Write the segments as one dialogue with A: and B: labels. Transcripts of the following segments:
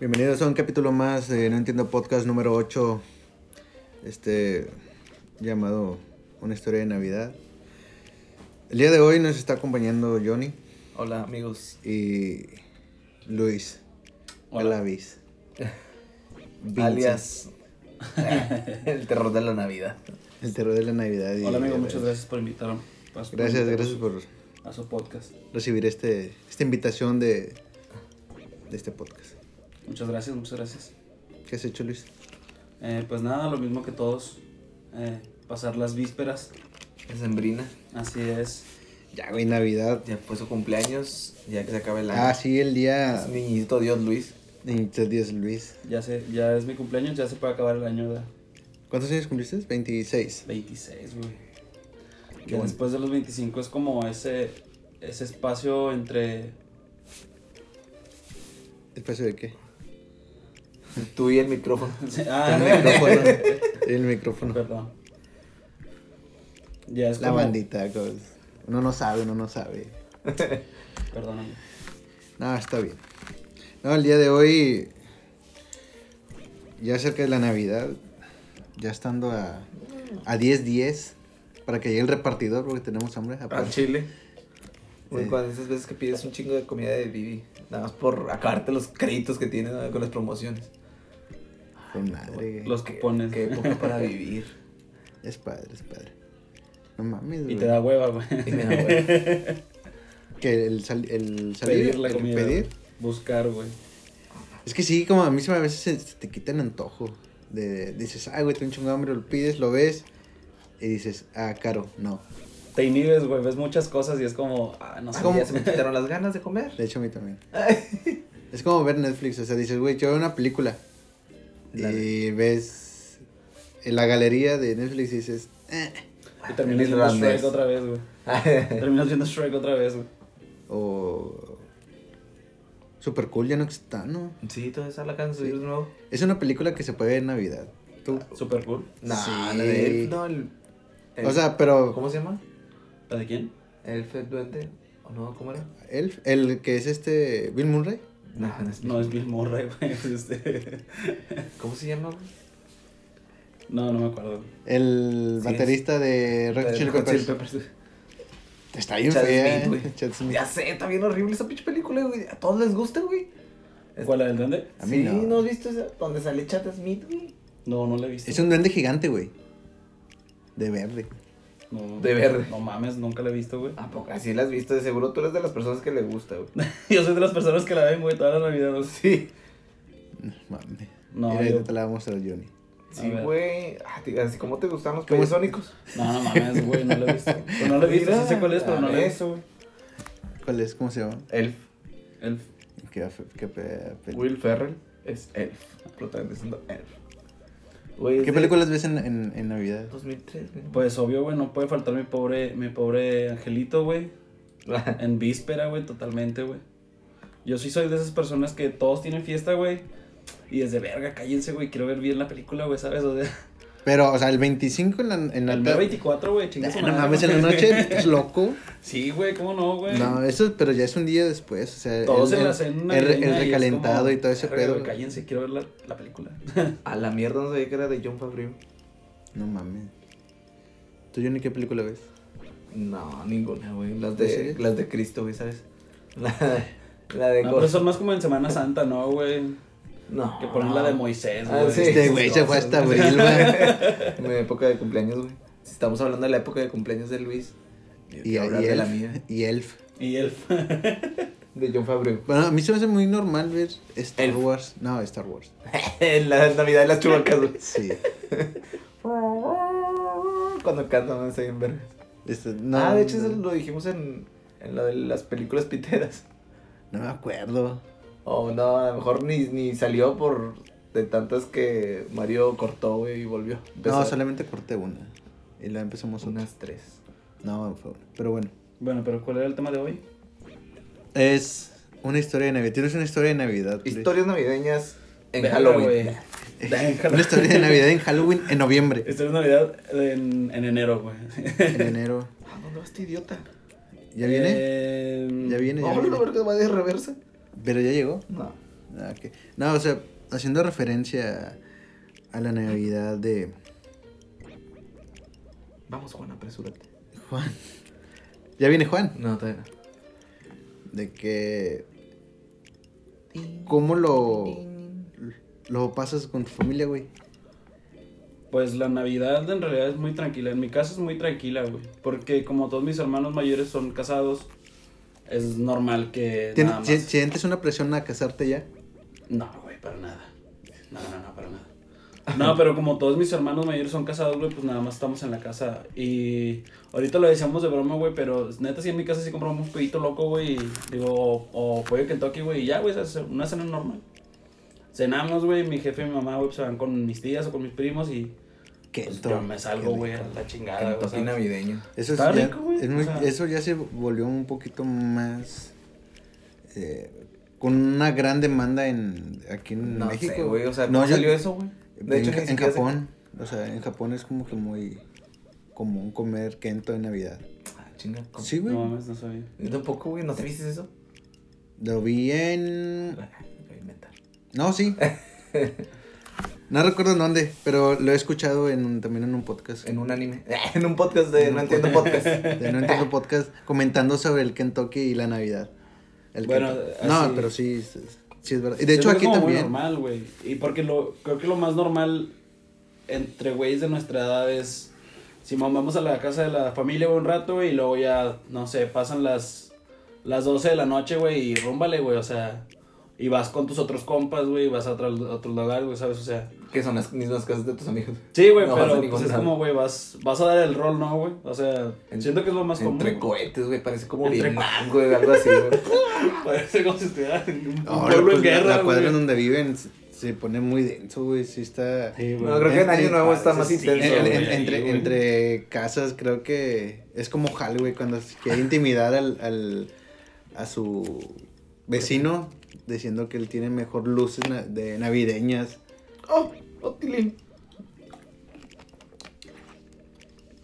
A: Bienvenidos a un capítulo más de No Entiendo Podcast número 8, este llamado Una historia de Navidad. El día de hoy nos está acompañando Johnny
B: Hola amigos.
A: y Luis
C: Hola.
A: Galavis. Vincent,
B: Alias el terror de la Navidad.
A: El terror de la Navidad. y-
C: Hola amigo, muchas gracias por invitarme.
A: Gracias, gracias por
C: A su podcast.
A: recibir este, esta invitación de, de este podcast.
C: Muchas gracias, muchas gracias.
A: ¿Qué has hecho, Luis?
C: Eh, pues nada, lo mismo que todos. eh, pasar las vísperas.
B: Sembrina,
C: Así es.
A: Ya, güey, Navidad.
B: ya fue su cumpleaños, ya que se acaba el año.
A: Ah, sí, el día
B: Es niñito Dios Luis.
A: en tres días, Luis.
C: Ya se, ya es mi cumpleaños, ya se puede acabar el año de
A: ¿Cuántos años cumpliste? 26.
C: 26, güey.
A: Qué
C: Ya
A: bueno.
C: después de los 25 es como ese, ese espacio entre...
A: ¿Espacio de qué?
B: Tú y el micrófono.
C: ah,
A: El micrófono. El micrófono.
C: perdón. Ya es
A: La
C: como-
A: bandita, cos- Uno no sabe, uno no sabe.
C: Perdón, amigo.
A: No, está bien. No, el día de hoy, ya cerca de la Navidad, ya estando a, a 10-10, para que llegue el repartidor, porque tenemos hambre.
C: Ah,
B: Al
A: aparte.
B: Chile. Uy,
A: Sí.
B: pues. cuando esas veces que pides un chingo de comida de Vivi, nada más por acabarte los créditos que tienes ¿no? con las promociones.
A: Con madre.
C: Los
B: Qué-
C: cupones.
B: Qué época para vivir.
A: Es padre, es padre. No mames,
C: Y
A: güey.
C: te da hueva, güey.
B: Y me da hueva.
A: Que el, sal- el salir,
C: Pedir la
A: el
C: comida.
A: pedir.
C: Buscar, güey.
A: Es que sí, como a mí se me- a veces se, se te quita el antojo. De, dices, ay, güey, tengo un chingo de hambre, lo pides, lo ves. Y dices, ah, caro, no.
C: Te inhibes, güey. Ves muchas cosas y es como, ah, no sé.
A: ¿Cómo?
B: Ya se me quitaron las ganas de comer.
A: De hecho, a mí también. es como ver Netflix, o sea, dices, güey, yo veo una película. Y ves en la galería de Netflix y dices, eh.
C: Y terminas
B: El
C: viendo
B: irlandés.
C: Shrek otra vez, güey. Terminas viendo Shrek otra vez, güey.
A: O. Super cool, ya no está, ¿no?
B: sí, toda esa la canción de nuevo.
A: Es una película que se puede ver en Navidad. Tú.
C: Super cool.
B: No,
A: Sí.
B: la de Elf, no, el, Ah, el-
A: O sea, pero.
B: ¿Cómo se llama?
C: ¿La de quién?
B: ¿Elf el duende? ¿O no? ¿Cómo era?
A: Elf, el que es este. Bill Murray.
B: No, no es
C: No, es Bill Murray, güey. es este.
B: ¿Cómo se llama? güey?
C: No, no me acuerdo. güey.
A: El
B: Sí,
A: baterista de Red Hot Chili
B: Hot Chili
A: Peppers. Está bien
B: Chad
A: fea.
B: Smith,
A: eh.
B: güey.
A: Chad Smith.
B: Ya sé, está bien horrible esa pinche película, güey. A todos les gusta, güey. Es-
C: ¿Cuál, la del duende?
A: A mí
B: sí,
A: no.
B: has visto esa? Donde sale Chad Smith, güey.
C: No, no la he visto.
A: Es un duende gigante, güey. De verde.
C: No,
B: De verde.
C: No mames, nunca la he visto, güey.
B: ¿A poco? Así la has visto, de seguro tú eres de las personas que le gusta, güey.
C: Yo soy de las personas que la ven, güey, toda la Navidad. güey.
B: Sí.
A: Mami.
C: No,
A: Mira,
C: yo-
A: te la voy a mostrar Johnny.
B: Sí,
C: ver.
B: güey. Ah, te- Así como te gustan los
A: ¿Cómo es?
B: payasónicos.
C: No, no mames, güey, no la he visto. Pues no la he visto, sí sé cuál es, pero no la he visto.
B: Eso, güey.
A: ¿Cuál es? ¿Cómo se llama?
B: Elf.
C: Elf.
A: ¿Qué, fe- qué, pe- pe-
B: Will Ferrell es Elf. Protagonizando Elf. Güey, es
A: ¿Qué
B: de
A: películas ves en, en, en Navidad?
B: 2003, güey.
C: Pues obvio, güey, no puede faltar mi pobre, mi pobre angelito, güey. En víspera, güey, totalmente, güey. Yo sí soy de esas personas que todos tienen fiesta, güey. Y desde verga, cállense, güey. Quiero ver bien la película, güey, ¿sabes? O sea,
A: Pero, o sea, el 25 en la, en la
C: el
A: tarde-
C: 24, güey, chingas.
A: Ah, No mames, en la noche es loco.
C: Sí, güey, ¿cómo no, güey?
A: No, eso, pero ya es un día después. O sea,
C: todos
A: el,
C: en la
A: el-
C: cena.
A: el, re-
C: navideña
A: el
C: y es
A: recalentado
C: como,
A: y todo ese
C: verga,
A: pedo.
C: güey, Cállense, quiero ver la, la película. Ah,
B: A la mierda no sabía que era de John Favreau.
A: No mames. ¿Tú, Johnny, qué película ves?
B: No, ninguna, güey. Las
A: ¿En
B: de,
A: serio?
B: las de Cristo, güey, ¿sabes? La, la de
C: No,
B: Gor-
C: pero son más como en Semana Santa, ¿no, güey?
B: No.
C: Que ponen la de Moisés,
B: Ah,
C: güey.
B: sí.
A: Este güey se fue hasta abril, güey.
B: Mi época de cumpleaños, güey. Si estamos hablando de la época de cumpleaños de Luis. yo
A: Y,
B: quiero hablar
A: y
B: de la
A: Elf,
B: mía.
A: y Elf.
C: Y Elf.
B: De John Favreau.
A: Bueno, a mí se me hace muy normal ver Star
B: Elf.
A: Wars. No, Star Wars.
B: la Navidad de las chubacas, güey.
A: Sí.
B: Cuando cantan, no sé, en vergas.
A: Este, no,
B: ah, de hecho,
A: no,
B: eso lo dijimos en, en lo de las películas piteras.
A: no me acuerdo.
B: O no, a lo mejor ni, ni salió por de tantas que Mario cortó, güey, y volvió.
A: No,
B: Empezó
A: solamente corté una. Y la empezamos una.
B: unas tres.
A: No, fue una. Pero bueno.
C: Bueno, pero ¿cuál era el tema de hoy?
A: Es una historia de Navidad. Tienes una historia de Navidad. Luis?
B: Historias navideñas en
C: Verga,
B: Halloween.
C: güey. En
A: Una
C: Halloween.
A: historia de Navidad en Halloween en noviembre.
C: Esta es Navidad en, en enero, güey.
A: En enero.
B: ¿A dónde va este idiota? Oh,
A: ¿Ya viene?
C: Eh,
A: Ya viene, ya
C: Em,
B: No,
A: viene.
B: la verga va de reversa.
A: Pero ya llegó.
B: No.
A: Ah, ok. No, o sea, haciendo referencia a la Navidad de
B: Vamos, Juan, apresúrate.
A: Juan. Ya viene Juan.
B: No, todavía
A: De que.
B: no.
A: ¿Cómo lo. Lo pasas con tu familia, güey?
C: Pues la Navidad en realidad es muy tranquila. En mi casa es muy tranquila, güey. Porque como todos mis hermanos mayores son casados, es normal que...
A: ¿Tien-
C: nada más-
A: si- ¿Sientes una presión a casarte ya?
C: No, güey, para nada. No, no, no, para nada. No, pero como todos mis hermanos mayores son casados, güey, pues nada más estamos en la casa. Y ahorita lo decíamos de broma, güey, pero neta, sí en mi casa sí compramos un pollito loco, güey. y Digo, o, o pollo Kentucky, güey, y ya, güey, se hace una cena normal. Cenamos, güey, mi jefe y mi mamá, güey, pues, se van con mis tías o con mis primos y
A: Que
C: pues, yo me salgo, güey, a la chingada, güey.
B: Kentucky
C: ¿sabes?
B: navideño.
A: Eso, es
C: Está
A: ya,
C: rico, güey,
A: es muy-
C: o sea.
A: eso ya se volvió un poquito más. eh, con una gran demanda en aquí en
B: No
A: México.
B: sé, güey. O sea,
A: No,
B: ¿cómo
A: yo-
B: salió eso, güey? De
A: en,
B: hecho, ni
A: en
B: siquiera sé-
A: Japón. O sea, en Japón es como que muy común comer kento en Navidad.
B: Ah, chinga. ¿cómo?
A: Sí, güey.
C: No mames, no sabía.
B: Yo tampoco, güey. ¿No te viste eso?
A: Lo vi en.
B: Ah, lo voy a inventar.
A: No, sí. No recuerdo en dónde, pero lo he escuchado en un- también en un podcast.
B: En un anime. en un podcast de
A: En
B: No
A: un
B: Entiendo Podcast.
A: de No Entiendo Podcast comentando sobre el Kentucky y la Navidad. El
C: Bueno,
A: Kentucky. No,
C: así-
A: pero sí, es- es- sí es verdad. Y de hecho
C: Siento
A: aquí
C: que es como muy
A: también.
C: normal, güey. Y porque lo, creo que lo más normal entre güeyes de nuestra edad es. Si vamos a la casa de la familia güey, un rato güey, y luego ya, no sé, pasan las, las 12 de la noche, güey, y rúmbale, güey, o sea. Y vas con tus otros compas, güey, y vas a otro, a otro lugar, güey, ¿sabes? O sea.
B: Que son las mismas cosas de tus amigos.
C: Sí, güey,
B: No vas a
C: pero
B: ningún
C: pues, es
B: lado.
C: como, güey, vas, vas a dar el rol, ¿no, güey? O sea,
B: En-
C: siento que es lo más común.
B: Entre
C: güey.
B: cohetes, güey. Parece como
C: Entre
B: Vietnam, güey. Algo así, güey.
C: Parece como si estuviera en un, un
A: Ahora,
C: pueblo en
A: pues, la-
C: guerra,
A: la, cuadra
C: güey.
A: en donde viven se- se pone muy denso, güey. Sí está.
C: Sí, güey.
B: No, creo que en
A: En-
B: Año
A: en-
B: Nuevo está más
C: sí,
A: En-
B: intenso,
A: en-
B: güey.
A: en-
C: güey,
A: entre,
C: güey.
A: entre casas creo que es como Hal, güey, cuando se quiere intimidar al, al- a su vecino diciendo que él tiene mejor luces na- de navideñas
B: Oh, oh, tilín.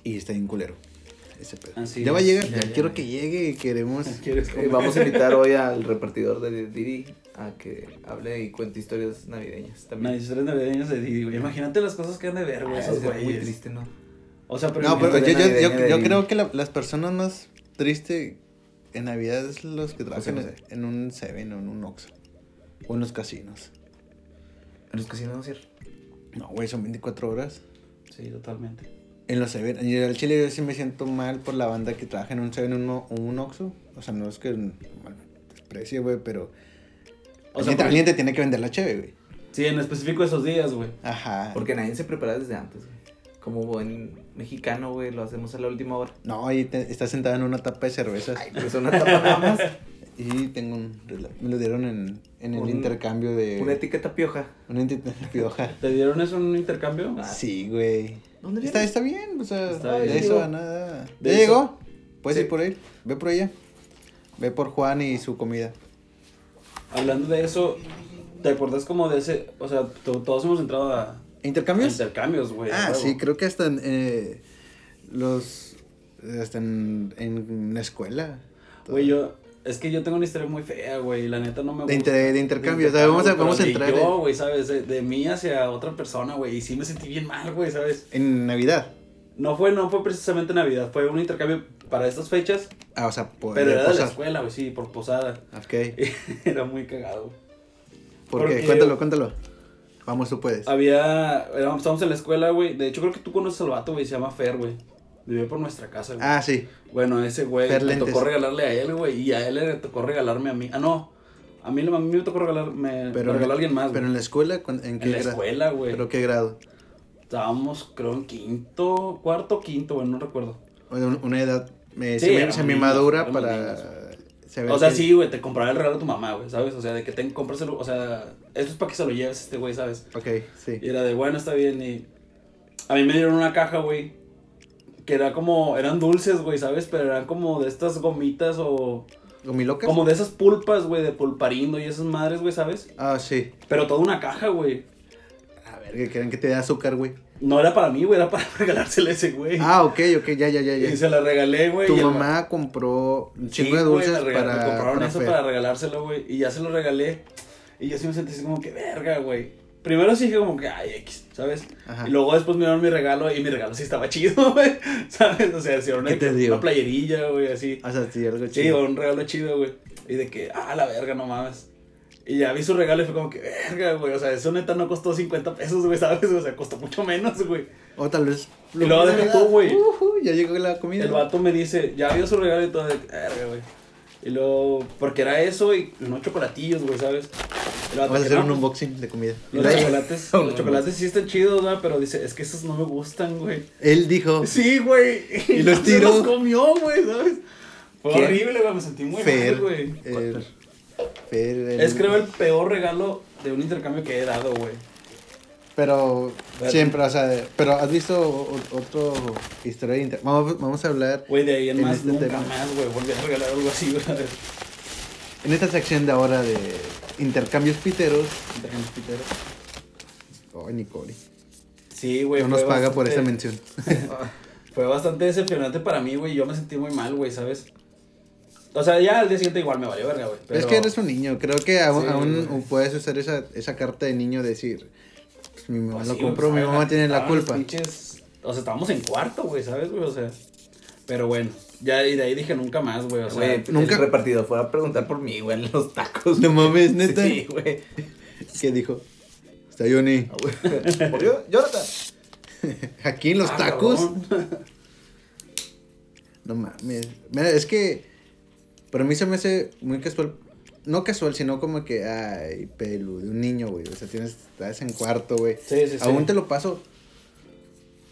A: y está bien culero. Ese pedo.
C: Así
A: ya va a
C: es,
A: llegar,
C: ya,
A: ya
C: ya,
A: quiero
C: ya.
A: que llegue, queremos...
C: ¿Quieres
B: Eh,
C: comer?
B: Vamos a invitar hoy al repartidor de Didi a que hable y cuente historias navideñas
C: No,
B: también.
C: y historias navideñas de Didi, güey. Imagínate las cosas que han de ver, güey,
B: Ah,
C: esos
B: es muy
C: güeyes.
B: triste, ¿no?
C: O sea, pero.
A: No, pero yo,
B: historia
A: yo, yo,
B: navideña de
A: yo
B: Disney.
A: creo que la- las personas más tristes en Navidad es los que
B: José
A: trabajan en,
B: José.
A: en un Seven o en un Oxxo o en los casinos.
B: En los casinos no cierran.
A: No, güey, son 24 horas.
C: Sí, totalmente.
A: En los Seven, en el Chile yo sí me siento mal por la banda que trabaja en un Seven o un- o un Oxxo. O sea, no es que mal desprecie, güey, pero
C: O sea,
A: alguien,
C: por-
A: alguien te tiene que vender la cheve, güey.
C: Sí, en específico esos días, güey.
A: Ajá.
B: Porque nadie se prepara desde antes, güey. Como buen mexicano, güey, lo hacemos a la última hora.
A: No, ahí te- estás sentada en una tapa de cervezas.
B: Ay, pero son una tapa nada más.
A: Y tengo un... rela- Me lo dieron en, en el
B: Un-
A: intercambio de...
B: Eh, Una etiqueta pioja.
A: Una etiqueta de pioja.
C: ¿Te dieron eso en un intercambio?
B: Ah.
A: Sí, güey.
B: ¿Dónde
A: Está,
B: viene?
A: está bien, o sea,
C: Está
A: de
C: bien.
A: eso a nada.
C: De
A: ¿Ya
C: eso.
A: llegó? Puedes
B: Sí.
A: ir por él, ve por ella. Ve por Juan y su comida.
C: Hablando de eso, ¿te acuerdas como de ese. O sea, to- todos hemos entrado a.
A: ¿Intercambios?
C: Intercambios, güey. a
A: ah,
C: huevo.
A: sí, creo que hasta en eh, los... Hasta en, en la escuela.
C: Güey, yo. Es que yo tengo una historia muy fea, güey. La neta no me
A: De,
C: gusta.
A: inter- de intercambio, o sea, vamos a,
C: pero
A: vamos a
C: de
A: entrar
C: Yo, güey, ¿sabes? De, de mí hacia otra persona, güey. Y sí me sentí bien mal, güey, ¿sabes?
A: en, en Navidad.
C: No fue, no fue precisamente Navidad. Fue un intercambio para estas fechas.
A: Ah, o sea, por
C: Pero
A: de
C: era de la
A: posas.
C: escuela, güey, sí, por posada.
A: Ok,
C: era muy cagado. güey.
A: ¿por qué?
C: Porque-
A: Cuéntalo, cuéntalo. Vamos, tú puedes.
C: Había, éramos- estábamos en la escuela, güey. De hecho, creo que tú conoces al vato, güey, se llama Fer, güey. Vive por nuestra casa, güey.
A: Ah, sí.
C: Bueno, ese güey
A: Fer
C: me
A: Lentes.
C: tocó regalarle a él, güey, y a él le tocó regalarme a mí. Ah, no, a mí, a mí me tocó regalar, me,
A: Pero,
C: me regaló alguien más,
A: pero
C: güey.
A: en la escuela, ¿cu- ¿en qué
C: En la
A: grado?
C: escuela, güey.
A: ¿Pero qué grado?
C: Estábamos, creo, en quinto, cuarto, quinto, güey, no recuerdo.
A: Bueno, un- una edad eh,
C: Sí,
A: semi-
C: éramos
A: semimadura
C: niños, éramos
A: para saber
C: O sea,
A: que-
C: sí, güey, te compraba el regalo a tu mamá, güey, ¿sabes? O sea, de que te compras el, o sea, esto es para que se lo lleves a este güey, ¿sabes?
A: Ok, sí.
C: Y era de, bueno, está bien. Y a mí me dieron una caja, güey. Que era como, eran dulces, güey, ¿sabes? Pero eran como de estas gomitas o...
A: ¿Gomilocas?
C: Como de esas pulpas, güey, de pulparindo y esas madres, güey, ¿sabes?
A: Ah, sí.
C: Pero toda una caja, güey.
A: A ver, que creen que te da azúcar, güey.
C: No era para mí, güey, era para regalársela a ese güey.
A: Ah, ok, ok, ya, ya, ya,
C: y
A: ya.
C: se la regalé, güey.
A: Tu
C: y el-
A: mamá compró un
C: Sí,
A: chingo de
C: güey,
A: dulces
C: la rega- me
A: para,
C: compraron
A: para
C: eso
A: Fer.
C: para regalárselo, güey. Y ya se lo regalé. Y yo sí me sentí así como que verga, güey. Primero sí dije como que, ay, X, ¿sabes?
A: Ajá.
C: Y luego después me dieron mi regalo y mi regalo sí estaba chido, güey. ¿Sabes? O sea, sí, era una,
A: ¿Qué te dio?
C: una playerilla, güey, así.
A: O sea, sí, algo
C: Sí,
A: chido.
C: un regalo chido, güey. Y de que, ah, la verga, no mames. Y ya vi su regalo y fue como que, verga, güey. O sea, eso neta no costó 50 pesos, güey, ¿sabes? O sea, costó mucho menos, güey.
A: o tal vez.
C: Y luego deja
A: Navidad.
C: tú, güey.
A: Ujú, ya llegó la comida.
C: El vato me dice, ya vio su regalo y todo, de, verga, güey. Y luego, porque era eso y unos chocolatillos, güey, ¿sabes? El vato
A: Vamos a
C: que,
A: hacer
C: no,
A: un
C: pues,
A: unboxing de comida.
C: Los chocolates,
B: Un
C: los chocolates sí están chidos, ¿verdad? Pero dice, es que esos no me gustan, güey.
A: Él dijo
C: Sí, güey.
A: Y los
C: Se
A: tiró.
C: los comió, güey, ¿sabes? Fue
A: ¿Qué?
C: horrible, güey, me sentí muy
A: Fer.
C: mal, güey.
A: el- Fer, el-
C: Es creo el peor regalo de un intercambio que he dado, güey.
A: Pero
C: Ver.
A: siempre, o sea, pero has visto o- o- otro historia de inter- Vamos, vamos a hablar
C: Güey, de ahí en,
A: En
C: más,
A: este
C: nunca
A: tema.
C: más, güey, volví a regalar algo así, güey.
A: en esta sección de ahora de intercambios piteros.
C: Intercambios piteros.
A: Oh, Nicole.
C: Sí, güey.
A: no nos
C: fue
A: paga por esa
C: bastante- Ah,
A: mención.
C: Fue bastante decepcionante para mí, güey. Yo me sentí muy mal, güey, ¿sabes? O sea, ya al día siguiente igual me valió verga, güey. pero-
A: Es que eres un niño, creo que aún,
C: Sí,
A: aún
C: güey.
A: puedes usar esa, esa carta de niño de decir, "Pues mi mamá
C: Pues
A: lo
C: sí,
A: compró,
C: güey,
A: mi mamá
C: ¿sabes?
A: tiene la
C: Estaban los
A: culpa.
C: pinches- o sea, estábamos en cuarto, güey, ¿sabes, güey? O sea, pero bueno, ya y de ahí dije nunca más, güey, o sea, pues,
B: Güey,
A: nunca-
B: nunca el repartido fue a preguntar por mí, güey, en los tacos.
A: No
B: güey.
A: mames, neta.
B: Sí, güey.
A: ¿Qué dijo? Está Johnny.
B: Ah, güey. ¿Volvió? Jonathan.
A: Aquí en los
C: ah,
A: tacos.
C: cabrón.
A: No mames. Mira, es que para mí se me hace muy casual. No casual, sino como que, ay, pelu, de un niño, güey. O sea, tienes, estás en cuarto, güey.
C: Sí, sí, sí.
A: Aún te lo paso.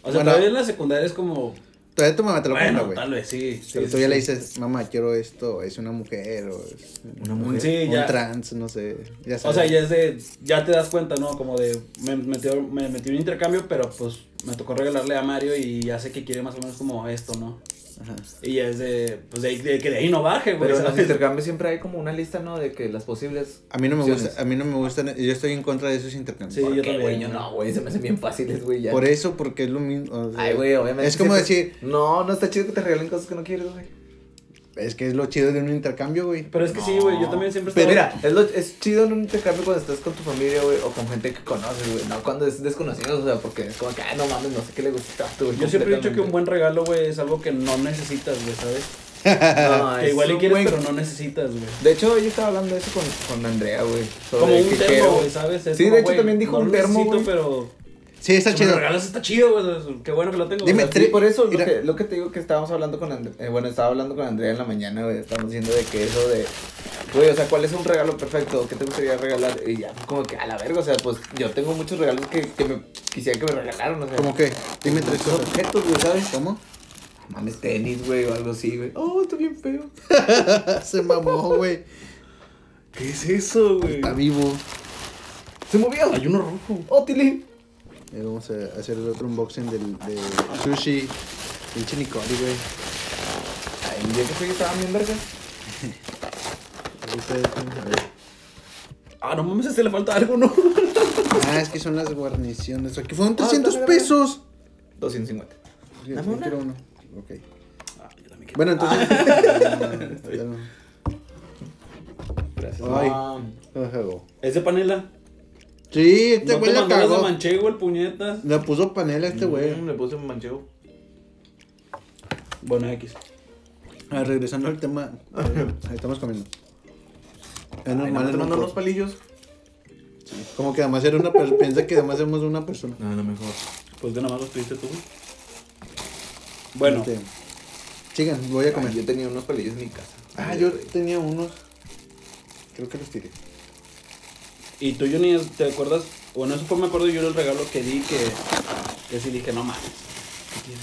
C: O sea,
A: Bueno.
C: todavía en la secundaria es como
A: Todavía tu mamá te lo
C: bueno,
A: compra,
C: tal
A: güey.
C: vez sí, sí,
A: Pero
C: sí,
A: tú ya
C: sí.
A: le dices, mamá, quiero esto, es una mujer o es
B: Una
A: un-
B: mujer.
C: Sí,
A: un
C: ya.
A: trans, no sé. Ya
C: O
A: sabes.
C: sea, ya es de ya te das cuenta, ¿no? Como de me metió me metí en un intercambio, pero pues me tocó regalarle a Mario y ya sé que quiere más o menos como esto, ¿no?
A: Ajá.
C: Y ya es de pues de, ahí- de que de ahí no baje, güey.
B: Pero en los
C: ¿sabes?
B: intercambios siempre hay como una lista, ¿no? De que las posibles.
A: A mí no me
B: opciones.
A: gusta, a mí no me gustan, yo estoy en contra de esos intercambios.
C: Sí,
B: ¿Por
C: yo
B: qué,
C: también,
B: güey? Yo
C: ¿no?
B: no, güey. Se me hacen bien fáciles, güey. ya.
A: Por eso, porque es lo mismo. o sea,
B: Ay, güey, obviamente.
A: Es como
B: siempre-
A: decir,
B: No, no está chido que te regalen cosas que no quieres, güey.
A: es que es lo chido de un intercambio, güey.
C: Pero es que sí, güey, yo
B: No.
C: también siempre
B: Pero
C: estaba-
B: mira, es, lo- es chido en un intercambio cuando estás con tu familia, güey, o con gente que conoces, güey. No cuando es desconocido, o sea, porque es como que, ah, no mames, no sé qué le gusta a tú, güey.
C: Yo siempre he dicho que un
B: completamente.
C: buen regalo, güey, es algo que no necesitas, güey, ¿sabes?
B: No,
C: que
B: Ah, es
C: igual y
B: un
C: quieres,
B: buen-
C: pero no necesitas, güey.
B: De hecho, yo estaba hablando de eso con, con Andrea, güey. sobre
C: Como un
B: qué
C: termo,
B: quiero.
C: güey, ¿sabes? Es
B: Sí, de
C: como,
B: hecho,
C: güey,
B: también dijo
C: no
B: un
C: lo
B: termo,
C: necesito,
B: güey.
C: pero
A: Sí, está
C: si me
A: chido.
C: lo regalas está chido, güey. Qué bueno que lo tengo.
A: Dime
C: güey.
A: tres-
B: Sí, por eso lo
A: Mira.
B: que, lo que te digo que estábamos hablando con Andrea, bueno, estaba hablando con Andrea en la mañana, güey, estábamos diciendo de que eso de, güey, o sea, ¿cuál es un regalo perfecto? ¿Qué te gustaría regalar? Y ya, como que a la verga, o sea, pues yo tengo muchos regalos que, que me quisiera que me regalaron, o sea.
A: ¿Cómo qué? Dime tres
B: Son
A: cosas.
B: objetos, güey, ¿sabes?
A: ¿Cómo?
B: Mames, tenis, güey, o algo así, güey. Oh, está bien feo.
A: Ah, Se mamó, güey.
C: ¿Qué es eso, güey?
A: Está vivo.
B: Se movió.
C: Hay uno rojo.
B: Oh, Tilly.
A: Eh, vamos a hacer el otro unboxing del de sushi. Pinche Nicole, güey.
B: Ay, yo que fui, estaban bien vergas.
A: Ahí está, a ver.
C: Ah, no mames, este le falta algo, ¿no?
A: Ah, es que son las guarniciones. Aquí fueron
B: Ah,
A: 300
B: está, mira,
A: pesos.
B: 250.
A: Yo
B: Dame una.
A: quiero uno. Ok.
C: Ah, yo también quiero.
A: Bueno, entonces.
B: Ah.
A: Ah,
B: Gracias.
A: Ay.
B: Ah,
C: Es de panela.
A: Sí, este
C: no
A: güey
C: te
A: la
C: mandó las de
A: cagó.
C: manchego, el puñetas.
A: Le puso panela a este güey.
B: mm, Le puse un manchego.
C: Bueno, X.
A: Ah, regresando al tema. Ahí estamos comiendo. Es
B: Ay, no,
A: normal.
B: te
A: es
B: mando
A: normal.
B: unos palillos.
A: Como que además era una persona. Piensa que además somos una persona.
B: No, no mejor.
C: Pues de nada más los pediste tú, güey. Bueno,
A: Este, Sigan, voy a comer.
B: yo tenía unos palillos en mi casa.
A: Ah, yo tenía unos. Creo que los tiré.
C: y tú, Johnny, ¿te acuerdas? Bueno, eso fue, me acuerdo yo, el regalo que di que. Que sí dije, no mames. ¿Qué tiene,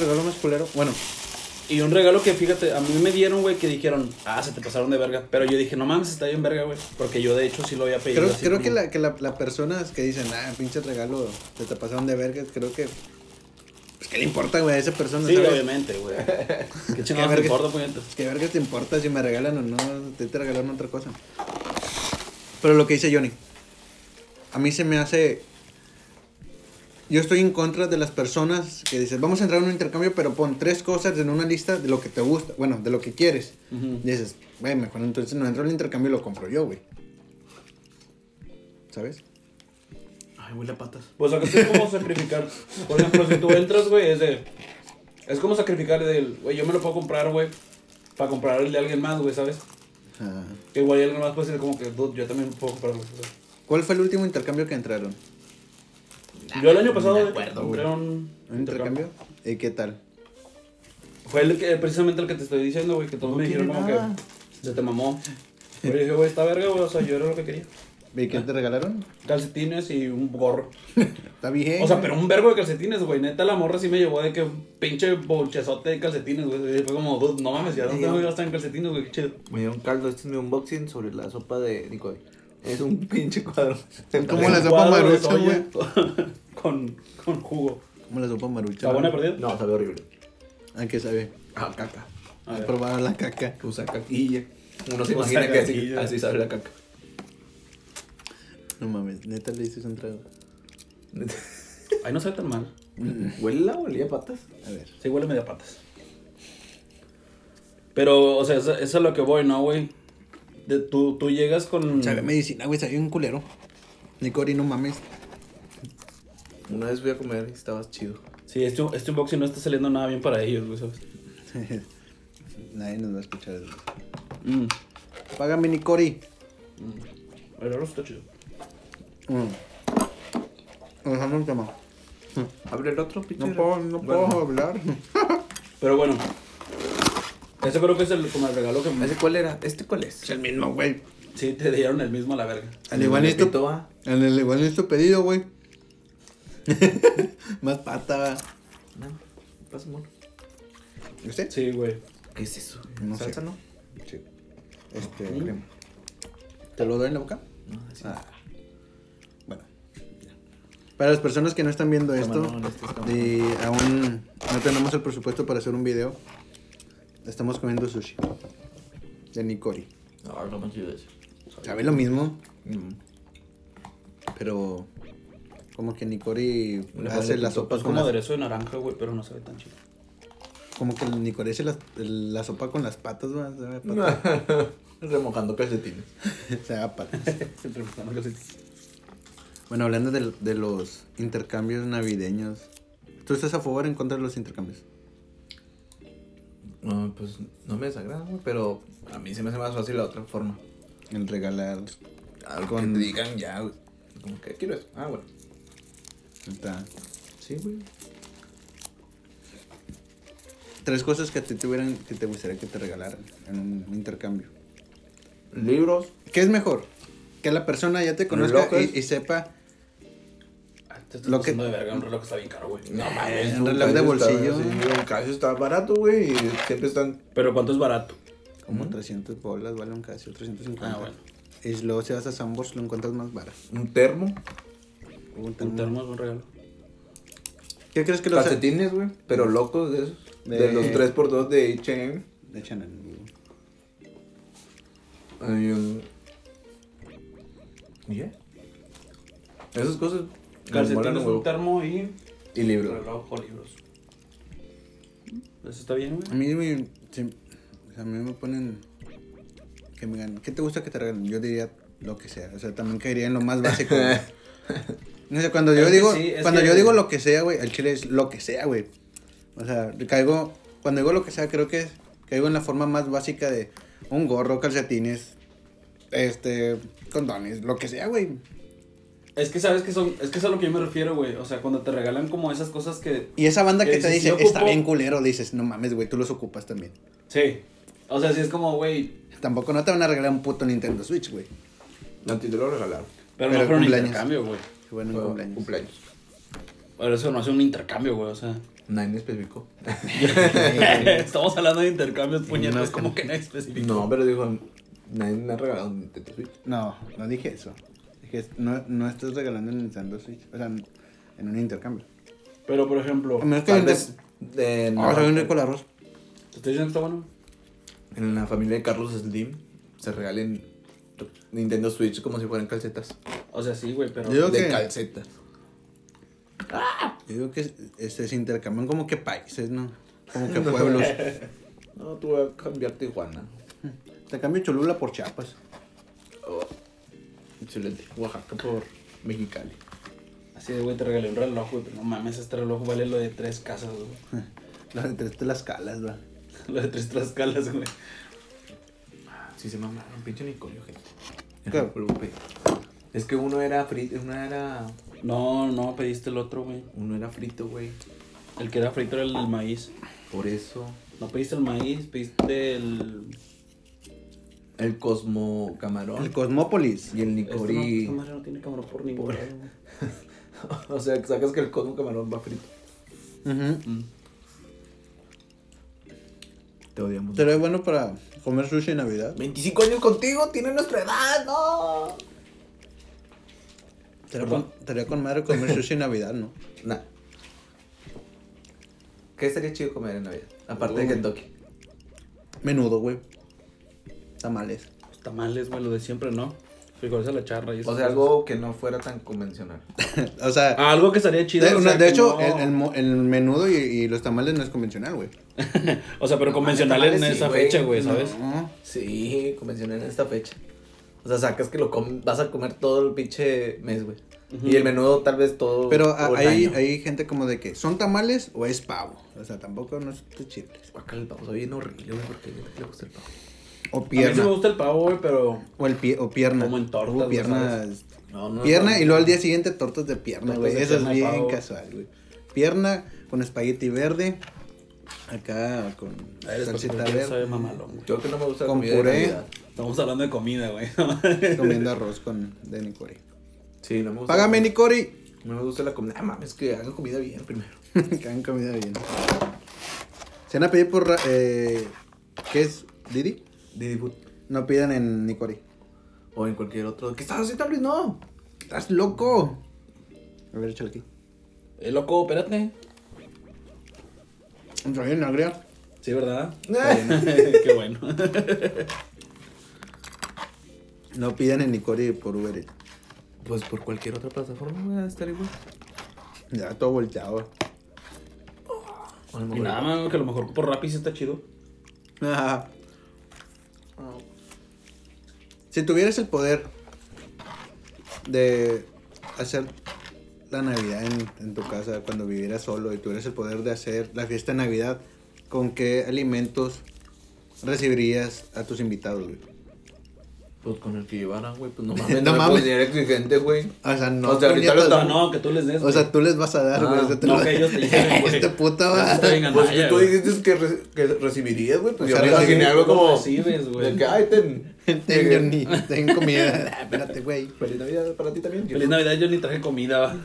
A: Es el regalo más culero. Bueno,
C: Y un regalo que, fíjate, a mí me dieron, güey, que dijeron, ah, se te pasaron de verga. Pero yo dije, no mames, está bien verga, güey. Porque yo, de hecho, sí lo había pedido.
A: creo,
C: así
A: creo
C: como-
A: que, la, que la, las personas que dicen, ah, pinche regalo, se te pasaron de vergas, creo que. Pues que le importa, güey, a esa persona,
C: Sí,
A: ¿sabes?
C: obviamente, güey. Qué chingados
A: verga.
C: te importa, puñetas.
A: Que vergas te importa si me regalan o no, te, te regalaron otra cosa. Pero lo que dice Johnny, a mí se me hace yo estoy en contra de las personas que dicen, vamos a entrar en un intercambio, pero pon tres cosas en una lista de lo que te gusta, bueno, de lo que quieres.
D: Ujú.
A: Y dices, güey, mejor entonces no entro en el intercambio y lo compro yo, güey. ¿Sabes?
D: Ay, huele a patas.
C: Pues acá es como sacrificar. Por ejemplo, si tú entras, güey, es de. Es como sacrificar del. Güey, yo me lo puedo comprar, güey. Para comprar el de alguien más, güey, ¿sabes?
A: Ah.
C: Que igual y alguien más puede ser como que dude, yo también puedo comprarlo. o sea.
A: ¿Cuál fue el último intercambio que entraron?
C: Yo el año pasado
B: me
C: güey,
B: acuerdo,
C: compré un
A: ¿Un intercambio? ¿Y qué tal?
C: Fue el que, precisamente el que te estoy diciendo, güey, que todos
A: No
C: me dijeron
A: tiene
C: como
A: nada.
C: que se te mamó. Pero yo dije, güey, esta verga, güey, o sea, yo era lo que quería.
A: ¿Y qué te regalaron?
C: Calcetines y un gorro.
A: Está bien.
C: O sea, pero un vergo de calcetines, güey. Neta, la morra sí me llevó de que un pinche bolchezote de calcetines, güey. Fue como, dude, no mames, ya dónde voy a gastar en calcetines, güey, qué chido.
B: Me dieron caldo, este es mi unboxing sobre la sopa de Nicole. Es un pinche cuadro.
A: ¿Cómo la
C: Un
A: sopa
C: cuadro de
A: marucha,
C: soya
A: güey?
C: Con, con jugo.
A: ¿Cómo la sopa marucha?
C: ¿Está buena perdida?
B: No, sabe horrible.
A: ¿A qué sabe?
B: Ah, caca.
C: A
A: ¿Has
C: ver.
A: probado la caca? Pues,
B: Usa caquilla. Uno se
C: Usa
B: imagina que así,
C: caquilla.
B: así sabe la caca.
A: No mames, neta le dices un trago.
C: Ay, no sabe tan mal.
B: ¿Huele la bolilla a patas?
A: A ver.
C: Sí, huele medio a patas. Pero, o sea, eso, eso es lo que voy, ¿no, güey? De- Tú, tú llegas con...
A: Sabe a medicina, güey, sabía un culero. Nicori, no mames.
B: Una vez fui a comer y estabas chido.
C: Sí, este, este unboxing no está saliendo nada bien para ellos, güey, ¿sabes?
A: Nadie nos va a escuchar. güey.
C: Mm.
A: Págame, Nicori.
C: El arroz está chido.
A: Mm. Dejando el tema.
B: Abre el otro, pinche.
A: No puedo, no puedo
B: Bueno,
A: hablar.
C: Pero bueno. Ese creo que es el, como el regalo que me-
B: ¿Ese cuál era? ¿Este cuál es?
A: el mismo, güey.
C: Sí, te dieron el mismo a la verga.
A: Al igual es tu,
B: Repito, ah.
A: al igual es tu este pedido, güey. Más pata. va.
B: No, pasa mono.
A: ¿Y ¿Usted?
C: Sí, güey.
B: ¿Qué es eso?
A: No sé.
B: ¿Salsa no?
A: Sí. Este, crema. ¿Te lo doy en la boca?
B: No, así.
A: Ah. Bueno. Para las personas que no están viendo esto
B: Camarón, este es camarón.
A: y aún no tenemos el presupuesto para hacer un video, estamos comiendo sushi de Nikori.
B: No, no me ayudes.
A: Sabe lo mismo,
B: Mm.
A: pero como que Nikori
B: Una
A: hace
B: madre
A: las sopas
B: con
C: Es
A: con
C: Pues como
A: las,
C: aderezo de naranja, güey, pero no sabe tan chido.
A: como que Nikori hace las- el- la, sopa con las patas, ¿no? Se va patas.
B: Remojando calcetines.
A: Se va patas.
C: Entre mis manos, casi.
A: Bueno, hablando de, de los intercambios navideños, ¿tú estás a favor o en contra de los intercambios?
B: No, pues no me desagrada, güey, pero a mí se me hace más fácil la otra forma.
A: El regalar.
B: Algo
A: Con-
B: que te digan ya, güey. Como que quiero eso. Ah, bueno.
A: neta,
B: Sí, güey.
A: Tres cosas que a ti te, hubieran- que te gustaría que te regalaran en un intercambio.
B: Libros.
A: ¿Qué es mejor? Que la persona ya te conozca
B: Relojes.
A: y, y sepa
C: Ah, Te estás
A: Lo
C: lo
A: que-
C: de verga, un reloj está bien caro, güey.
B: No
A: Eh,
B: mames.
A: un reloj de
B: calcio Ah, está-
A: bolsillo.
B: sí, un calcio está barato, güey. Y siempre están.
C: Pero ¿cuánto es barato?
A: como 300 bolas, valen casi 350.
C: Ah, bueno.
A: Y luego si vas a Sambors lo encuentras más barato.
B: Un termo.
A: Un termo.
C: Un termo es un regalo.
A: ¿Qué crees que los
B: Calcetines, güey. Pero locos de esos.
A: De-
B: De, los 3x2 de HM.
A: De Chanel, digo.
B: Hay un. ¿Y ya? Esas cosas. me molan un
C: Calcetines,
B: huevo.
C: un termo y
B: Y libros.
C: reloj o libros. Eso está bien,
A: A
C: güey.
A: mí me, sí, a mí me ponen que me ganen. ¿Qué te gusta que te regalen? Yo diría lo que sea. O sea, también caería en lo más básico. güey. no sé, cuando yo
C: Es que
A: digo,
C: sí, es
A: cuando
C: que-
A: yo digo lo que sea, güey, el chile es lo que sea, güey. O sea, caigo, cuando digo lo que sea, creo que es, caigo en la forma más básica de un gorro, calcetines, este, condones, lo que sea, güey.
C: Es que sabes que son, es que es a lo que yo me refiero, güey. O sea, cuando te regalan como esas cosas que
A: Y esa banda
C: Que
A: que te
C: dices,
A: dice,
C: "Yo
A: está
C: ocupo-"
A: bien culero, dices, no mames, güey, tú los ocupas también.
C: Sí. O sea, sí es como, güey.
A: Tampoco no te van a regalar un puto Nintendo Switch, güey.
B: No, te lo regalaron.
C: Pero,
A: Pero
C: no fue un
A: cumpleaños.
C: intercambio, güey.
A: Bueno,
B: Fue
A: en cumpleaños.
B: cumpleaños.
C: Pero eso no hace un intercambio, güey. O sea.
B: Nadie en específico.
C: Estamos hablando de intercambios, puñetas,
A: No.
C: como que no específico.
B: No, pero dijo, nadie me ha regalado un Nintendo Switch.
A: No, no dije eso. Dije, no, no estás regalando el Nintendo Switch. O sea, en en un intercambio.
C: Pero por ejemplo,
A: A menos que
B: Tal
A: venga-
B: vez de- en,
A: Ah, sabe un
B: la,
A: rico el arroz.
C: ¿te estoy diciendo que está bueno?
B: en la familia de Carlos Slim se regalen Nintendo Switch como si fueran calcetas.
C: O sea, sí, güey, pero.
A: Yo- Creo
B: de
A: que-
B: calcetas.
A: Yo digo que este, se intercambian como que países, ¿no? Como que pueblos.
B: No, tú vas a cambiar Tijuana.
A: Te cambio Cholula por Chiapas.
B: Oh, excelente. Oaxaca por Mexicali.
C: Así de, güey, te regalé un reloj, güey, pero no mames, este reloj vale lo de tres casas, güey.
A: Las de tres Tlaxcalas, ¿verdad?
C: Lo de tres Tlaxcalas, güey.
B: Sí, se mamaron. Pinche Nicolio, gente.
A: Claro.
B: Guadalupe. Es que uno era frito, uno era,
C: No, no, pediste el otro, güey.
B: uno era frito, güey.
C: El que era frito era el del maíz.
B: Por eso.
C: No pediste el maíz, pediste el...
B: El Cosmo Camarón.
A: El Cosmópolis.
B: y el
C: Este no,
B: Nicori.
C: esta madre no tiene cámara por ningún
B: Por-
C: lado, güey.
B: o sea, que sacas que el Cosmo Camarón va frito.
A: Ujú.
B: Te odiamos.
A: Sería bueno para comer sushi en Navidad.
B: 25 años contigo, tiene nuestra edad, no.
A: Sería con, estaría con madre comer sushi en Navidad, ¿no?
B: Nah. ¿Qué estaría chido comer en Navidad? Aparte de Kentucky.
A: Menudo, güey. Tamales.
C: Los tamales, güey, lo de siempre, ¿no? Frijoles a la charra y esas
B: O sea,
C: cosas.
B: algo que no fuera tan convencional.
A: o sea,
C: Ah, algo que estaría chido.
A: de,
C: o
A: una-
C: sea,
A: de
C: que
A: hecho,
C: no-
A: el, el mo- el menudo y, y los tamales no es convencional, güey.
C: O sea, pero
A: Ah,
B: Tamales,
C: convencional en
B: tamales,
C: esa
B: sí, güey.
C: fecha, güey, ¿sabes?
A: No.
B: Sí, convencional en esta fecha. O sea, sacas que lo com- vas a comer todo el pinche mes, güey. Y el menudo tal vez todo.
A: Pero a-
B: todo el
A: hay,
B: año.
A: hay gente como de que, ¿son tamales o es pavo? O sea, tampoco no es te chifles.
B: Guácala, el pavo, soy bien horrible, güey, porque yo le gusta el pavo.
A: O
C: A mí sí
A: pierna.
C: me gusta el pavo, güey, pero...
A: O, el pie, o pierna.
C: Como en tortas,
A: Hubo
C: güey,
A: piernas.
B: No, no.
A: Pierna y luego al día siguiente tortas de pierna,
C: Tortas
A: güey.
C: de
A: Eso es
C: pierna y
A: bien
C: pavo.
A: casual, güey. Pierna con espagueti verde. Acá con salsita
C: Porque
A: verde.
C: pues, Sabe mamalón, güey.
B: Yo que no me gusta la
A: Con
B: comida de
A: puré.
B: Navidad.
C: Estamos hablando de comida, güey.
A: Comiendo arroz con de Nicori.
B: Sí, no me gusta.
A: Págame, Nicori.
B: No me gusta la comida. Ah, mames, que hagan comida bien primero.
A: que hagan comida bien. Se van a pedir por. ra- Eh, ¿Qué es? ¿Didi?
B: Didi Food.
A: No pidan en Nicori.
B: O en cualquier otro. ¿Qué estás haciendo, Luis? No.
A: ¡Estás loco! A ver, échale aquí.
C: Eh, loco, espérate.
A: Entra bien, agria.
C: Sí, ¿verdad?
A: Eh.
B: Ah.
C: Está bien. Qué bueno.
A: No pidan en Nicori por Uber Eats.
B: Pues por cualquier otra plataforma, güey, a estar igual.
A: Ya todo volteado.
B: O a lo
C: Y
B: mejor-
C: nada más, güey, que a lo mejor por Rappi sí está chido.
A: Ajá.
B: Ah,
A: Si tuvieras el poder de hacer la Navidad en, en tu casa cuando vivieras solo y tuvieras el poder de hacer la fiesta de Navidad, ¿con qué alimentos recibirías a tus invitados, güey?
B: Pues con el que llevaran, güey, pues no mames.
A: No
B: no
A: mames.
B: mames. Era exigente, güey.
A: O sea, no.
B: O sea, ahorita los
A: puñetas,
B: Está-
C: No, no, que tú les des,
A: o sea,
C: güey.
A: tú les vas a dar,
B: Ah,
A: güey. eso te
C: no,
A: lo-
C: que ellos te lleven, güey.
A: Este puta va.
C: Eso está bien
B: Pues
C: gandalla,
B: tú
C: Ah, güey.
B: dijiste que re- que recibirías, güey. Pues
A: O
B: yo
A: sea,
B: me
A: recibir-
B: imaginé algo
C: ¿cómo
B: como.
C: recibes, güey?
B: de que, ay, ten.
A: Ten, Johnny, ten comida. Ah, Espérate, güey.
B: Feliz Navidad para ti también.
C: Feliz Navidad, yo ni traje comida. va.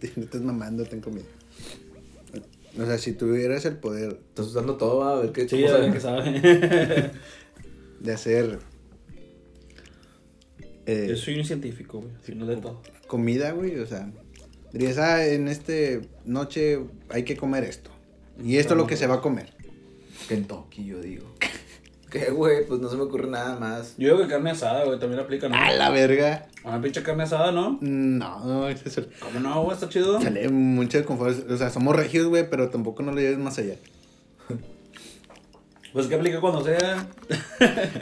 A: Te- No estés mamando, ten comida. O sea, si tuvieras el poder
B: pues, Estás usando todo, va, a ver qué
C: Sí, a ver qué sabe.
A: de hacer eh,
C: Yo soy un científico, güey. Al final de todo.
A: comida, güey, o sea, dirías, ah, en este noche hay que comer esto. Y esto es lo que se va a comer.
B: Kentucky, yo digo. ¿Qué, güey? Pues no se me ocurre nada más.
C: Yo digo que carne asada, güey, también aplica, ¿no?
A: A
B: Ah,
A: la verga.
C: Una pinche carne asada, ¿no?
A: No, no, eso-
C: ¿Cómo no, güey? Está chido.
A: sale mucho de confort. O sea, somos regios, güey, pero tampoco nos lo lleves más allá.
C: Pues que aplica cuando sea.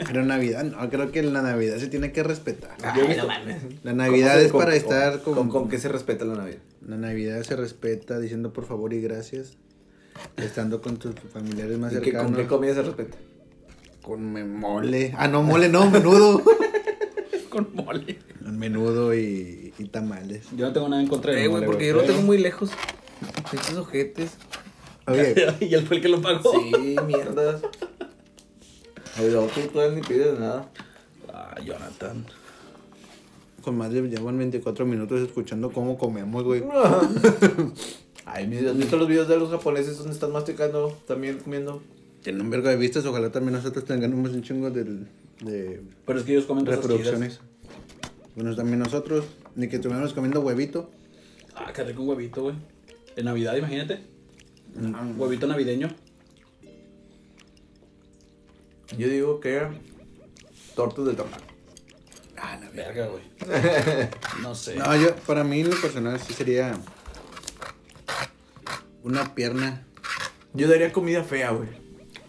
A: Pero Navidad, no, creo que la Navidad se tiene que respetar.
B: Ay, no mames.
A: La Navidad es para estar
B: con,
A: con-
B: con, con qué se respeta la Navidad.
A: La Navidad se respeta diciendo por favor y gracias. Estando con tus familiares más
B: ¿Y qué- ¿Con
A: cercanos.
B: qué comida se respeta?
A: con me- mole. Ah, no, mole, no, menudo.
C: Con mole.
A: menudo y, y tamales.
C: Yo no tengo nada en contra de
B: Eh, güey, porque yo lo tengo muy lejos. Pinches ojetes.
A: Oye,
C: Y él fue el que lo pagó.
B: Sí, mierdas. Ay, no, tú todavía ni pides nada.
C: Ah, Jonathan.
A: con más de llevan 24 minutos escuchando cómo comemos, güey.
B: Ay, mis- ¿has visto los videos de los japoneses donde están masticando, también comiendo?
A: Tienen un vergo de vistas, ojalá también nosotros tengamos un chingo del- de
C: Pero es que ellos comen cosas
A: reproducciones. Bueno, también nosotros, ni que estuviéramos comiendo huevito.
C: chidas. Ah, qué rico un huevito, güey. En Navidad, imagínate. Un
B: Mm.
C: huevito navideño.
B: Yo digo que tortas de tamal.
C: Ah, la verga, güey. No sé.
A: No, yo, para mí, en lo personal, sí sería una pierna.
B: Yo daría comida fea, güey.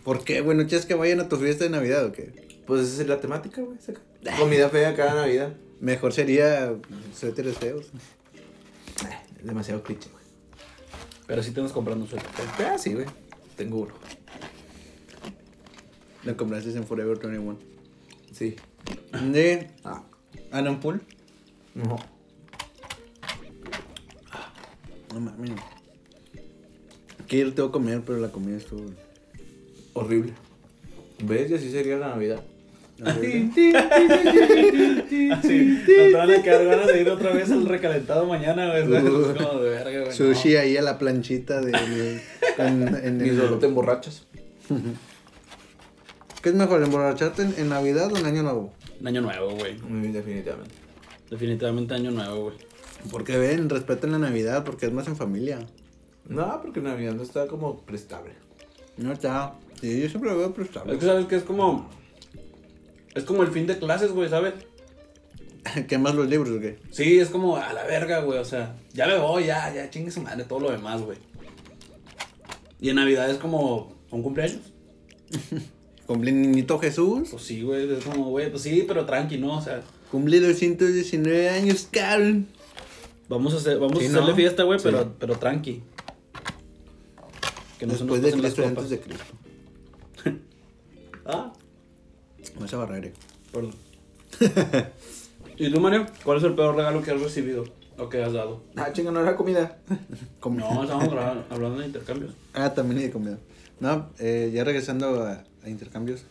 A: ¿Por qué, güey? ¿No quieres que vayan a tu fiesta de Navidad o qué?
B: Pues esa es la temática, güey. saca. Comida fea cada Navidad.
A: Mejor sería suéteres feos.
B: Es demasiado cliché, güey.
C: Pero sí te vas comprando suerte.
B: Ah, sí, güey. Tengo uno.
A: Lo compraste en Forever 21.
B: Sí.
A: De
B: Ah,
A: Alan Pool.
B: no.
A: No mames. Quiero tengo que comer, pero la comida estuvo.
B: Horrible. ¿Ves? Y así sería la Navidad.
C: Ah,
A: horrible.
C: Sí, nos te van a quedar ganas de ir otra vez al recalentado mañana, güey.
A: Uh.
C: Es como de verga, güey.
A: Sushi ahí a la planchita de. de- en, en
B: Ni
A: el-
B: solo te emborrachas.
A: ¿Qué es mejor, emborracharte en, en Navidad o en Año Nuevo?
C: No. Año nuevo, güey.
B: Muy definitivamente.
C: Definitivamente año nuevo, güey.
A: Porque ven, respeten la Navidad porque es más en familia.
B: No, porque Navidad no está como prestable.
A: No está. Sí, yo siempre lo veo
C: Es
A: prestable.
C: que sabes que es como. Es como el fin de clases, güey, ¿sabes?
A: ¿Qué más los libros o qué?
C: Sí, es como a la verga, güey. O sea, ya me voy, ya, ya chingue su madre, todo lo demás, güey. Y en Navidad es como. ¿Son cumpleaños?
A: Cumplir niñito Jesús.
C: Pues sí, güey. Es como, güey, pues sí, pero tranqui, ¿no? O sea,
A: Cumplí 219 años, Karen.
C: vamos a, hacer, vamos
A: Sí,
C: a hacerle
A: ¿no?
C: fiesta, güey,
A: Sí.
C: pero, pero tranqui. Que no se nos
A: Después de Cristo
C: pasen las
A: y
C: copas.
A: antes de Cristo.
C: Ah,
A: No se barrera.
C: perdón. ¿Y tú, Mario? ¿Cuál es el peor regalo que has recibido o que has dado?
B: Ah, chinga, no era comida.
C: No, estamos gra- hablando de intercambios.
A: Ah, también hay de comida. No, eh, ya regresando a, a intercambios.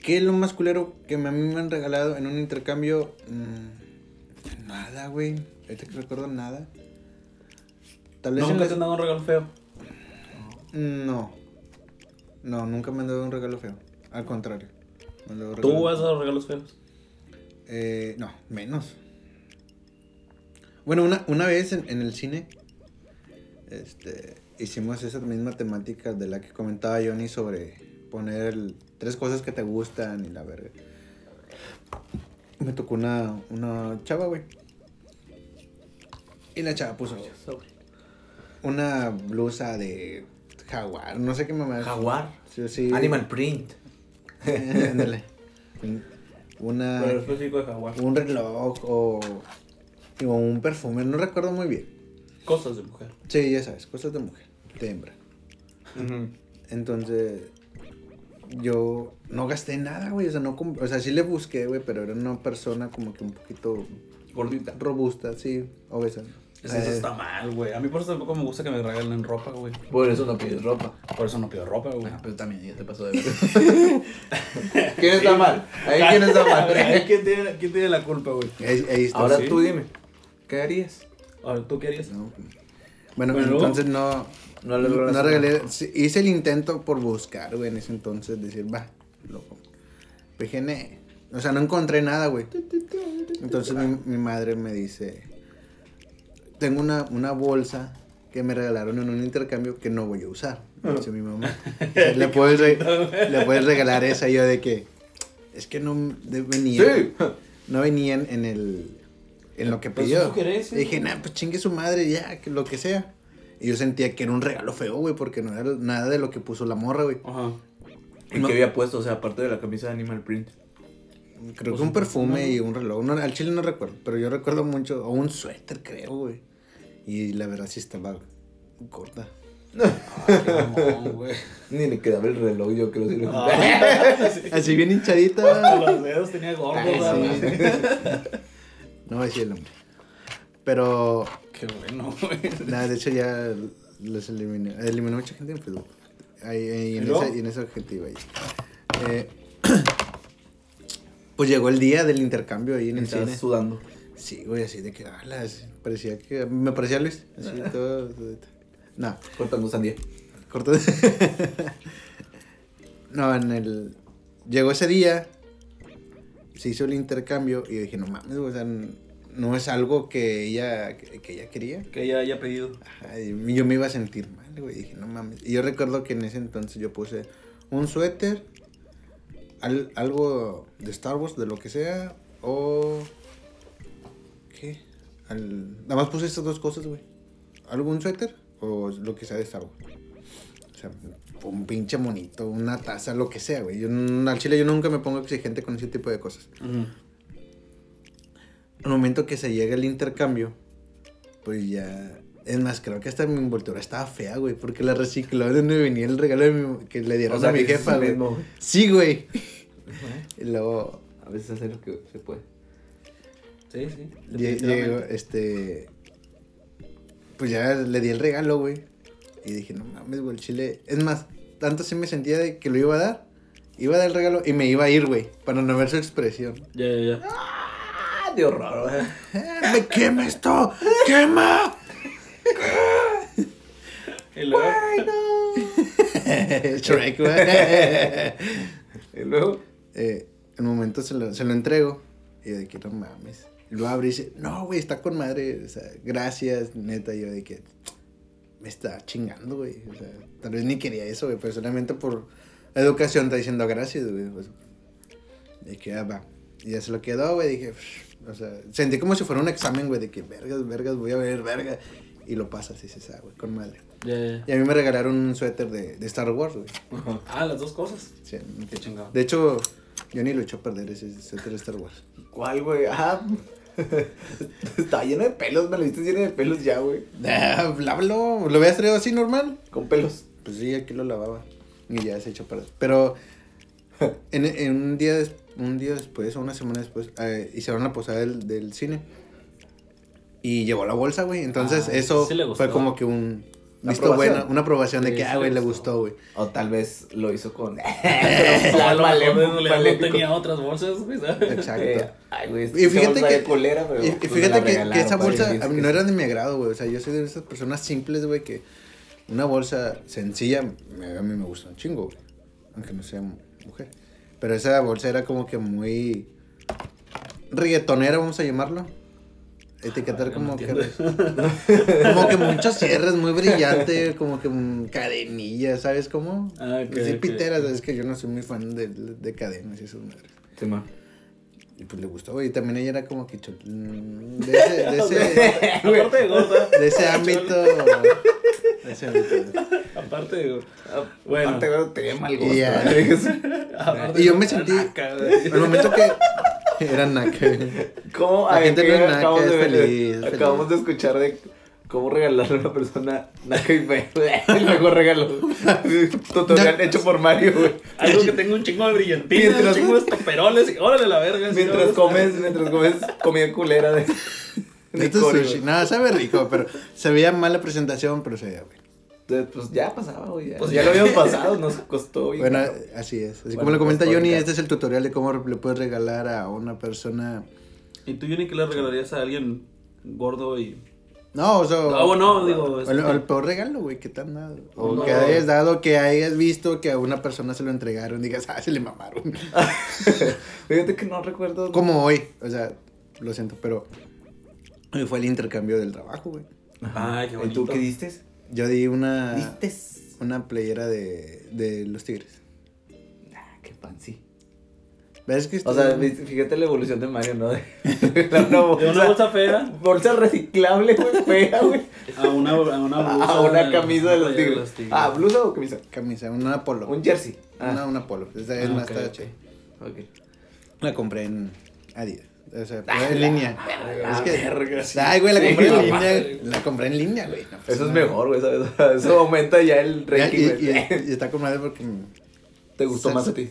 A: ¿Qué es lo más culero que me- a mí me han regalado en un intercambio? Mm, nada, güey. Ahorita que recuerdo nada. Tal vez en
C: ¿Nunca
A: la-
C: te han dado un regalo feo?
A: No. No, nunca me han dado un regalo feo. Al contrario. me han dado
C: ¿Tú
A: regalos-
C: has dado regalos feos?
A: Eh, no, menos. Bueno, una, una vez en, en el cine este, hicimos esa misma temática de la que comentaba Johnny sobre poner el- tres cosas que te gustan y la verga. Me tocó una, una chava, güey. Y la chava puso una blusa de jaguar, no sé qué mamá.
B: Jaguar.
A: Sí, sí.
B: Animal print.
A: Ándale.
B: Ah,
A: Una
C: Pero específico de jaguar.
A: un reloj o, o un perfume, no recuerdo muy bien.
C: Cosas de mujer.
A: Sí, ya sabes, cosas de mujer, de hembra. Entonces, yo no gasté nada, güey, o sea, no, comp- o sea, sí le busqué, güey, pero era una persona como que un poquito
B: Gordita.
A: robusta, sí, obesa.
C: Es- Eso
A: Eh,
C: está mal, güey. A mí por eso tampoco me gusta que me regalen ropa, güey.
B: Por eso no pides ropa. pues,
C: Por eso no pido ropa, güey.
B: pero también ya te pasó de ver. ¿Quién está mal? Ahí quién está
C: A ver, ahí
B: mal.
C: ¿Quién tiene, quién tiene la culpa, güey?
A: ahí- ahí está,
B: Ahora
A: sí.
B: tú dime, ¿qué harías?
C: Ahora, ¿tú qué harías?
A: No. Bueno,
C: Bueno.
A: entonces no,
B: No
A: no,
B: le logras nada.
A: regalé, sí, hice el intento por buscar, güey, en ese entonces, decir, va, loco. PGN, o sea, no encontré nada, güey. Entonces mi, mi madre me dice, tengo una, una bolsa que me regalaron en un intercambio que no voy a usar, me dice mi mamá. Le puedes, re- le puedes regalar esa, y yo de que, es que no de- venía,
B: Sí.
A: no venían en el, en lo que
C: Pues,
A: pidió.
C: sugerencias,
A: Y dije, nah, pues chingue su madre, ya, que lo que sea. Y yo sentía que era un regalo feo, güey, porque no era nada de lo que puso la morra, güey.
C: Ajá.
B: ¿Y qué había puesto? O sea, aparte de la camisa de Animal Print.
A: Creo que un perfume y un reloj. No, al chile no recuerdo, pero yo recuerdo mucho. O un suéter, creo, güey. Y la verdad sí estaba corta.
C: Ay, qué mamón, güey.
B: Ni le quedaba el reloj, yo creo. Si lo...
A: Así bien hinchadita.
C: Los dedos tenía gordos,
A: Ay, sí.
C: güey.
A: No voy a decir el nombre. Pero,
C: Qué bueno, güey.
A: nada, de hecho ya los eliminé. Eliminé mucha gente en Facebook. Ahí, ahí en,
C: ¿Y luego?
A: ese, y en ese objetivo ahí. Eh, pues llegó el día del intercambio ahí en el
B: Estaba
A: cine.
B: sudando.
A: Sí, güey, así de que alas. Parecía que. Me parecía Luis. Así todo. No,
B: Cortando sandía.
A: corto. no, en el. Llegó ese día. Se hizo el intercambio. Y yo dije, no mames, güey, o sea, no es algo que ella, que, que ella quería.
C: Que ya haya pedido.
A: Ajá, y yo me iba a sentir mal, güey. Dije, no mames. Y yo recuerdo que en ese entonces yo puse un suéter, al- algo de Star Wars, de lo que sea, o. ¿Qué? al- Nada más puse estas dos cosas, güey. ¿Algún suéter? O lo que sea de Star Wars. O sea, un pinche monito, una taza, lo que sea, güey. Yo, n- al chile yo nunca me pongo exigente con ese tipo de cosas. Al momento que se llega el intercambio, pues ya... Es más, creo que hasta mi envoltura estaba fea, güey. Porque la recicló de donde venía el regalo de mi- que le dieron a mi
B: dices
A: jefa,
B: lo
A: güey.
B: mismo, güey.
A: Sí, güey. Y luego...
B: A veces hacer lo que se puede.
D: Sí, sí.
A: Lle- Llego, este. Pues ya le di el regalo, güey. Y dije, no mames, güey, el chile. Es más, tanto sí me sentía de que lo iba a dar. Iba a dar el regalo y me iba a ir, güey. Para no ver su expresión.
D: Ya, ya, ya.
B: ¡Ah, de horror, güey!
A: ¡Ah, ¡Me quema esto! ¡Quema!
D: Y luego,
A: Shrek, güey.
B: Y luego,
A: Eh, en un momento se lo, se lo entrego. Y yo de que no mames. Lo abre y dice, no, güey, está con madre. O sea, gracias, neta. Y yo de que me está chingando, güey. O sea, tal vez ni quería eso, güey. Pero solamente por educación está diciendo gracias, güey. Pues, de que ah, va. Y ya se lo quedó, güey. Dije, "Pff", o sea, sentí como si fuera un examen, güey. De que vergas, vergas, voy a ver, verga. Y lo pasas, y se sabe, güey, con madre.
D: ya, ya,
A: Y a mí me regalaron un suéter de, de Star Wars, güey.
D: ya. Ah, las dos cosas.
A: Sí,
D: Qué chingón.
A: de hecho, yo ni lo he hecho a perder ese suéter de Star Wars.
B: ¿cuál, güey? Ah, está lleno de pelos, me lo viste lleno de pelos ya, güey.
A: Ah, lávalo, ¿lo habías traído así normal?
B: Con pelos.
A: Pues sí, aquí lo lavaba y ya se echó a perder. Pero en, en un, día des- un día después o una semana después eh, hicieron la posada del, del cine y llevó la bolsa, güey. Entonces
D: Ah,
A: eso
D: sí le gustó.
A: fue como que un
B: ¿La
A: visto
B: aprobación?
A: bueno, una aprobación de
D: Sí,
A: que,
D: sí
A: ah,
D: le
A: güey, le
D: gustó.
A: gustó, güey.
B: O tal vez lo hizo con.
A: Eh,
D: O a lo mejor
B: Maléfico,
D: no le- no
B: maléfico.
D: tenía otras bolsas, güey, ¿sabes?
A: Exacto.
B: Eh, ay, güey,
A: Y fíjate
B: bolsa
A: que-
B: de culera, pero
A: Y, y
B: pues me la
A: fíjate que- que,
B: regalaron,
A: esa
B: padre,
A: bolsa
B: pienso
A: a mí
B: que
A: no
B: sí.
A: era de mi agrado, güey. O sea, yo soy de esas personas simples, güey, que una bolsa sencilla me- a mí me gusta un chingo, güey. Aunque no sea mujer. Pero esa bolsa era como que muy reggaetonera, vamos a llamarlo. Etiquetar
D: Ah,
A: como
D: no
A: que...
D: entiendo.
A: como que muchos cierres, muy brillante, como que mm, cadenillas, ¿sabes cómo?
D: Ah, ok,
A: Así
D: ok.
A: piteras, es que yo no soy muy fan de, de cadenas y esas madres.
B: Simón.
A: Y pues le gustó, güey. Y también ella era como que... chol- mm, De ese, de ese,
D: Aparte de gorda.
A: de ese ámbito. De ese ámbito.
D: Aparte de gorda.
B: Bueno.
D: Ah, Bueno.
B: te llama
A: Y
B: el gusto.
A: ya.
B: ¿verdad?
D: aparte
A: Y yo
D: de
A: me
D: gorda,
A: sentí-
D: naca, güey.
A: El momento que era naca.
B: ¿Cómo?
A: La
B: A ver,
A: gente
B: ¿qué
A: no es naca,
B: acabamos
A: es
B: de ver?
A: feliz, es
B: Acabamos
A: feliz.
B: de escuchar de cómo regalarle a una persona naca y fea. Y Luego regalo. Tutorial
A: No.
B: hecho por Mario, güey.
D: Algo que tenga un chingo de brillantina,
B: Mientras-
D: un chingo de toperoles. Y, órale la verga. sí,
B: Mientras
D: vamos.
B: comes, mientras comes comida culera de. de
A: Esto
B: Cory,
A: es sushi.
B: güey.
A: Nada, sabe rico, pero se veía mal la presentación, pero se veía güey.
B: Entonces, pues ya pasaba, güey. Ya.
D: Pues
B: Pues ya
D: ya.
B: lo habíamos pasado, nos costó. bien
A: Bueno,
B: caro.
A: así es. Así
B: Bueno,
A: como lo comenta
B: pues,
A: Johnny,
B: ahorita.
A: este es el tutorial de cómo le puedes regalar a una persona.
D: ¿Y tú, Johnny, qué le regalarías a alguien gordo y.?
A: No, o sea.
D: Ah, bueno, digo.
A: o
D: este-
A: el, o el peor regalo, güey, que te han dado. O
D: No.
A: que hayas dado, que hayas visto que a una persona se lo entregaron. Digas, ah, se le mamaron.
B: Fíjate que no recuerdo.
A: Como hoy, o sea, lo siento, pero hoy fue el intercambio del trabajo, güey.
D: Ay, qué
B: ¿Y
D: bonito.
B: tú qué diste?
A: Yo di una.
B: ¿Distes?
A: Una playera de, de los tigres.
B: Ah, qué fancy.
A: ¿Ves que
B: O
A: estoy-
B: sea, viste- fíjate la evolución de Mario, ¿no? De, de una
D: De una bolsa fea
B: Bolsa reciclable, güey, fea, güey.
D: a una, a una, blusa
B: A una camisa de los
D: de
B: tigres. Ah, ¿blusa o camisa?
A: camisa, una polo.
B: Un jersey. Ah,
A: Una, una polo. Esa es
D: Ah,
A: más
D: ok,
A: está
D: ok.
A: chida.
B: ok.
A: La compré en Adidas. O sea, fue en línea.
B: la verga, sí.
A: Ay, güey, la
B: Sí,
A: compré en
B: la
A: línea.
D: madre.
A: La compré en línea, güey. No, pues,
B: Eso
A: no.
B: es mejor, güey, ¿sabes? O sea, Eso aumenta ya el
A: Ya, y,
B: ranking,
A: y-
B: güey.
A: y está con madre porque.
B: ¿Te gustó más a ti?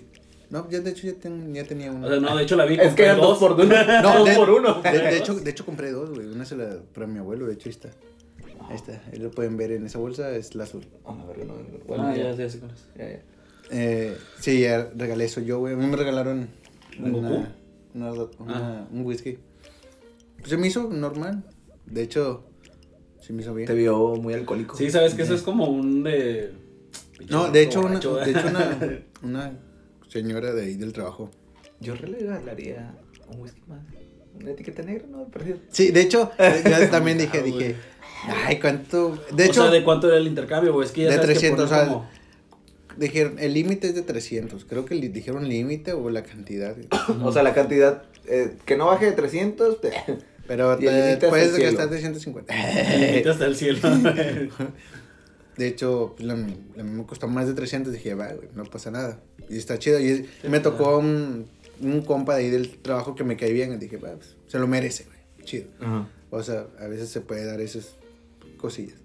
A: No, yo de hecho ya, ten- ya tenía una.
D: O sea, no, de hecho la vi.
B: Es que
D: compré
B: eran dos por uno.
A: No,
B: dos
A: de-
B: por uno.
A: De, de hecho, de hecho compré dos, güey. Una se la para mi abuelo, de hecho ahí está. Ahí está. Ahí lo pueden ver en esa bolsa, es la azul.
B: Ah, la verga, no, no, bueno,
D: Ah,
B: ya.
D: ya, ya sé cuál es.
B: Ya, ya.
A: Eh, sí, ya regalé eso yo, güey. A mí me regalaron
D: ¿Un Goku? Ah.
A: una, una- una- un whisky. Pues se me hizo normal. De hecho, se me hizo bien.
B: Te vio muy alcohólico.
D: Sí, sabes que eso es como un de.
A: No, de hecho, una,
D: Borracho,
A: de
D: güey.
A: hecho una, una señora de ahí del trabajo.
B: Yo regalaría un whisky más. Una etiqueta negra, ¿no? De perdido.
A: Sí, de hecho, yo también dije,
D: Ah,
A: dije,
D: güey.
A: ay, cuánto. De hecho,
D: O sea, ¿de cuánto era el intercambio, güey? Es que ya
A: De
D: sabes
A: 300,
D: que ponen
A: o sea,
D: como-
A: dijeron, el límite es de 300. Creo que li-
B: Ah,
A: dijeron límite o la cantidad.
B: O sea, la cantidad eh, que no baje de 300, te-
A: Pero te-
B: Y el límite hasta
A: puedes
B: el cielo.
A: gastar de 150.
C: Te hasta el cielo. güey.
A: De hecho, la, la mía me costó más de 300. Dije, va, güey, no pasa nada. Y está chido. Y es- me tocó un, un compa de ahí del trabajo que me cae bien. Dije, va, pues, se lo merece, güey. Chido.
B: Ajá.
A: O sea, a veces se puede dar esas cosillas.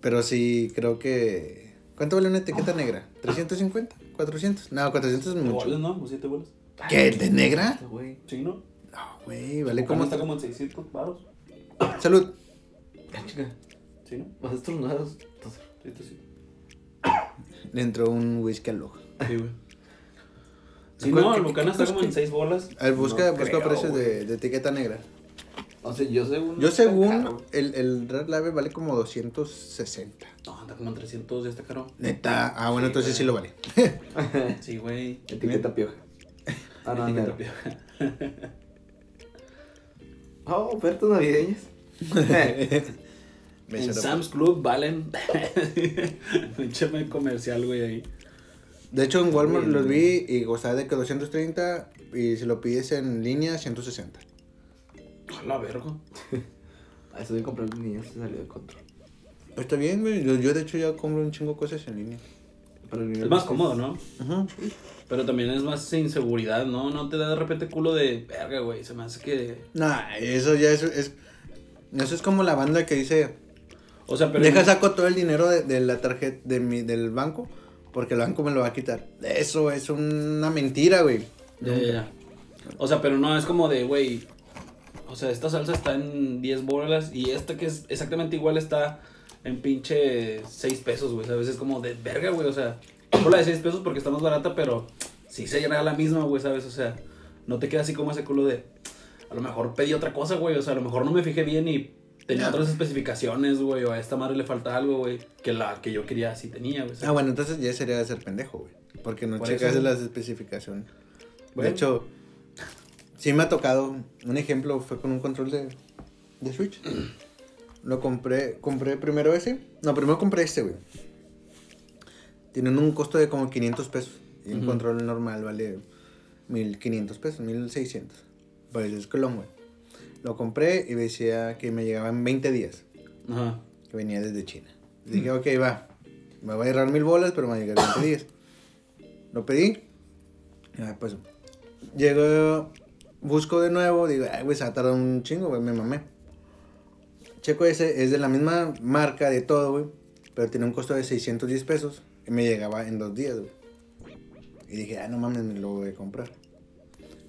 A: Pero sí, creo que. ¿Cuánto vale una etiqueta negra? ¿350? ¿400? No, 400 es
C: ¿Te vuelas,
A: mucho.
C: no? ¿O siete vuelas?
A: ¿Qué? ¿De negra?
B: Este Güey.
C: Sí, ¿no?
A: No, güey, vale
C: ¿Cómo
A: como.
C: está como en 600 baros?
A: Salud.
B: Ah, chica.
C: Sí, ¿no?
B: Vas estornudados.
C: Sí, tú sí.
A: Le entró un whisky al ojo.
C: Sí, güey. Sí, no, el Bucana está como en 6 bolas.
A: A ver, busca,
B: No
A: busca
B: creo,
A: precios de,
B: güey.
A: de etiqueta negra.
B: O sea, yo según.
A: Yo
B: está
A: según
B: caro.
A: el, el Red Label vale como 260.
C: No, anda como en 300, ya está caro.
A: Neta. Ah, bueno,
C: Sí,
A: entonces sí
C: güey.
A: lo vale.
C: Sí, güey.
B: Etiqueta pioja. Ah, no,
C: Etiqueta
B: negro.
C: pioja.
B: Oh, ofertas navideñas.
C: En
A: Mesero.
C: Sam's Club valen. Échame comercial, güey, ahí.
A: De hecho, en Walmart
B: Bien.
A: los vi y gozaba de que 230 y si lo pides en línea, 160.
C: A la verga.
B: Ah, eso de comprar los niños se salió de control.
A: Pues está bien, güey. Yo, yo, de hecho ya compro un chingo de cosas en línea.
B: Para el nivel
C: Es más
B: de-
C: cómodo, ¿no?
A: Ajá.
C: Pero también es más inseguridad, ¿no? No te da de repente culo de verga, güey. Se me hace que.
A: Nah, eso ya es, es... Eso es como la banda que dice...
C: O sea, pero.
A: Deja saco todo el dinero de, de la tarjeta de mi, del banco porque el banco me lo va a quitar. Eso es una mentira, güey.
C: Ya, ya, ya. O sea, pero no, es como de, güey. O sea, esta salsa está en 10 bolas y esta que es exactamente igual está en pinche 6 pesos, güey. A veces es como de verga, güey. O sea, compro la de 6 pesos porque está más barata, pero sí se llena la misma, güey, ¿sabes? O sea, no te queda así como ese culo de. A lo mejor pedí otra cosa, güey. O sea, a lo mejor no me fijé bien y tenía otras especificaciones, güey. O a esta madre le falta algo, güey. Que la que yo quería sí tenía, güey.
A: Ah, bueno, entonces ya sería de ser pendejo, güey. Porque no
C: Por
A: checas
C: eso.
A: las especificaciones.
C: Bueno.
A: De hecho, sí me ha tocado. Un ejemplo fue con un control de, de Switch. Lo compré, compré primero ese. No, primero compré este, güey. Tienen un costo de como 500 pesos. Y un
C: Ujú.
A: control normal vale 1500 pesos, 1600. Pues es Colón, güey. Lo compré y decía que me llegaba en 20 días
C: Ajá.
A: que venía desde China. Dije, ok, va. Me voy a ahorrar mil bolas, pero me va a llegar 20 días. Lo pedí. Ah, pues, llego, busco de nuevo. Digo, ay, güey, se va a tardar un chingo, güey, me mamé. Checo ese, es de la misma marca de todo, güey. Pero tiene un costo de 610 pesos. Y me llegaba en dos días, güey. Y dije, ah, no mames, me lo voy a comprar.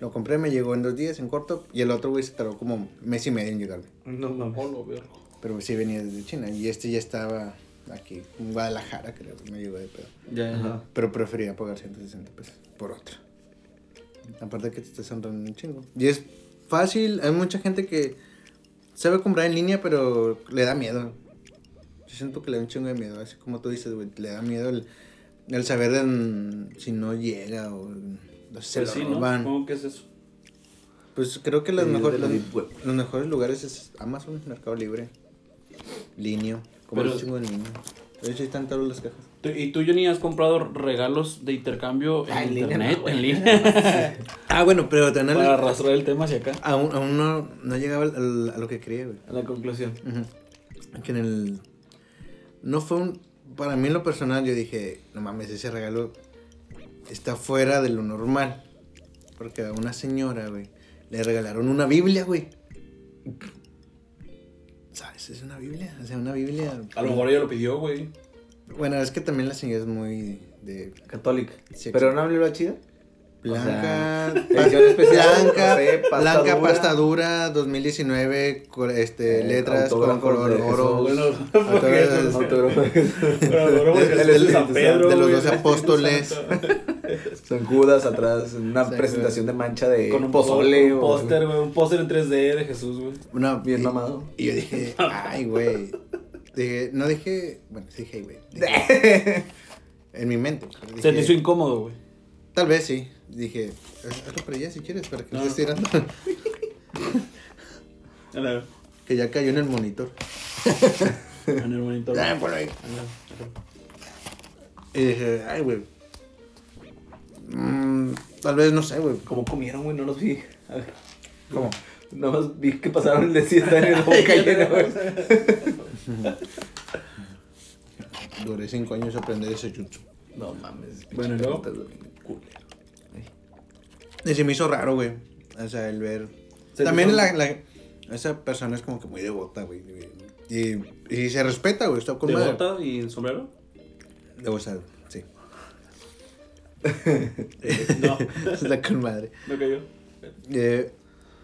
A: Lo compré, me llegó en dos días, en corto. Y el otro, güey, se tardó como mes y medio en llegarme.
B: No, no.
C: Oh, lo verga.
A: Pero sí venía desde China. Y este ya estaba aquí, en Guadalajara, creo. Me llegó de pedo.
C: Ya, ya, ya.
B: Ajá.
A: Pero prefería pagar 160 pesos por otro. Aparte que te estás ahorrando un chingo. Y es fácil. Hay mucha gente que sabe comprar en línea, pero le da miedo. Yo siento que le da un chingo de miedo. Así como tú dices, güey. Le da miedo el, el saber de, mm, si no llega o mm, se
C: Pues
A: lo
C: sí, ¿no?
A: roban.
C: ¿Cómo que es eso?
A: Pues creo que las
B: Sí, es
A: mejores-
B: de la
A: los,
B: Deep Web.
A: los mejores lugares es Amazon, Mercado Libre, Linio, como
C: Pero-
A: un chingo de Linio. De hecho, ahí están todas las cajas.
C: Tú- ¿Y tú, Johnny, has comprado regalos de intercambio en
B: Ah, en línea,
C: internet?
B: no, güey.
C: en línea.
A: Ah, bueno, pero también
C: para arrastrar el tema hacia acá.
A: aún, aún no, no llegaba al- al- a lo que quería, güey.
B: A la conclusión.
A: Ujú. Que en el... No fue un... Para mí en lo personal yo dije, no mames, ese regalo está fuera de lo normal. Porque a una señora, güey, le regalaron una Biblia, güey. ¿Sabes? Es una Biblia. O sea, una Biblia...
C: A lo mejor ella lo pidió, güey.
A: Bueno, es que también la señora es muy de
B: Católica.
A: Sí,
B: Pero
A: sí.
B: una biblia chida.
A: blanca, pa-
B: Edición especial.
A: blanca,
B: no sé, pasta
A: blanca
B: dura.
A: pasta dura 2019, col- este,
B: Eh,
A: letras con
B: autógrafos
A: color
B: de
A: oro.
C: Bueno,
A: porque-
B: Autógrafo.
C: Pero
A: de- de-
C: de
A: de-
C: San Pedro,
A: de los
C: güey.
A: doce apóstoles.
B: Son este, Judas atrás. Una
A: Sí,
B: presentación de mancha de
C: Con un
B: pozole.
C: pozole. Un
B: o-
C: póster, güey. Un póster en 3D de Jesús, güey.
A: No,
B: Bien
A: y-
B: mamado.
A: Y yo dije, ay, güey. Dije, no dije, bueno, sí dije, ay, güey. Dije, En mi mente. pero
C: Se te
A: dije,
C: hizo incómodo, güey.
A: Tal vez sí. Dije, haz- hazlo para allá si quieres, para que no,
C: No.
A: estés tirando.
C: A la-
A: que ya cayó en el monitor.
C: En el monitor.
A: Ah, por ahí. Y dije, ay, güey. Mm, tal vez, no sé, güey.
B: ¿Cómo comieron, güey? No los vi.
A: ¿Cómo?
B: Nomás vi que pasaron el de siesta en el boca lleno, güey.
A: Duré cinco años aprender ese jutsu.
B: No mames.
C: Bueno, ¿y luego?
A: Y se me hizo raro, güey. O sea, el ver.
C: Se
A: También
C: hizo-
A: la, la- Esa persona es como que muy devota, güey. Y, y se respeta, güey. Está con
C: ¿De
A: madre.
C: bota y el sombrero?
A: De bota, sí.
C: No,
A: Está con madre.
C: me cayó.
A: Eh,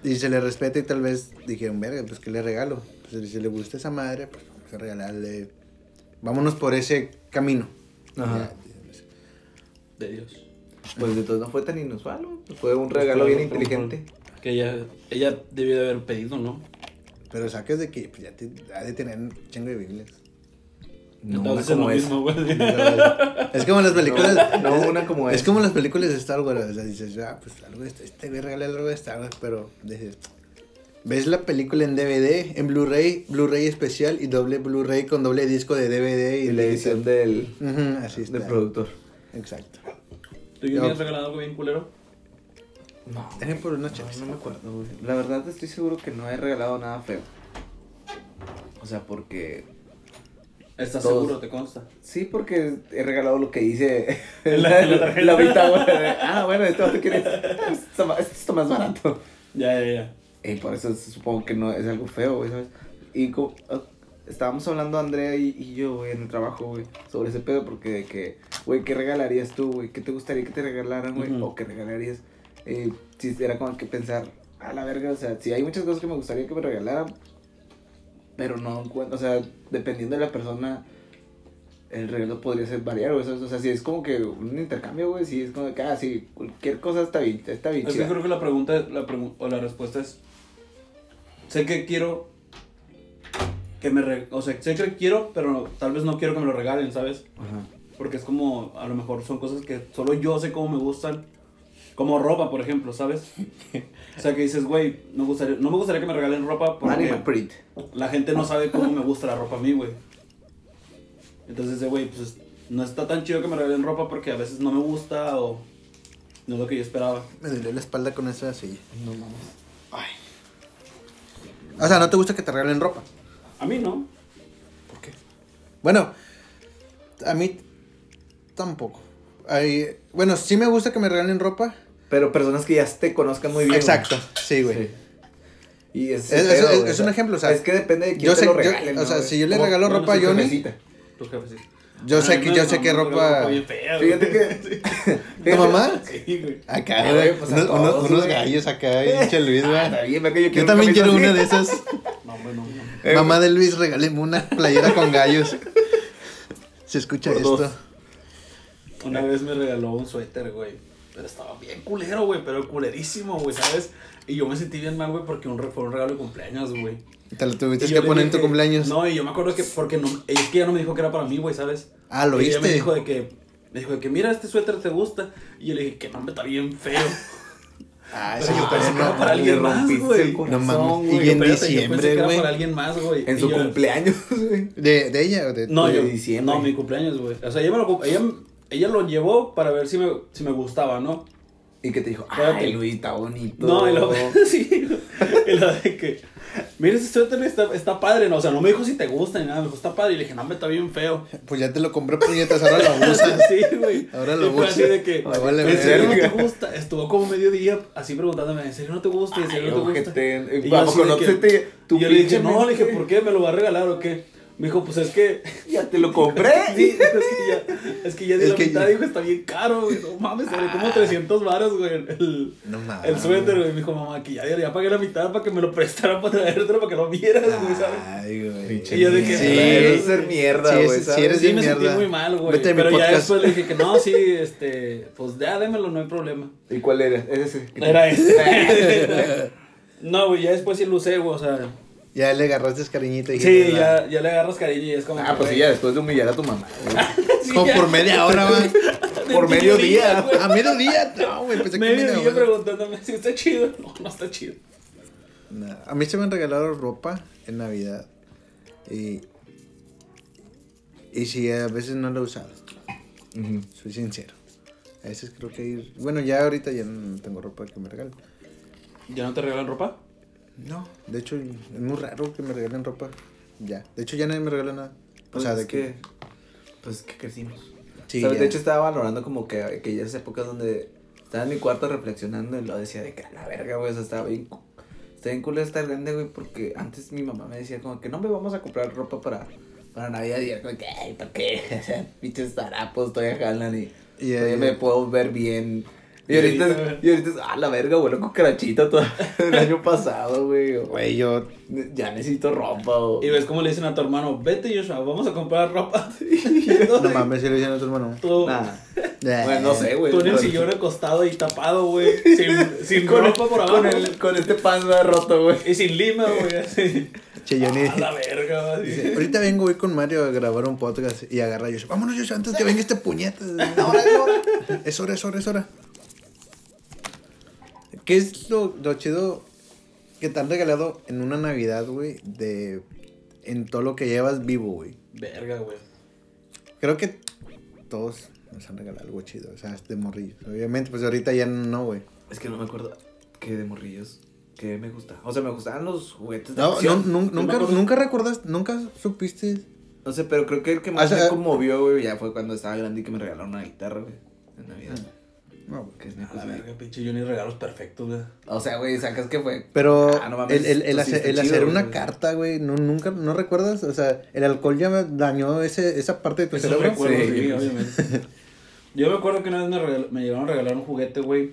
A: y se le respeta y tal vez dijeron, verga, pues ¿qué le regalo? Pues si le gusta esa madre, pues vamos a regalarle. Vámonos por ese camino.
B: Ajá.
C: De Dios.
B: Pues de todos no fue tan inusual, güey. Pues, Fue un regalo bien inteligente.
C: Que ella, ella debió de haber pedido, ¿no?
A: Pero saques de que pues, ya te, ha de tener un chingo de Biblias.
B: No, una
C: Entonces es lo
B: como esa.
C: mismo, güey.
A: es como las películas.
B: No,
A: es-
B: una como
A: Es
B: esa.
A: como las películas de Star Wars. O sea, dices, ah, pues algo de este, este güey regala algo de Star Wars, pero dices, ves la película en DVD, en Blu-ray, Blu-ray especial y doble Blu-ray con doble disco de DVD y,
B: Y la edición del,
A: Ujú, así está.
B: del productor.
A: Exacto.
C: ¿Tú ya me has regalado algo bien culero?
B: No,
A: Dejen por unas
B: Ay,
A: chaves.
B: no me acuerdo, güey. La verdad estoy seguro que no he regalado nada feo. O sea, porque...
C: ¿Estás
B: Todos.
C: seguro? ¿Te consta?
B: Sí, porque he regalado lo que hice
C: En la- en la tarjeta.
B: mitad, güey. Ah, bueno, esto tú quieres... ah, Esto ma- esto está más barato.
C: Ya, ya, ya.
B: Y eh, por eso supongo que no es algo feo, güey, ¿sabes? Y co- ah, estábamos hablando Andrea y, y yo, güey, en el trabajo, güey, sobre ese pedo, porque de que, güey, ¿qué regalarías tú, güey? ¿Qué te gustaría que te regalaran, güey?
C: Ujú.
B: ¿O qué regalarías? Eh, si era como que pensar, a la verga, o sea, si hay muchas cosas que me gustaría que me regalaran, pero no encuentro, o sea, dependiendo de la persona, el regalo podría ser variar, güey, ¿sabes? O sea, si es como que un intercambio, güey, si es como que, ah, sí, cualquier cosa está bien, está bien,
C: Es que
B: chida.
C: creo que la pregunta la pregu- o la respuesta es sé que quiero que me re- o sea, sé que quiero, pero no- tal vez no quiero que me lo regalen, ¿sabes?
B: Ajá.
C: Porque es como a lo mejor son cosas que solo yo sé cómo me gustan. Como ropa, por ejemplo, ¿sabes? O sea, que dices, güey, me gustaría- no me gustaría que me regalen ropa porque
B: Animal print.
C: la gente no sabe cómo me gusta la ropa a mí, güey. Entonces, eh, güey, pues no está tan chido que me regalen ropa porque a veces no me gusta o no es lo que yo esperaba.
A: Me dolió la espalda con esa silla.
B: No mames.
A: O sea, no te gusta que te regalen ropa.
C: A mí no.
A: Bueno, a mí tampoco. Ay, bueno, sí me gusta que me regalen ropa.
B: Pero personas que ya te conozcan muy bien.
A: Exacto,
B: güey.
A: sí, güey.
B: Sí. Y es,
A: Es-
B: el
A: es- es-
B: güey,
A: es un ejemplo, o sea,
B: Es que depende de quién
A: yo
B: te
A: sé-
B: lo
A: yo-
B: regalen,
A: o
B: ¿no,
A: sea,
B: güey?
A: si yo le
B: Como-
A: regalo
B: bueno,
A: ropa
B: su
A: a Johnny-
B: jefecita.
C: Los jefes, sí.
A: Yo sé
C: Ay,
A: que,
C: Ah, no,
A: yo
C: no,
A: sé qué
C: no,
A: ropa.
C: ropa bien fea, güey.
B: Fíjate que...
A: ¿Tu mamá?
C: Sí, Eh, güey.
A: Acá,
B: Ah,
A: güey.
B: güey, pues a
A: unos, unos-
B: todos,
A: unos
B: güey.
A: gallos acá, pinche Luis,
C: Ah,
A: güey.
B: Está bien, verga, yo
A: Yo
B: quiero
A: también
B: camisa
A: quiero
B: así.
A: una de esas.
C: Eh, No, hombre, no, no.
B: Eh,
A: Mamá de Luis, regáleme una playera con gallos. Se escucha
C: Por
A: esto.
C: dos. Una vez me regaló un suéter, güey. Pero estaba bien culero, güey. Pero culerísimo, güey, ¿sabes? Y yo me sentí bien mal, güey, porque un re- fue un regalo de cumpleaños, güey.
A: Te lo
C: Y
A: tuviste
C: yo
A: que
C: le
A: poner en tu
C: dije-
A: cumpleaños.
C: No, y yo me acuerdo que porque no, es que ella no me dijo que era para mí, güey, ¿sabes?
A: Ah, lo
C: Y Ella me
A: oíste.
C: dijo de que, me dijo de que, mira, este suéter te gusta. Y yo le dije, que no, hombre, está bien feo.
A: Ah,
C: Pero yo
A: está
C: pensé que era
A: no,
C: para alguien
B: le
C: más,
B: rompiste
C: güey.
B: el
A: No
B: corazón,
A: mames.
B: güey.
A: Y en
C: Espérate, yo pensé
A: diciembre,
C: que era
A: güey.
C: para alguien más, güey.
B: En
C: Y
B: su
C: yo-
B: cumpleaños, güey.
A: ¿De, de ella o de
C: No,
B: de
C: yo,
B: diciembre.
C: no, mi cumpleaños, güey. O sea, ella, me lo, ella, ella lo llevó para ver si me, si me gustaba, ¿no?
B: Y que te dijo,
C: Espérate.
B: ay, Luis, está bonito.
C: No, y lo, sí, y lo de que, mira, ese suéter está, está padre, ¿no? O sea, no me dijo si te gusta ni nada, me dijo, está padre. Y le dije, no, hombre, está bien feo.
A: Pues ya te lo compré puñetas, ahora lo usas.
C: Sí, güey.
A: Ahora lo
C: Y fue así
A: busco.
C: de que,
A: Me vale
C: ¿en serio no
B: Ah, verga".
C: te gusta? Estuvo como mediodía así preguntándome, ¿en serio no te gusta? ¿En serio no te gusta?
B: Ojete. eh,
C: Y yo
B: Vamos,
C: así de que-
B: conócete.
C: Y yo le dije, no, le dije, ¿por qué? ¿Me lo va a regalar o qué? Me dijo, pues es que...
B: Ya te lo compré.
C: Sí, es que ya, es que ya di
A: Es
C: la
A: que- Ah.
C: mitad, dijo, está bien caro, güey. No mames, sale como 300 varos, güey, el,
A: No mames.
C: el suéter, güey. Me dijo, mamá, que ya, ya pagué la mitad para que me lo prestaran para traértelo, para que lo vieras,
A: Ah,
C: güey, ¿sabes?
A: Ay, güey.
B: Pinche
C: Y yo de que,
A: Sí,
B: mierda,
A: sí,
B: ser mierda,
A: sí,
B: güey,
A: sí,
B: ¿sabes?
A: eres
C: Sí,
A: bien
C: me
A: mierda.
C: sentí muy mal, güey.
A: Vete de mi
C: Pero ya
A: podcast.
C: después le dije que no, sí, este, pues ya démelo, no hay problema.
B: ¿Y cuál era? Es ese.
C: Era este. no, güey, ya después sí lo usé, güey, o sea.
A: Ya le agarraste cariñito y
C: Sí,
A: dijiste, "Va".
C: ya, ya le agarras cariño y es como.
B: Ah,
C: que,
B: pues sí,
C: güey,
B: ya después de humillar a tu mamá. güey.
C: sí,
A: Como
C: ya.
A: por media hora, va.
B: Por mediodía.
C: güey.
A: A mediodía, no, güey. Pensé que
C: Medio
A: media
C: día
A: hora.
C: preguntándome si está chido. No, no está chido.
A: No, A mí se me han regalado ropa en Navidad. Y. Y sí, a veces no la he usado. Soy sincero. A veces creo que ir. Bueno, ya ahorita ya no tengo ropa que me regalen.
C: ¿Ya no te regalan ropa?
A: No, de hecho es muy raro que me regalen ropa. Ya, de hecho ya nadie me regala nada.
B: Pues
A: o sea,
B: es
A: de
B: que, pues es que crecimos.
A: Sí,
B: ¿Sabes?
A: ya.
B: De hecho estaba valorando como que aquellas épocas donde estaba en mi cuarto reflexionando y lo decía de que a la verga, güey, o sea, estaba bien, cu- está bien cool estar grande, güey, porque antes mi mamá me decía como que no me vamos a comprar ropa para, para Navidad y era como que, ay, ¿para qué? O sea, pinches tarapos todavía jalan y
A: Y, eh,
B: todavía me puedo ver bien. Y
D: y
B: ahorita,
D: ahorita,
B: es- y ahorita es, ah, la verga, güey, cucarachita todo el año pasado, güey. o,
A: Güey, yo.
B: Ya necesito ropa, o...
C: Y ves cómo le dicen a tu hermano, vete Joshua, vamos a comprar ropa.
A: No mames, si le dicen a tu hermano.
C: Tú,
B: Nada.
A: Eh,
B: Bueno, Pues, no sé, güey.
C: tú en el
B: pero-
C: sillón acostado y tapado, güey. Sin, sin ropa por abajo.
B: Con, el, con este pan va roto, güey.
C: Y sin lima, güey. Así.
A: Che, yo ni-
C: A la verga, güey.
A: Dice, ahorita vengo voy con Mario a grabar un podcast y agarra a Joshua. Vámonos, Joshua, antes que venga este puñete. es hora, es hora, es hora. ¿Qué es lo, lo chido que te han regalado en una Navidad, güey? De. En todo lo que llevas vivo, güey.
C: Verga, güey.
A: Creo que todos nos han regalado algo chido. O sea, este morrillo. Obviamente, pues ahorita ya no, güey.
B: Es que no me acuerdo que de morrillos. Que me gustaba. O sea, me gustaban los juguetes de
A: No, no,
B: acción.
A: nun-
B: me
A: nunca,
B: acuerdo.
A: nunca recordaste, nunca supiste.
B: No sé, pero creo que el que más
A: O sea-
B: me conmovió, güey, ya fue cuando estaba grande y que me regalaron una guitarra, güey. En Navidad.
A: No, güey.
B: Que es mi
C: A la
B: cosa.
C: verga, pinche Johnny, regalos perfectos, güey.
B: O sea, güey, sacas que fue.
A: Pero
B: Ah, no mames,
A: el, el, el
B: esto sí
A: hacer,
B: está
A: el
B: chido,
A: hacer una
B: güey.
A: carta, güey, no, nunca, ¿no recuerdas? O sea, el alcohol ya me dañó ese, esa parte de tu
C: Esos
A: cerebro.
C: recuerdos,
B: Pues Sí.
C: sí, obviamente. Yo me acuerdo que una vez me, regal- me llegaron a regalar un juguete, güey.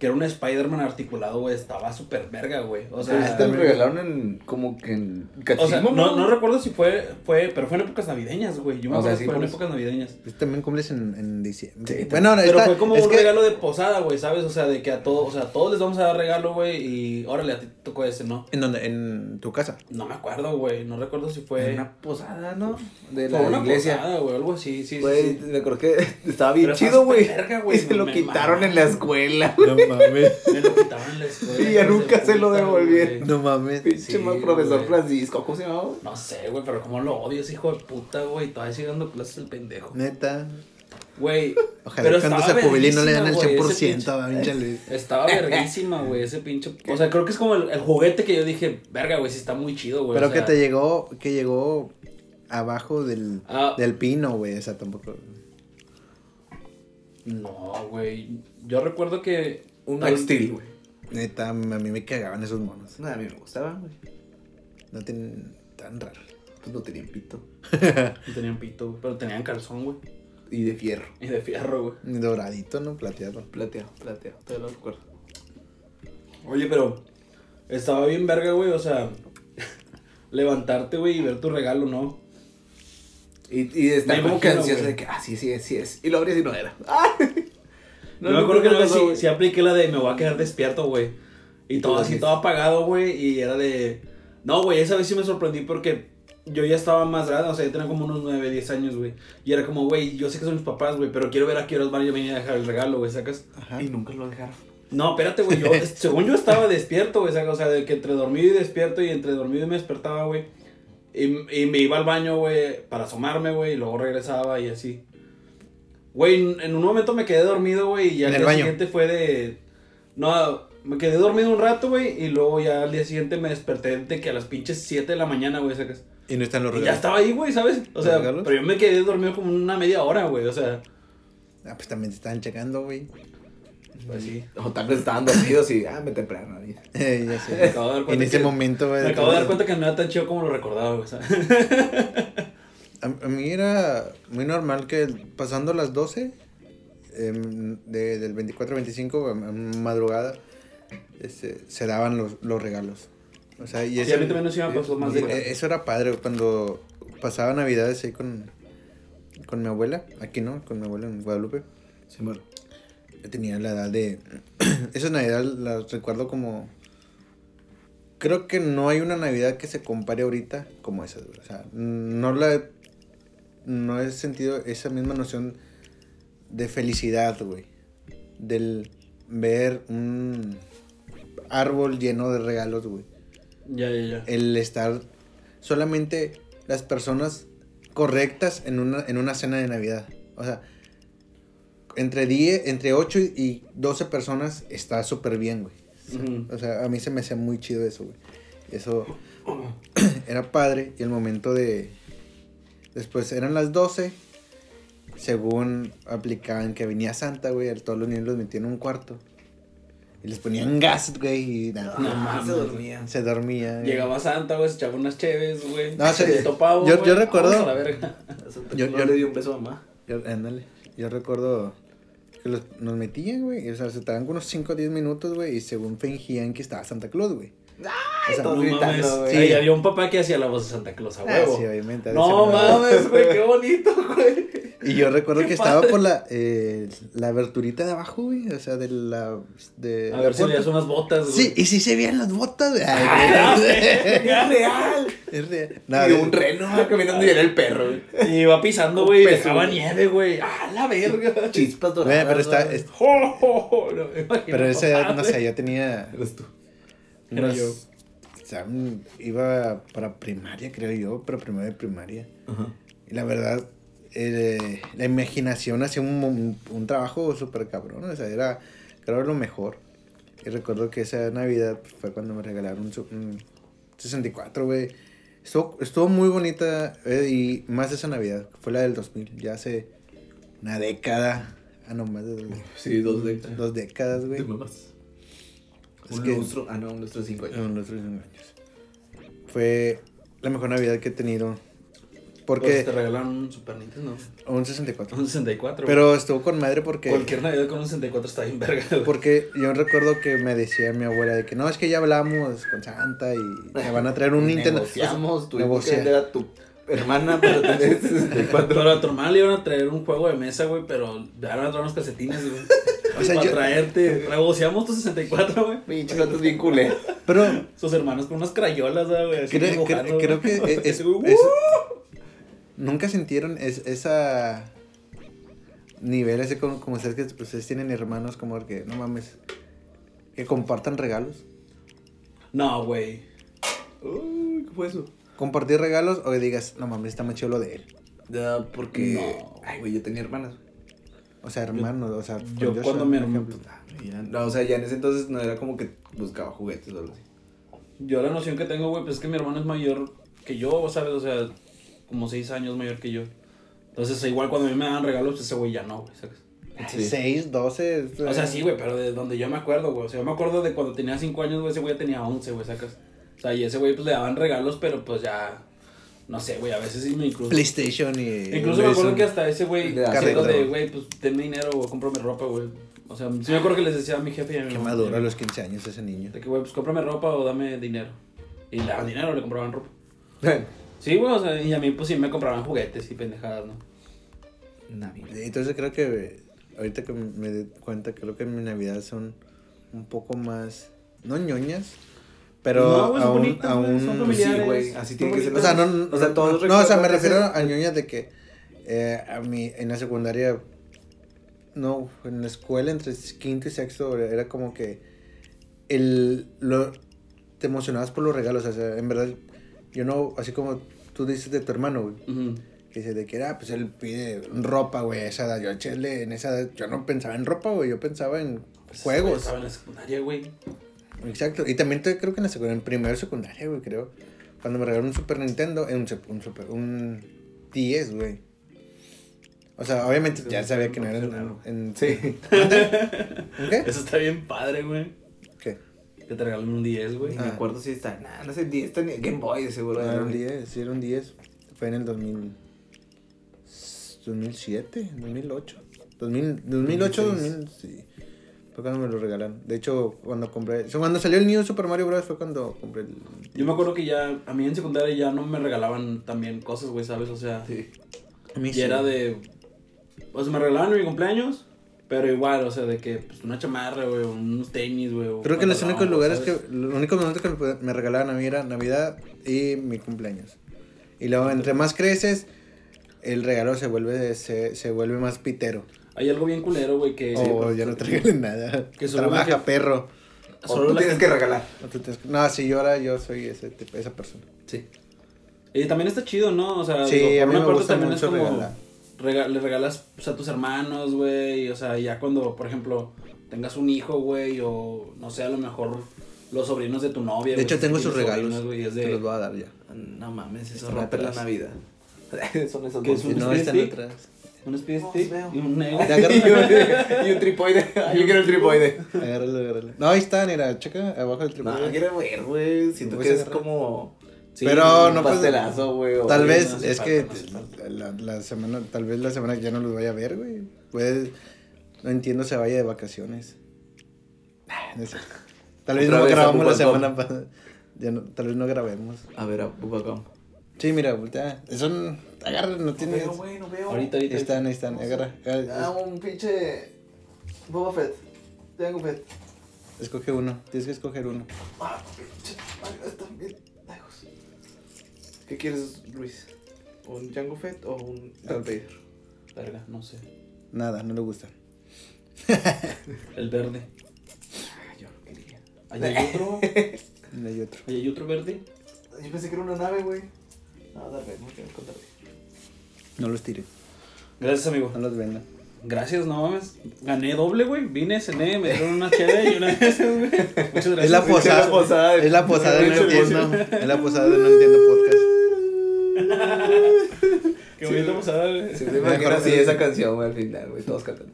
C: Que era un Spider-Man articulado, güey. Estaba súper verga, güey. O
B: O
C: sea,
B: sea, te lo regalaron en. Como que en.
C: o sea,
B: Cachimbo,
C: no, no recuerdo si fue, fue, pero fue en épocas navideñas, güey. Yo me
B: O
C: acuerdo
B: sea,
C: que
B: sí,
C: fue en
B: por eso.
C: épocas navideñas.
A: Pues También cumples en, en diciembre.
B: Sí,
A: bueno,
C: Pero
A: está-
C: fue como
A: es
C: un
A: que-
C: regalo de posada, güey, ¿sabes? O sea, de que a todos, o sea, a todos les vamos a dar regalo, güey, y órale, a ti te tocó ese, ¿no?
A: ¿En donde ¿En tu casa?
C: No me acuerdo, güey, no recuerdo si
B: En
C: fue...
B: una posada, ¿no? De
C: fue
B: la
C: una
B: iglesia.
C: posada, güey, algo así, sí, sí,
B: Güey,
C: sí.
B: me acuerdo que estaba bien
C: Pero
B: chido,
C: estaba
B: güey.
C: súper verga,
B: Y
C: güey,
B: se
C: no
B: lo
C: me
B: quitaron
C: mames.
B: en la escuela.
A: No mames.
C: Me lo quitaban en la escuela.
B: Y ya
C: hijos de
B: nunca se lo
C: puta,
B: devolvieron.
C: güey.
A: No mames.
B: Pinche
C: Sí,
B: ma- profesor
C: güey.
B: Francisco, ¿cómo se llamaba? güey?
C: No sé, güey, pero cómo lo odio ese hijo de puta, güey. Todavía sigue dando clases el pendejo.
A: Neta.
C: Güey.
A: Ojalá
C: pero
A: cuando
C: estaba
A: se jubile no le dan el
C: verguísima, güey, ese
A: 100%. va, pinche Luis.
C: pinche- Estaba verguísima, güey, ese pinche. O sea, creo que es como el, el juguete que yo dije, verga, güey, sí está muy chido, güey.
A: Pero
C: Pues, o
A: que
C: sea,
A: te llegó, que llegó abajo del,
C: Ah.
A: del pino, güey. O sea, tampoco.
C: No, güey. Yo recuerdo que.
B: Un
C: tal-
B: Max Steel, güey.
A: Neta, a mí me cagaban esos monos.
B: Nada, a mí me gustaban, güey.
A: No tienen tan raros.
B: Pues no tenían pito.
C: No tenían pito, güey, pero tenían calzón, güey.
B: Y de fierro.
C: Y de fierro, güey.
A: Doradito, ¿no? Plateado.
B: Plateado, plateado, todavía lo recuerdo.
C: Oye, pero. Estaba bien verga, güey, o sea. Levantarte, güey, y ver tu regalo, ¿no?
B: Y, y de estar
C: Me
B: como que
C: imagino,
B: ansioso
C: güey.
B: de que, ah, sí, sí, es, sí es. Y lo abrías y no era. ¡Ah!
C: No, me acuerdo que una
B: no
C: vez sí,
B: güey.
C: sí apliqué la de me voy a quedar despierto, güey. Y todo así, todo apagado, güey. Y era de. No, güey, esa vez sí me sorprendí porque yo ya estaba más grande, o sea, yo tenía como unos 9, 10 años, güey. Y era como, güey, yo sé que son mis papás, güey, pero quiero ver a qué horas van a venir a dejar el regalo, güey, sacas.
B: Y nunca lo dejaron.
C: No, espérate, güey, yo, según yo estaba despierto, güey, sacas. O sea, de que entre dormido y despierto y entre dormido y me despertaba, güey. Y, y me iba al baño, güey, para asomarme, güey, y luego regresaba y así. Güey, en- en un momento me quedé dormido, güey, y ya
A: ¿En el
C: al día
A: baño?
C: siguiente fue de. No, me quedé dormido un rato, güey, y luego ya al día siguiente me desperté de que a las pinches 7 de la mañana, güey, sacas.
A: Y no están los
C: Y ya
A: regalos.
C: estaba ahí, güey, ¿sabes? O
A: ¿Los
C: sea,
A: regalos?
C: pero yo me quedé dormido como una media hora, güey, o sea,
A: Ah, pues también te estaban checando, güey.
C: pues sí.
B: O tal vez estaban dormidos y, ah, me temprano. y-
A: Eh, ya sé.
C: Me acabo de dar
A: en
C: cuenta
A: ese
C: que-
A: momento, güey.
C: Me acabo de dar cuenta que no era tan chido como lo recordaba, güey, ¿sabes?
A: A, a mí era muy normal que pasando las 12, em, de- del 24-25, a- a em, madrugada, este, se daban los, los regalos. O sea, y
C: Sí,
A: eso,
C: a mí también nos iba a pasar más
A: y-
C: de grande.
A: e- eso era padre cuando pasaba Navidades ahí con, con mi abuela, aquí no, con mi abuela en Guadalupe.
B: Sí, bueno.
A: Yo tenía la edad de. Esa Navidad la recuerdo como. Creo que no hay una Navidad que se compare ahorita como esa. güey. O sea, no la. No he sentido esa misma noción de felicidad, güey. Del ver un árbol lleno de regalos, güey.
C: Ya, ya, ya.
A: El estar solamente las personas correctas en una, en una cena de Navidad. O sea, entre, 10, entre 8 y 12 personas está súper bien, güey. artista.
C: Ujú.
A: O sea, a mí se me hacía muy chido eso, güey. Eso era padre. Y el momento de. Después eran las 12. Según aplicaban que venía Santa, güey, a todos los niños los metían en un cuarto. Y les ponían gas, güey, y nada,
C: No mames.
B: se dormía.
A: se dormía. güey.
C: Ah. Llegaba Santa, güey, se echaba unas cheves, güey.
A: No,
C: se
A: sí.
C: le topaba.
A: Yo-
C: güey.
A: yo recuerdo-
C: Vamos a la verga.
A: Yo- yo-
B: No le di un beso a mamá.
A: Yo, ándale. Yo recuerdo que los, nos metían, güey. y, O sea, se tardaban unos 5 o 10 minutos, güey. Y según fingían que estaba Santa Claus, güey. O sea,
B: todo
C: No
A: no-
B: gritando,
C: mames.
B: güey.
C: Sí,
A: Sí.
C: había un papá que hacía la voz de Santa Claus a
A: Ah,
C: huevo.
A: sí, obviamente,
C: no
A: ese no.
C: mames, güey, qué bonito, güey.
A: Y yo recuerdo
C: Qué
A: que estaba por la, eh, la aberturita de abajo, güey. O sea, de la. De,
C: A
A: la
C: ver si le
A: puerta.
C: das unas botas, güey.
A: Sí, y sí se veían las botas, güey. Ay, güey.
B: ¡Era real!
A: Es real. No,
B: Y
A: de-
B: un reno ah, caminando y era el perro. güey.
C: Y iba pisando, Pues, güey, y
B: Peso,
C: dejaba
B: güey.
C: nieve, güey. ¡Ah, la verga! Oh,
B: Chispas
A: Güey,
B: doradas.
A: pero está.
B: güey.
A: es-
C: Jo, jo, jo, no me imagino,
A: pero esa edad, no
C: mames.
A: sé, yo tenía.
B: Eres tú.
C: Era
A: unos-
C: yo.
A: o sea, mm, iba para primaria, creo yo, pero primero de primaria.
B: Ajá.
A: Y la verdad, eh, la imaginación hacía un, un, un trabajo súper cabrón. O sea, era, creo, lo mejor. Y recuerdo que esa Navidad pues, fue cuando me regalaron un, su- un 64, güey. Estuvo, estuvo muy bonita eh, y más esa Navidad, que fue la del 2000, ya hace una década. Ah, no, más de dos,
B: Sí, dos de. Dos
A: dos décadas, güey.
B: de mamás.
A: Es
B: un
A: que-
B: lustro. Ah, no, un lustro de cinco años.
A: En los tres años. Fue la mejor Navidad que he tenido.
C: Pues
A: Porque...
C: te regalaron un Super Nintendo.
A: Un 64.
C: Un 64. güey.
A: Pero estuvo con madre porque...
C: Cualquier Navidad con un 64 está bien verga, güey.
A: Porque yo recuerdo que me decía mi abuela de que no, es que ya hablamos con Santa y me van a traer un Nintendo.
B: Negociamos, Este tu hijo que
A: negociar.
B: era tu hermana, pero tenés 64.
C: Pero a tu hermana le iban a traer un juego de mesa, güey, pero le van a traer unos calcetines, güey.
A: O sea,
C: para
A: yo-
C: traerte. Negociamos tu 64, güey.
B: Pinche rato es bien culero.
A: Pero
C: Sus hermanos con unas crayolas, ¿verdad, güey. así
A: cre- cre-
C: dibujando,
A: creo que
C: güey.
A: e- es-
C: Ese güey,
A: es-
C: ¡uh!
A: nunca sintieron es- esa nivel ese como, como ustedes que pues, ustedes tienen hermanos como que no mames que compartan regalos.
C: No, güey.
B: Uy, ¿qué fue eso?
A: Compartir regalos o que digas, no mames, está más chido lo de él.
B: Ya, porque.
C: No.
B: Ay, güey, yo tenía hermanas. güey.
A: O sea, hermanos, o sea,
C: Yo
A: con Joshua,
C: cuando me
A: por
C: armé-
A: ejemplo.
B: Y ya- No, o sea, ya en ese entonces no era como que buscaba juguetes o algo así.
C: Yo la noción que tengo, güey, pues es que mi hermano es mayor que yo, ¿sabes? O sea, como seis años mayor que yo. Entonces, igual cuando a mí me daban regalos, pues ese güey ya no, güey, ¿sabes?
B: Sí.
A: 6, 12.
C: O sea, sí, güey, pero de donde yo me acuerdo, güey. O sea, yo me acuerdo de cuando tenía 5 años, güey, ese güey ya tenía 11, güey, sacas. O sea, y ese güey, pues le daban regalos, pero pues ya. No sé, güey, a veces sí me incluso.
A: PlayStation y
C: Incluso me acuerdo
A: Wilson.
C: que hasta ese güey,
B: Le das
C: siendo
A: carrito.
C: de, güey, pues denme dinero o cómprame ropa, güey. O sea, sí me acuerdo que les decía a mi jefe y a mi
A: Qué
C: mamá,
A: maduro a los 15 años ese niño.
C: De que, güey, pues cómprame ropa o dame dinero. Y le daban dinero, le compraban ropa. Sí, güey, o sea, y a mí, pues sí me compraban juguetes y pendejadas, ¿no?
B: Navidad.
A: Entonces creo que ahorita que me di cuenta, creo que mi Navidad son un poco más, no ñoñas, pero
C: No, güey, son
A: aún,
C: bonitas, güey,
A: aún-
C: son
B: Sí,
C: familiares.
B: güey, así tiene que ser.
A: o sea, no, no-
B: O sea, todos
A: no, o sea, me
B: recuerdan ese-
A: refiero a ñoñas de que eh, a mí en la secundaria, no, en la escuela entre quinto y sexto era como que el, lo, te emocionabas por los regalos, o sea, en verdad, yo no, así como tú dices de tu hermano, güey.
C: Ujú.
A: Que dice de que, ah, pues él pide ropa, güey, a esa edad. Yo, a Chele, en esa edad, yo no pensaba en ropa, güey, yo pensaba en
C: Pues, güey,
A: juegos.
C: Estaba en la secundaria, güey.
A: Exacto. Y también te- creo que en la secundaria, en primero de secundaria, güey, creo. Cuando me regalaron un Super Nintendo, eh, un, sep- un Super, un 10, güey. O sea, obviamente ya sabía que no era en, en-
B: Sí.
A: ¿en qué?
C: Eso está bien padre, güey.
A: ¿Qué?
C: Que te regalan un 10, güey.
B: Ni
A: Ah.
B: me acuerdo si está. Nah, no sé, 10 tenía Game Boy, seguro.
A: No,
B: era
A: era un 10, sí, era un 10. Fue en el 2000, 2007, 2008. 2000, 2008,
B: 2006.
A: 2000, sí. Fue cuando me lo regalaron. De hecho, cuando compré. o sea, Cuando salió el New Super Mario Bros. fue cuando compré el.
C: Yo me acuerdo que ya, a mí en secundaria ya no me regalaban también cosas, güey, ¿sabes? O sea,
B: Sí.
C: y era de. O sea, me regalaban en mi cumpleaños, pero igual, o sea, de que pues, una chamarra, güey, unos tenis, güey. o
A: Creo que los
C: pantalón,
A: únicos
C: güey,
A: lugares que.
C: ¿sabes?
A: Los únicos momentos que me- me regalaban a mí era Navidad y mi cumpleaños. Y luego, entre más creces, el regalo se vuelve, se, se vuelve más pitero.
C: Hay algo bien culero, güey, que.
A: o ya no te regalen nada.
C: pues, Que seguro
A: Trabaja,
C: que-
A: perro.
B: O tú
C: Solo la
B: tienes que regalar.
A: No, tú te- no, si llora, yo soy ese tipo- esa persona.
C: Sí. Y también está chido, ¿no? O sea,
A: Sí,
C: digo,
A: a mí
C: una
A: me
C: parte
A: gusta mucho regalar.
C: rega- le regalas pues, a tus hermanos, güey, o sea, ya cuando, por ejemplo, tengas un hijo, güey, o no sé, a lo mejor los sobrinos de tu novia.
A: De hecho, tengo
C: sus
A: esos regalos.
C: güey, es
A: Te
C: de,
A: los voy a dar ya.
B: No mames, eso
A: Están
B: rompe la
A: atrás.
B: Navidad. Son esos
C: ¿Qué es
A: Si
C: un
B: bolsillos.
A: no,
C: USB?
A: están atrás.
C: un speed
B: No,
C: stick
B: veo.
C: y un ego.
A: Te agarra-
B: y, un, y un tripoide. Ah, Yo quiero el tripoide.
A: Agárralo, agárralo. No, ahí está, mira, checa abajo del
B: No,
A: trípode.
B: quiero ver, güey. Siento
A: Pues
B: que es
A: agarra.
B: como
C: Sí,
A: Pero
B: un
A: no pues,
B: pastelazo, güey. o-
A: Tal
C: Sí,
A: vez,
C: no hace
A: es
C: falta,
A: que
C: no hace falta.
A: la, la semana, tal vez la semana que ya no los vaya a ver, güey. Pues, no entiendo, se vaya de vacaciones. Ah, no sé. Tal vez
B: Otra
A: no
B: vez a
A: grabamos la
B: Pucallpa.
A: semana pasada. Ya no- tal vez no grabemos.
B: A ver, a Bubacom.
A: Sí, mira, voltea. Eso no- agarra, no tiene.
B: veo, güey, no veo.
C: Ahorita,
A: Ahí
C: ahorita.
A: están, ahí están, agarra.
B: Ah,
A: agarra.
B: un pinche. Boba Fett. Tengo Fett.
A: Es- escoge uno, tienes que escoger uno.
B: Ah, pinche. Ay, están bien lejos. ¿Qué quieres, Luis? ¿Un Django Fett o un Darth Vader?
C: Verga, no sé.
A: Nada, no le gusta.
C: El verde.
B: Ay, yo no quería.
C: Ahí hay otro.
A: No hay otro.
C: Ahí hay otro verde.
B: Yo pensé que era una nave, güey. No, Darth Vader, no quiero contar.
A: No los tire,
C: Gracias, amigo.
A: no los venda.
C: Gracias, no mames. Gané doble, güey. Vine, cené, me dieron una chévere y una vez, güey. Muchas gracias.
A: Es la
C: güey.
A: posada.
B: Es la posada de-
A: Es la posada,
B: de
A: no
B: Noche
A: entiendo. Es la posada, no entiendo podcast.
C: Qué bonita posada, güey.
B: Siempre me imagino así esa canción, güey, al final, güey, todos cantando.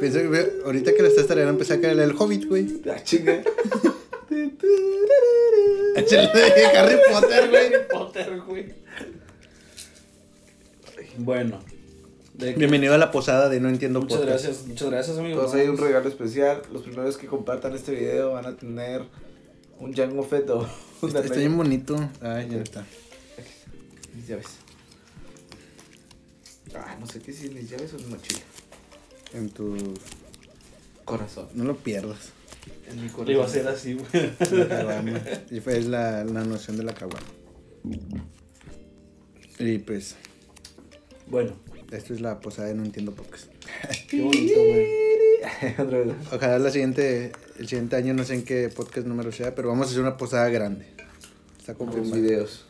A: Pienso que ve- ahorita que la estás tareando empecé a caer el Hobbit, güey.
B: La chinga.
A: Échale de Harry Potter, güey.
C: Potter, güey. Bueno. De-
A: Bienvenido a la posada de No Entiendo
C: Muchas
A: Podcast.
C: gracias, muchas gracias, amigo.
B: Entonces hay un regalo especial. Los primeros que compartan este video van a tener un Django Fett o un
A: Está,
B: Darth
A: está
B: Vader.
A: bien bonito. Ay, ya está.
B: Mis llaves. Ah, no sé qué si mis llaves o mi mochila.
A: En tu.
B: Corazón.
A: No lo pierdas.
B: En mi corazón.
C: Le iba a hacer así, güey.
A: La caguama. y fue la, la noción de la caguama. Y pues,
C: Bueno,
A: esto es la posada de No Entiendo Podcast.
C: qué bonito, güey.
B: Otra vez.
A: Ojalá la siguiente, el siguiente año, no sé en qué podcast número sea, pero vamos a hacer una posada grande. Está
B: Con
A: confirmado.
B: videos.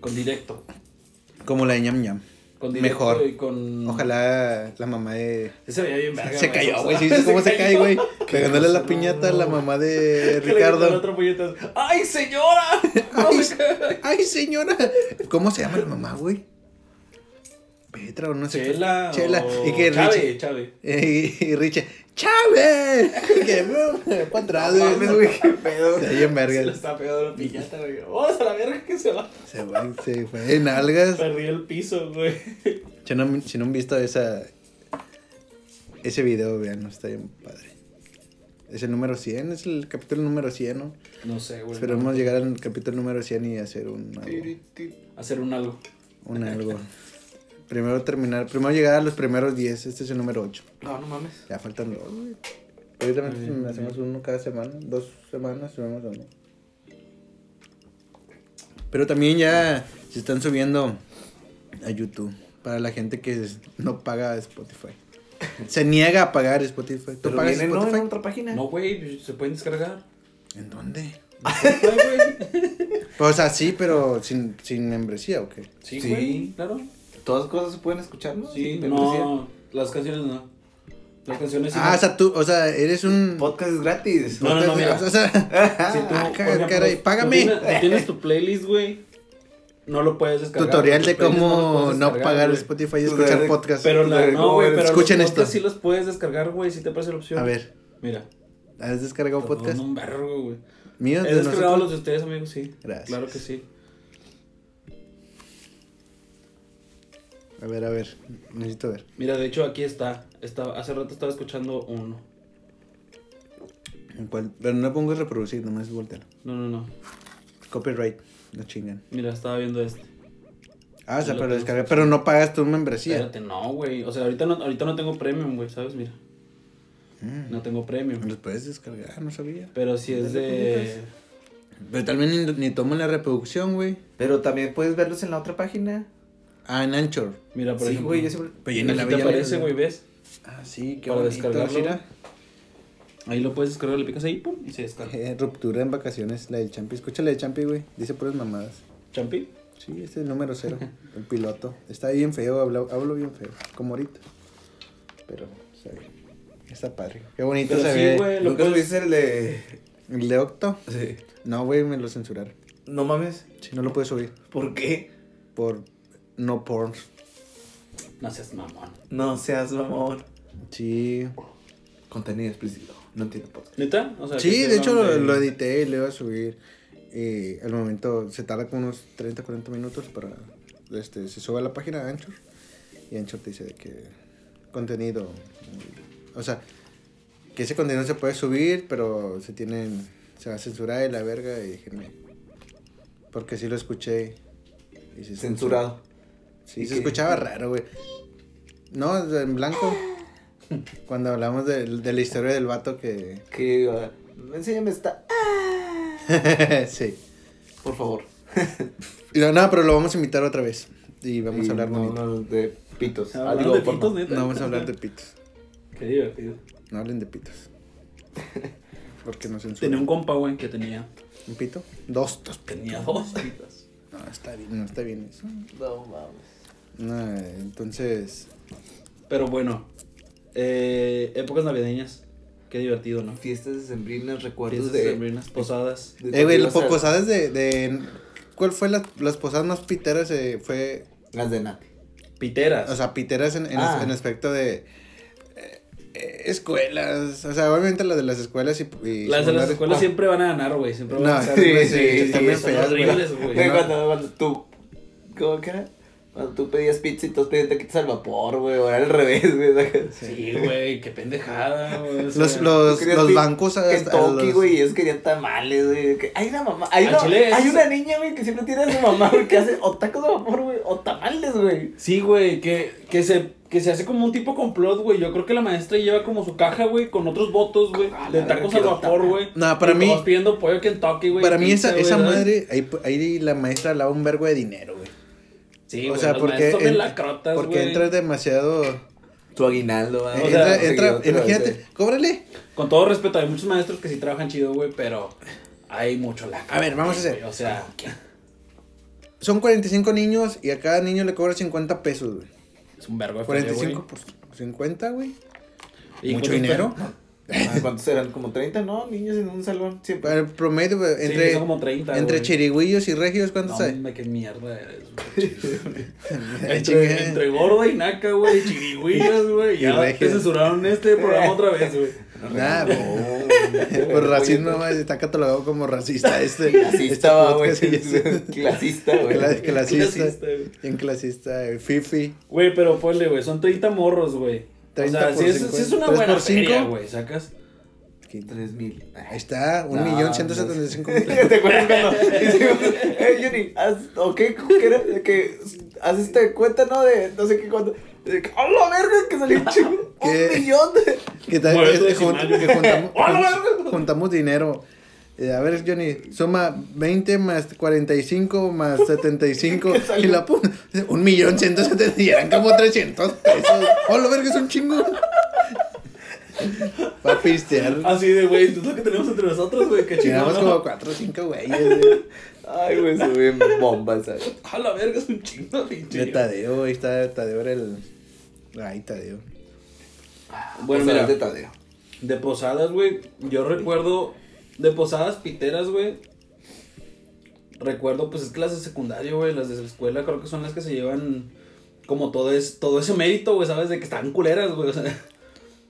C: Con directo.
A: Como la de ñam ñam.
C: Con directo
A: Mejor.
C: Y con...
A: Ojalá la mamá de.
C: Sí Se veía bien verga,
A: Se cayó, güey.
C: O sea,
A: ¿Sí viste cómo se cae,
C: cayó.
A: güey? Pegándole la piñata a la mamá de Ricardo.
C: otro puñetazo. ¡Ay, señora! No se cae.
A: Ay, señora. ¿Cómo se llama la mamá, güey? Petra o no sé. qué.
C: Chela.
A: Chela.
C: o
A: Y que
C: Chave,
A: Richie.
C: Chave.
A: eh, Y, y Richie. ¡Chávez! Que para atrás, güey. güey.
B: qué pedo.
A: Se oye en
C: Se le
A: verga.
C: está pegando la piñata, güey. ¡Vamos a la verga que se va!
A: Se fue, se fue en algas.
C: Perdió el piso, güey.
A: Si no, si no han visto esa, ese video, vean, está bien padre. Es el número 100, es el capítulo número 100, ¿no?
C: No sé, güey.
A: Pues Esperemos llegar al capítulo número 100 y hacer un algo.
C: Hacer un algo.
A: Un algo. primero terminar, primero llegar a los primeros 10, este es el número 8.
B: No, no mames.
A: Ya faltan dos, güey. Ahorita
C: Muy bien, muy
A: hacemos uno cada semana, dos semanas subimos uno. Pero también ya se están subiendo a YouTube para la gente que es- no paga Spotify. Se niega a pagar Spotify. ¿Tú
B: Pero
A: pagas
B: vienen, ¿no?
A: Spotify?
B: En otra página.
C: No, güey, pues, se pueden descargar.
A: ¿En dónde?
C: Spotify, güey.
A: Pues, o sea, sí, pero sin, sin membresía o qué.
C: Sí,
B: Sí.
C: güey, claro.
B: Todas las cosas se pueden escuchar, ¿no?
C: Sí,
B: Sin membresía.
C: no, las canciones no. Las canciones sí
A: Ah,
C: no.
A: o sea, tú, o sea, eres un...
B: Podcast es gratis.
C: No, no, no, mira.
A: O sea,
C: Si tú,
A: Ah,
C: por
A: caray,
C: ejemplo,
A: caray,
C: tú
A: págame.
C: tienes- tú tienes tu playlist, güey. No lo puedes descargar.
A: tutorial
C: Tu
A: de
C: playlist lo
A: cómo
C: puedes
A: no
C: descargar,
A: pagar
C: güey.
A: Spotify y
B: Tutorial
A: escuchar
B: de-
A: podcast.
C: Pero la,
B: Tutorial,
C: no, güey, pero
A: Escuchen
C: los podcasts
A: esto.
C: sí los puedes descargar, güey, si te aparece la opción.
A: A ver,
C: Mira.
A: ¿has descargado podcast?
C: Un vergo, güey.
A: Mío,
C: He
A: de
C: descargado
A: nosotros.
C: los de ustedes, amigos, sí.
A: Gracias.
C: Claro que sí.
A: A ver, a ver, necesito ver.
C: Mira, de hecho aquí está. está hace rato estaba escuchando uno.
A: ¿En cuál? Pero no pongo reproducir, nomás voltealo.
C: No, no, no.
A: Copyright, no chingan.
C: Mira, estaba viendo este.
A: Ah, o sea,
C: Lo
A: pero
C: que-
A: descarga, pero no pagas tu membresía.
C: Espérate, no, güey. O sea, ahorita no, ahorita no tengo premium, güey, ¿sabes? Mira.
A: Mm.
C: No tengo premium.
A: Los puedes descargar, no sabía.
C: Pero si es de.
A: Pero también ni, ni tomo la reproducción, güey.
B: Pero también puedes verlos en la otra página.
A: Ah, en Anchor.
C: Mira, por
B: Sí,
C: ejemplo.
B: güey, yo siempre.
A: Pero yo ni
C: Aquí
A: la
C: te
A: veía.
C: aparece, güey, ¿ves?
A: Ah, sí, qué
C: Para
A: bonito.
C: descargarlo.
A: mira.
C: Ahí lo puedes descargar, le picas ahí, pum, y se descarga.
A: Eh, ruptura en vacaciones, la del Champi. Escucha la del Champi, güey. Dice puras mamadas.
C: ¿Champi?
A: Sí, este es el número cero, el piloto. Está bien feo, hablo, hablo bien feo, como ahorita. Pero Está bien. Está padre. Qué bonito
D: Pero
A: se
D: sí,
A: ve.
D: güey, lo
B: ¿Nunca
D: puedes-
B: subiste el de...?
A: ¿El de Octo?
B: Sí.
A: No, güey, me lo censuraron.
B: No mames.
A: Si no lo puedes subir.
B: ¿Por qué?
A: Por no porn.
C: No seas mamón.
B: No seas mamón.
A: Sí.
B: Contenido explícito. No tiene podcast.
C: ¿Neta? O sea, que
A: Sí,
C: te
A: de hecho lo,
C: donde-
A: lo edité y lo iba a subir. Y al momento se tarda como unos 30, 40 minutos para. Este, se sube a la página de Anchor. Y Anchor te dice de que. Contenido. mm, O sea, que ese contenido se puede subir, pero se tienen. Se va a censurar y la verga. Y dije, "No". Porque sí lo escuché. Y sí se-
B: Censurado.
A: Sí,
B: ¿Y
A: se
B: qué?
A: escuchaba raro, güey. No, en blanco. Cuando hablamos de, de la historia del vato que.
B: Que... ah, enséñame esta... ah,
A: sí.
B: Por favor.
A: Y No, no, pero lo vamos a invitar otra vez. Y vamos
B: Y
A: a hablar
B: no,
A: bonito. No,
B: no, de pitos.
C: Ah,
B: Ah, digo,
C: hablando de
B: porno.
C: pitos, neta.
A: vamos a hablar de pitos.
C: Qué divertido.
A: No hablen de pitos. Porque no censuran.
C: Tenía un compa, güey, que tenía.
A: ¿Un pito? Dos, dos pitos.
C: Tenía dos pitas.
A: No, está bien, no está bien eso.
B: No mames.
A: No, eh, entonces.
C: Pero bueno. eh, épocas navideñas. Qué divertido, ¿no?
B: Fiestas decembrinas, recuerdos
A: pues
C: Fiestas
B: de...
C: sembrinas, posadas.
B: de
A: Eh, güey,
B: cuando
A: las
B: ibas a-
A: posadas de, de- ¿Cuál fue la- las posadas más piteras? eh, fue.
B: Las de Nati.
C: Piteras.
A: O sea, piteras en, en,
B: Ah.
A: en aspecto de. eh, eh, Escuelas, o sea, obviamente las de las escuelas y. y
C: las de las
A: secundarias-
C: escuelas siempre van a ganar, güey. Siempre van
A: Ah. No,
C: a ganar.
A: sí,
C: güey.
A: sí,
B: están
A: bien
C: son
A: feas, güey.
C: horribles,
B: Güey,
C: güey.
A: no.
B: cuando, cuando tú. ¿Cómo que era? Cuando tú pedías pizza y todos pedían taquitos al vapor, güey. Ahora al revés, güey. ¿sabes?
C: Sí, güey, qué pendejada, güey. o sea,
A: Los, los,
B: Tú querías
A: los
B: pi-
A: bancos. hasta-
B: Kentucky,
A: los-
B: güey, y ellos querían tamales, güey. que Hay una mamá, hay,
C: Al
B: una,
C: chile es-
B: hay una niña, güey, que siempre tiene a su mamá, güey, que hace o tacos de vapor, güey, o tamales, güey.
C: Sí, güey, que, que, se, que se hace como un tipo complot, güey. Yo creo que la maestra lleva como su caja, güey, con otros votos, güey,
B: Ah,
C: de
B: la
C: tacos
B: verga,
C: al
B: qué
C: vapor,
B: loca.
C: güey.
A: No, para
C: Y
A: mí-
C: todos pidiendo pollo Kentucky, güey. ¿eh?
A: Para mí
C: pizza,
A: esa,
C: güey,
A: esa
C: ¿verdad?
A: madre, ahí, ahí la maestra lava un vergo de dinero, güey.
C: Sí,
A: o
C: güey,
A: sea,
C: los
A: porque,
C: maestros me
A: en-
C: lacrotas,
A: porque
C: güey.
A: entras demasiado...
B: Tu aguinaldo,
A: eh,
C: o
A: entra,
C: sea,
A: entra- imagínate, cóbrale.
C: Con todo respeto, hay muchos maestros que sí trabajan chido, güey, pero hay mucho lacra.
A: A ver, vamos a
C: güey,
A: hacer.
C: O sea,
A: Son 45 niños y a cada niño le cobra 50 pesos, güey.
C: es un vergo de feria,
A: 45 por 50, güey.
C: güey. Y
A: Mucho
C: cuando-
A: dinero.
B: Eh, ah, ¿Cuántos eran? Como 30, ¿no? Niños en un salón, siempre.
A: El promedio, güey,
C: Sí,
A: entre,
C: son como 30,
A: entre
C: güey.
A: chirigüillos y regios, ¿cuántos
C: No,
A: hay?
C: hombre, qué mierda eres, güey.
A: Chingue.
C: Entre, entre gorda y naca, güey, chirigüillas, güey.
A: Y
C: Ya
A: regias.
C: te censuraron este programa otra vez, güey.
A: Nada, güey. Por
B: Por
A: racismo, güey, está catalogado como racista este. este
B: Clasista, va, güey.
A: podcast, y ese-
B: Clasista, güey.
A: Cla- Clasista.
C: Clasista, güey.
A: Bien clasista, eh, Fifi.
C: Güey, pero ponle, güey, son 30 morros, güey. O
A: 30
C: sea,
A: por
C: si es,
A: 50,
C: si es una
A: ¿tres
C: buena
A: por cinco?
C: feria, güey, sacas.
B: 3000.
A: Ahí está, un
B: No,
A: millón
B: no.
A: ciento setenta y cinco mil pesos.
B: ¿Te acuerdas cuando? Eh, Johnny, haz, ¿o qué? ¿Cómo que era? De que haz este cuenta, ¿no? De no sé qué cuánto. De que, ¡A la verga! Que salió un chingo. Un
A: ¿Qué?
B: millón de.
A: Que tal-
C: Por eso
A: que
C: decimal.
A: jun- que juntamos,
C: ¡Hola,
A: jun- juntamos dinero. Eh, a ver, Johnny, suma 20 más 45 más 75 y la pum, un millón ciento setenta y eran como 300 pesos. Hola, verga, es un chingo. Para pistear.
C: Así de, güey, esto es lo que tenemos entre nosotros, güey, que
A: Llegamos
C: chingamos.
A: como 4 o 5 güeyes. güey.
B: Ay, güey, se ven bombas, ¿sabes?
C: A la verga, es un chingo,
A: De
C: pinche.
A: Tadeo, ahí está Tadeo era el. Ahí Tadeo.
C: Bueno,
B: O sea,
C: mira,
B: es de Tadeo.
C: de posadas, güey, yo recuerdo de posadas piteras, güey. Recuerdo, pues es que las de secundaria, güey, las de la escuela, creo que son las que se llevan como todo, es, todo ese mérito, güey, ¿sabes? De que están culeras, güey, o sea,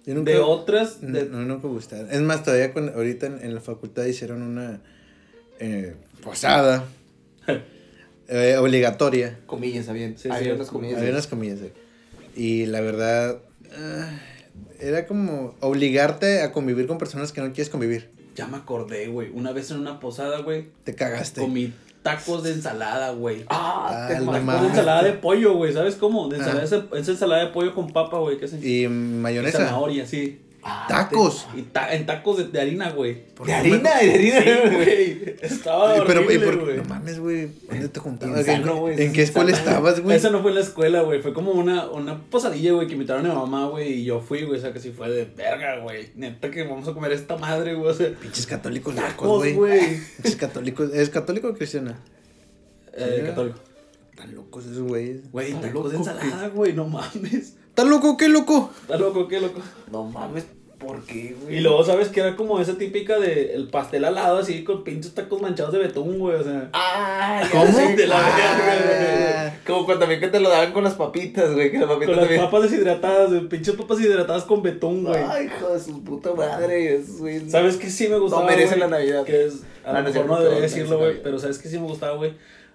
A: Yo nunca-
C: de otras,
A: No,
C: de,
A: no, nunca gustaron. Es más, todavía cuando- ahorita en, en la facultad hicieron una eh, posada eh, obligatoria.
B: Comillas, había.
C: Sí,
B: había
C: sí.
B: unas comillas.
A: Había unas comillas. eh. Y la verdad, ah, era como obligarte a convivir con personas que no quieres convivir.
C: ya me acordé, güey, una vez en una posada, güey,
A: Te cagaste.
C: Comí tacos de ensalada, güey.
B: Ah,
A: Este. Ah,
B: te
A: no
B: mamá.
C: Tacos de ensalada de pollo, güey. ¿Sabes cómo? De ensalada,
A: Ah.
C: esa, esa ensalada de pollo con papa, güey. ¿Qué es
A: Y
C: Y
A: mayonesa.
C: zanahoria, sí.
B: Ah, te-
A: Tacos.
C: Y ta- en tacos de, de harina, güey.
A: ¿Por
B: De
A: qué
B: harina, de
C: Sí,
B: harina, güey.
C: güey. Estaba
A: me- Oye, pero,
C: horrible,
A: ¿y por-
C: güey.
A: no mames, güey. ¿Dónde te juntabas?
B: Insano,
A: ¿En, qué-
B: güey,
A: en
B: es
A: qué escuela
B: insano.
A: estabas, güey?
C: Esa no fue en la escuela, güey. Fue como una, una posadilla, güey, que invitaron a mi mamá, güey. Y yo fui, güey. O sea, que sí fue de verga, güey. Neta que vamos a comer esta madre, güey. O sea,
A: Pinches católicos locos,
C: tacos,
A: güey.
C: güey.
A: Pinches católicos. ¿Es católico o cristiana?
C: Eh, católico.
A: Están locos esos güeyes.
C: Güey,
B: Está
C: tacos de
B: loco,
C: ensalada, güey. No mames.
A: ¿Estás loco? ¿Qué loco?
C: Está loco, qué loco.
B: No mames, ¿por qué, güey?
C: Y luego, ¿sabes que Era como esa típica de el pastel alado, así con pinches tacos manchados de betún, güey. O sea,
B: Ah, ya
C: ¿Cómo?
B: sé. Ah.
C: De la
A: verga, güey.
B: Como cuando también que te lo daban con las papitas, güey. Que las papitas
C: con las
B: también.
C: papas deshidratadas, güey. Pinches papas deshidratadas con betún, güey.
B: Ay, hijo de su puta madre. es, güey.
C: ¿Sabes qué sí me gustaba?
B: No merece
C: güey?
B: la Navidad.
C: Que es,
B: No,
C: a
B: no
C: lo
B: es
C: mejor
B: cierto,
C: no
B: no
C: debería
B: merece
C: decirlo, güey,
B: Navidad.
C: pero ¿sabes qué sí me gustaba, güey?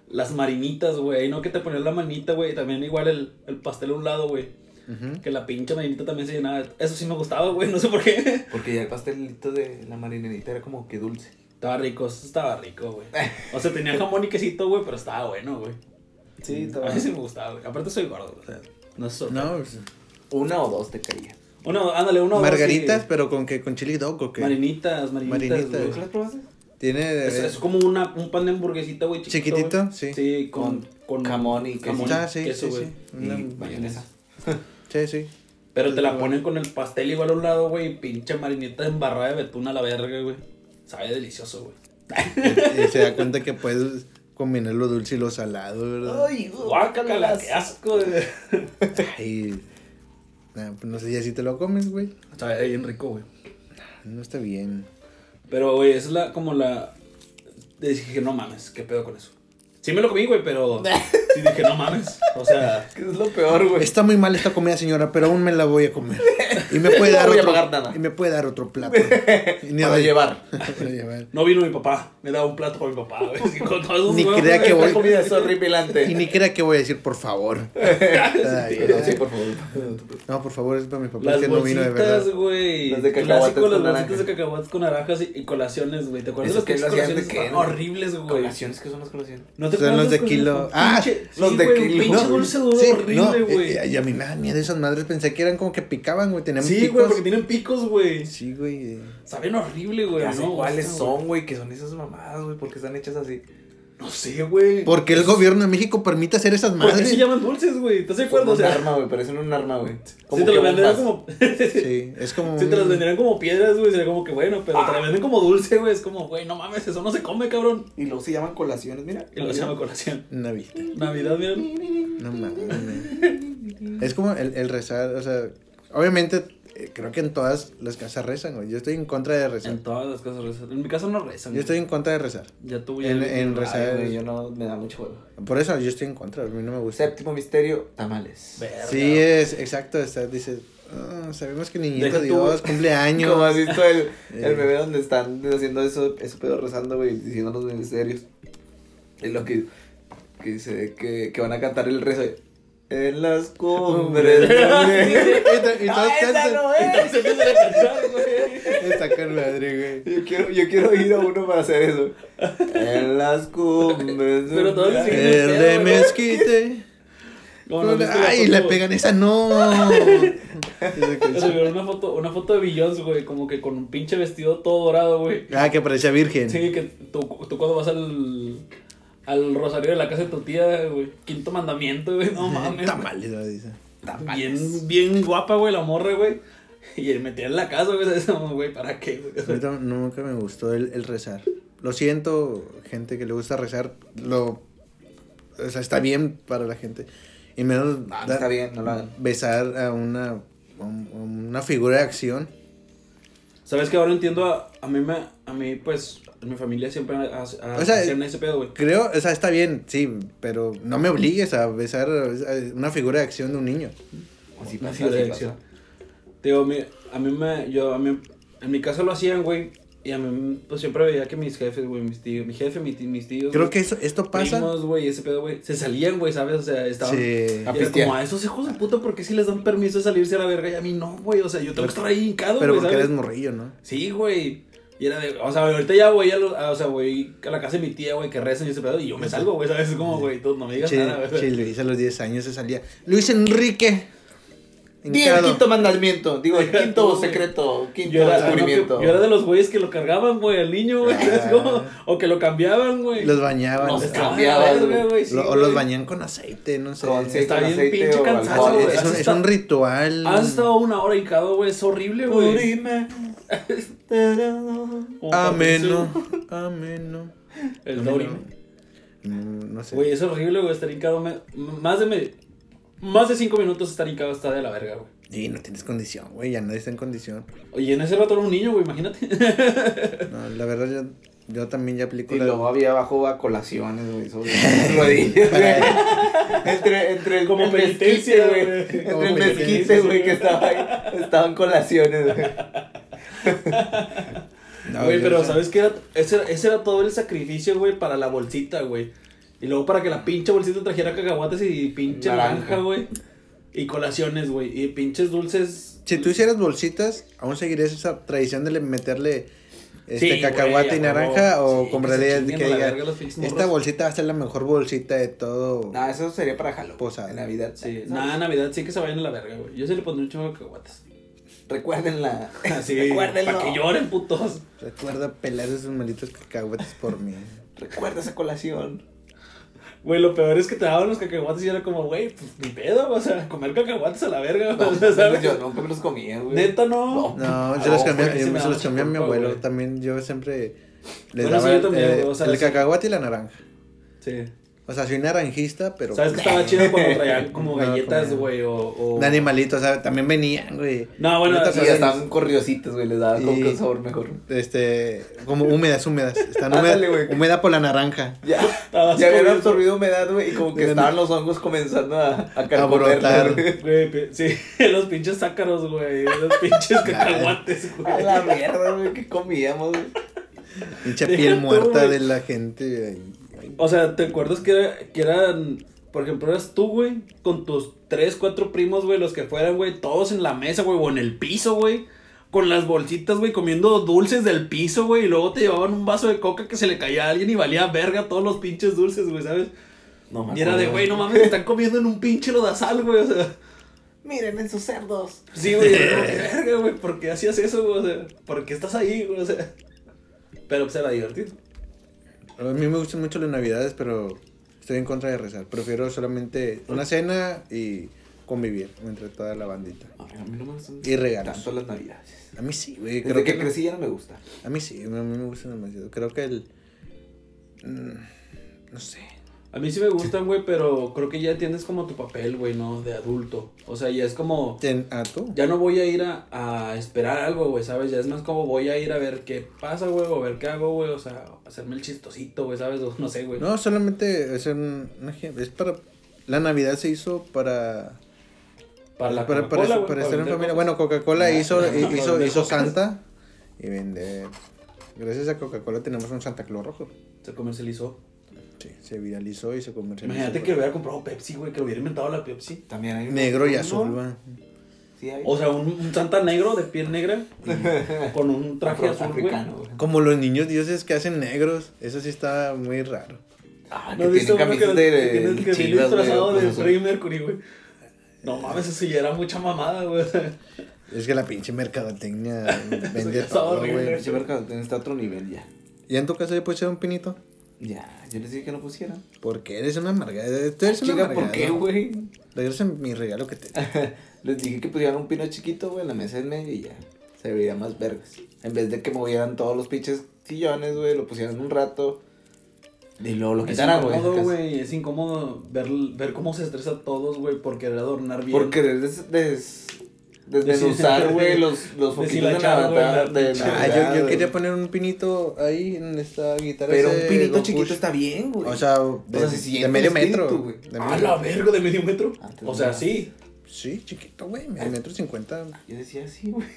C: Las marinitas, güey. Ahí no que te ponían la manita, güey. y También igual el, el pastel a un lado, güey. Que la pinche marinita también se llenaba. Eso sí me gustaba, güey. No sé por qué.
B: Porque ya el pastelito de la marinerita era como que dulce.
C: Estaba rico, eso estaba rico, güey. O sea, tenía jamón y quesito, güey, pero estaba bueno, güey.
B: Sí,
C: A mí sí me gustaba, güey. Aparte soy gordo, o sea, no es sorpresa.
A: No, pues,
B: Una o dos te caía.
C: Uno, ándale, uno. o dos,
A: margaritas,
C: sí.
A: pero con que con chili dog o qué?
C: Marinitas, marinitas.
A: Marinitas.
C: güey.
B: ¿Nunca las probaste?
A: Tiene de-
C: Es, es como una, un pan de hamburguesita, güey, chiquito.
A: Chiquitito,
C: güey.
A: sí.
C: Sí, con, con
B: Jamón y queso.
C: jamón
A: Ah, sí, sí,
C: queso, güey.
A: sí.
B: Y
A: Una-
B: mayonesa.
A: Sí, sí.
C: Pero te la ponen con el pastel igual a un lado, güey. y Pinche marinita embarrada de betún a la verga, güey. Sabe delicioso, güey.
A: Y, y se da cuenta que puedes combinar lo dulce y lo salado, ¿verdad?
B: Ay,
C: Guácala, qué asco, güey.
A: Ay. Nah, pues, no sé, ya si te lo comes, güey.
C: Sabe bien rico, güey.
A: No está bien.
C: Pero, güey, esa es la, como la... Dije, no mames, qué pedo con eso. Sí me lo comí, güey, pero... Sí dije, no mames. O sea...
B: Que es lo peor, güey.
A: Está muy mal esta comida, señora, pero aún me la voy a comer. Y me puede
B: No
A: dar
B: voy a
A: otro,
B: pagar nada.
A: Y me puede dar otro plato. Y ni
B: Para
A: doy-
B: llevar.
A: Para llevar.
C: No vino mi papá. Me daba un plato para mi papá, güey. así con todos esos
A: Ni
C: huevos,
A: crea
C: güey.
A: que
B: Esta
A: voy-
B: comida es horripilante.
A: Y ni crea que voy a decir, por favor. Ay,
B: Pero sí,
A: ay.
B: por favor.
A: No, por favor, es para mi papá
C: Las
A: que no vino de verdad.
C: bolsitas, güey.
B: Las de cacahuates
C: Clásico, las
B: con
C: bolsitas
B: naranja.
C: de cacahuates con naranjas y, y colaciones, güey. ¿Te acuerdas
B: Eso
C: de
B: que
C: las
B: lo hacían de
C: colaciones?
B: que
C: Estaban
B: eran-
C: horribles, güey.
B: Colaciones que son las colaciones.
C: ¿No te
A: Son
C: acuerdas
A: los de
C: las
A: kilo.
C: colaciones?
A: Ah,
C: Pinche-
B: los
C: sí,
B: de
C: güey, un
B: kilo.
C: Pinche
B: No,
C: dulce duro
A: Sí, no,
C: horrible, güey.
A: eh, eh, y a mí me daban miedo esas madres. Pensé que eran como que picaban, güey. Tenían
C: Sí,
A: picos.
C: güey, porque tienen picos, güey.
A: Sí, güey. eh.
C: Saben horrible, güey.
B: Ya sé
C: ¿no?
B: cuáles
C: Gustan, güey.
B: son, güey, que son esas mamadas, güey, porque están hechas así.
C: No sé, güey.
A: ¿Por qué el gobierno de México permite hacer esas
C: ¿Por qué
A: madres?
C: se llaman dulces, güey? ¿Estás de acuerdo? O
B: Son un
C: sea,
B: arma, güey, parecen un arma, güey.
C: si te
B: que
C: lo venderían
B: bombas.
C: como.
A: Sí, es como.
C: Si te
A: un-
C: las venderían como piedras, güey, sería como que bueno, pero te las venden como dulce, güey. Es como, güey, no mames, eso no se come, cabrón.
B: Y luego se llaman colaciones, mira.
C: Y lo llama colación.
A: Una vista.
C: Navidad, mira.
A: No mames. es como el, el rezar, o sea. Obviamente, eh, creo que en todas las casas rezan, güey. Yo estoy en contra de rezar.
C: En todas las casas rezan. En mi casa no rezan.
A: Eh. Yo estoy
C: güey.
A: en contra de rezar.
C: Ya tuve.
A: en- en rezar.
B: Ay, güey, yo no, me da mucho juego.
A: Por eso yo estoy en contra, a mí no me gusta.
B: Séptimo misterio, tamales.
A: Sí, es exacto, está, dice, "Ah, sabemos que niñito
C: Deja tú,
A: Dios
C: güey.
A: cumple años.
B: Como has visto el,
A: Eh.
B: el bebé donde están haciendo eso, ese pedo rezando, güey, diciendo los ministerios. Es lo que, que dice que, que van a cantar el rezo. En las cumbres. donde-
A: Y to- y todos
B: ¡Ah, esa
A: cantan.
B: no es!
C: Se empieza a rezar, güey.
A: Está con madre, güey.
B: Yo quiero, yo quiero ir a uno para hacer eso. En las cumbres.
C: Pero todos
B: donde-
C: Sí, dicen-
A: Verde
C: pero-
A: mezquite.
C: Como nos viste la
A: Ay,
C: foto-
A: le pegan esa, no.
C: Nos subieron una foto, una foto de Billions, güey, como que con un pinche vestido todo dorado, güey.
A: ah, que parecía virgen.
C: Sí, que tú, tú cuando vas al, al rosario de la casa de tu tía, güey, quinto mandamiento, güey, no mames.
A: Tamales, ¿no? dice.
C: Bien, bien guapa, güey, la morra, güey. Y él metía en la casa, güey, ¿sabes? No, güey, ¿para qué, güey?
A: A mí tam- nunca me gustó el, el rezar. Lo siento, gente que le gusta rezar, lo o sea, está bien para la gente. Y menos
B: Ah,
A: da-
B: está bien, no lo hagan.
A: besar a una, a un- a una figura de acción.
C: ¿Sabes que ahora entiendo? A, a mí, me, a mí, pues, mi familia siempre ha- ha-
A: O sea,
C: hacían ese pedo, güey.
A: Creo, o sea, está bien, sí, pero no me obligues a besar a una figura de acción de un niño.
B: Así
C: Una
B: pasa,
C: figura de
B: así
C: acción.
B: pasa.
C: Te Digo, mi- a mí me, yo, a mí, en mi casa lo hacían, güey, y a mí, pues, siempre veía que mis jefes, güey, mis tíos, mi jefe, mi ti- mis tíos,
A: Creo
C: güey,
A: que eso, esto pasa.
C: primos, güey, ese pedo, güey, se salían, güey, ¿sabes? O sea, estaban...
A: Sí.
B: A
C: Y era
B: pistear.
C: como a esos hijos de puta, ¿por qué si les dan permiso de salirse a la verga? Y a mí no, güey. O sea, yo tengo que estar ahí hincado,
A: Pero
C: güey.
A: porque
C: ¿sabes?
A: eres morrillo, ¿no?
C: Sí, güey. Y era de, o sea, ahorita ya voy a, lo- a- o sea, voy a la casa de mi tía, güey, que rezan y ese pedo, y yo me salgo, güey, ¿sabes? Es como, güey, tú no me digas
A: Che,
C: nada, güey.
A: che, Luis a los 10 años se salía. Luis Enrique.
B: Di el
A: hincado.
B: quinto mandamiento, digo, el
C: Deja tú,
B: quinto
C: güey.
B: secreto, quinto
C: Yo era,
B: descubrimiento.
C: yo era de los güeyes que lo cargaban, güey, al niño, güey, ¿sabes?
A: Ah.
C: Como, o que lo cambiaban, güey.
A: Los bañaban.
C: Los
B: Los
A: Lo-
C: cambiaban,
B: cambiabas,
C: verga,
B: güey.
C: güey. sí,
A: o los
C: güey.
A: bañaban con aceite, no sé. Ah,
B: Con aceite,
C: Está
B: con
C: bien
B: aceite
C: pinche
B: o
C: cansado,
B: alcohol.
C: güey.
A: es, un,
C: Has
A: es
C: estado-
A: un ritual.
C: Has estado una hora hincado, güey, es horrible, güey. Como
A: Ah,
C: para
A: Ameno.
C: pinche-
A: Ameno.
C: El
A: Ameno.
C: dorime.
A: Mm, No sé.
C: Güey, es horrible, güey, estar hincado. me- más de me- más de cinco minutos estar hincado está de la verga, güey.
A: Y no tienes condición, güey, ya nadie está en condición.
C: Oye, en ese rato era un niño, güey, imagínate.
A: No, la verdad, yo, yo también ya aplico
B: Y
A: la-
B: luego había abajo a colaciones, güey, sobre las rodillas, güey. Entre, entre el,
C: Como
B: el mezquite,
C: penitencia,
B: güey.
C: güey.
A: Como
B: Entre el
A: penitencia,
B: mezquite, güey,
C: sí.
B: que estaba ahí. Estaban colaciones, güey.
A: No,
C: güey,
A: yo
C: pero
A: sé.
C: ¿sabes qué? Era, ese, era- ese era todo el sacrificio, güey, para la bolsita, güey. Y luego para que la pinche bolsita trajera cacahuates y pinche
B: Naranja.
C: naranja, güey. Y colaciones, güey. Y pinches dulces.
A: Si tú hicieras bolsitas, ¿aún seguirías esa tradición de le- meterle este
C: Sí,
A: cacahuate
C: güey,
A: y
C: a huevo.
A: naranja? ¿O
C: Sí, que se
A: comprarías que,
C: chinguen a la
A: diga,
C: verga los pinches
A: esta
C: morros"?
A: bolsita va a ser la mejor bolsita de todo?
B: No, eso sería para Halloween.
A: Posada.
B: En Navidad.
C: Sí,
B: ¿sabes?
C: nada, Navidad sí que se vayan a la verga, güey. Yo sí le pondré un chingo de cacahuates.
B: Recuérdenla.
C: Así,
B: Recuérdenlo.
C: para que lloren, putos.
A: Recuerda pelar esos malditos cacahuates por mí.
B: Recuerda esa colación.
C: Güey, lo peor es que te daban los cacahuates y era como, güey, pues ni pedo, o sea, comer cacahuates a la verga,
B: No,
C: o sea, ¿sabes?
B: Yo nunca me los comía, güey.
C: Neta,
A: No, yo
C: no. No,
A: los
C: Ah, oh, güey,
A: cambié,
C: ese
A: yo
C: me
A: me
C: da
A: se los
C: mucha
A: cambié a mi
C: culpa,
A: abuelo.
C: güey.
A: También yo siempre les
C: Bueno,
A: daba
C: sí, yo también,
A: eh,
C: güey, o sea,
A: el
C: sí.
A: cacahuate y la naranja.
C: Sí.
A: O sea, soy naranjista, pero pues,
C: ¿Sabes que estaba chido cuando traían como
A: No,
C: galletas,
A: comía.
C: güey, o, o...
A: de animalito, o sea, también venían, güey.
C: No, bueno,
A: Neta,
B: Sí, ya estaban corriositos, güey. Les daba como
A: Y-
B: que un sabor mejor.
A: Este, como húmedas, húmedas. Están
B: Ándale, güey.
A: húmedas, húmeda por la naranja.
B: Ya,
C: Estabas
B: ya habían
C: corriendo.
B: absorbido humedad, güey, y como que
A: Eran-
B: estaban los hongos comenzando a, a
A: brotar.
B: carcomerle.
C: Güey, pe- sí, los pinches zácaros, güey, los pinches cacahuates, güey.
B: A la mierda, güey, que comíamos, güey.
A: Pinche
C: Deja
A: piel
C: tú,
A: muerta
C: güey.
A: de la gente. ay, ay.
C: O sea, ¿te acuerdas que, era- que eran, por ejemplo, eras tú, güey, con tus tres, cuatro primos, güey, los que fueran, güey, todos en la mesa, güey, o en el piso, güey, con las bolsitas, güey, comiendo dulces del piso, güey, y luego te llevaban un vaso de coca que se le caía a alguien y valía verga todos los pinches dulces, güey, ¿sabes?
B: No, me
C: Y era de,
B: acuerdo.
C: güey, no mames, están comiendo en un pinche lodazal, güey, o sea,
B: Miren esos cerdos.
C: sí, güey, era de, verga, güey, ¿por qué hacías eso, güey? O sea, ¿por qué estás ahí, güey? O sea, pero pues era divertido.
A: A mí me gustan mucho las navidades, pero estoy en contra de rezar. Prefiero solamente una cena y convivir entre toda la bandita.
B: A ver, a mí no me gustan
A: Y regalos.
B: tanto las navidades.
A: A mí sí, güey.
B: Desde
A: Creo
B: que
A: que
B: crecí ya no me gusta.
A: A mí sí, a mí me gustan demasiado. Creo que el... mm, No sé.
C: A mí sí me gustan, güey, pero creo que ya entiendes como tu papel, güey, ¿no? De adulto. O sea, ya es como...
A: ¿Ten- ¿A tú?
C: Ya no voy a ir a, a esperar algo, güey, ¿sabes? Ya es más como voy a ir a ver qué pasa, güey, o ver qué hago, güey. O sea, hacerme el chistosito, güey, ¿sabes? O no sé, güey.
A: No, solamente es un... una gen- Es para... La Navidad se hizo para...
C: para la
A: para, para,
C: Coca-Cola,
A: eso- para
C: güey, para
A: estar en
C: vender
A: familia.
C: cocas.
A: Bueno, Coca-Cola hizo,
C: Ah,
A: hizo, hizo,
C: vender cocas.
A: Santa y vender. Gracias a Coca-Cola tenemos un Santa Claus rojo.
C: Se comercializó.
A: Sí, se viralizó y se comercializó.
C: Imagínate que hubiera comprado Pepsi, güey, que hubiera inventado la Pepsi.
B: También hay unos-
A: Negro y
B: ¿no?
A: azul, va.
B: Sí, hay.
C: O sea, un, un santa negro de piel negra con un traje azul, güey.
B: africano, güey.
A: Como los niños dioses que hacen negros. Eso sí está muy raro.
B: Ah,
C: ¿No
B: que
C: viste
B: tienen
C: uno que,
B: camisas
C: que,
B: de,
C: tiene- que
B: chivas,
C: viene
B: güey,
C: disfrazado
B: cosas
C: de
B: así.
C: Freddie Mercury, güey? No mames, eso ya era mucha mamada, güey.
A: Es que la pinche mercadotecnia vende
C: Eso ya
A: todo,
C: estaba
A: güey.
B: Pinche mercadotecnia está a otro nivel ya.
A: ¿Y en tu caso ya puedes ser un pinito?
B: Ya, yo les dije que no pusieran.
A: Porque eres una amargada. Tú
C: Ah,
A: eres una
B: Chica, ¿por
A: amargada.
B: qué, güey?
A: Regresa mi regalo que te. Ah,
B: Les dije que pusieran un pino chiquito, güey, en la mesa en medio y ya. Se vería más vergas. En vez de que movieran todos los pinches sillones, güey, lo pusieran un rato. Y luego lo
C: Es
B: quitaran, güey.
C: incómodo,
B: casi.
C: güey. Es incómodo ver, ver cómo se estresa a todos, güey, por querer adornar bien.
B: Por querer des, des- desmenuzar,
C: Deshilachar,
B: güey,
C: güey.
B: los, los foquitos de
C: Deshilachar, güey,
B: Navidad.
C: la-
B: de
C: Ah,
A: Ah,
B: Navidad,
A: yo, yo
B: güey.
A: quería poner un pinito ahí en esta guitarra.
B: Pero
A: ese
B: un pinito
A: Go
B: chiquito
A: Push.
B: está bien, güey.
A: O sea, de,
B: si
A: de
B: sientes
A: medio
B: el
A: metro.
B: espíritu, güey.
A: de
C: ¡A
A: medio-
C: Ah, la verga de medio metro!
B: Antes
C: O
B: no
C: sea,
B: era.
C: sí.
A: Sí, chiquito, güey.
C: Ah.
A: Medio metro cincuenta.
B: yo decía así, güey.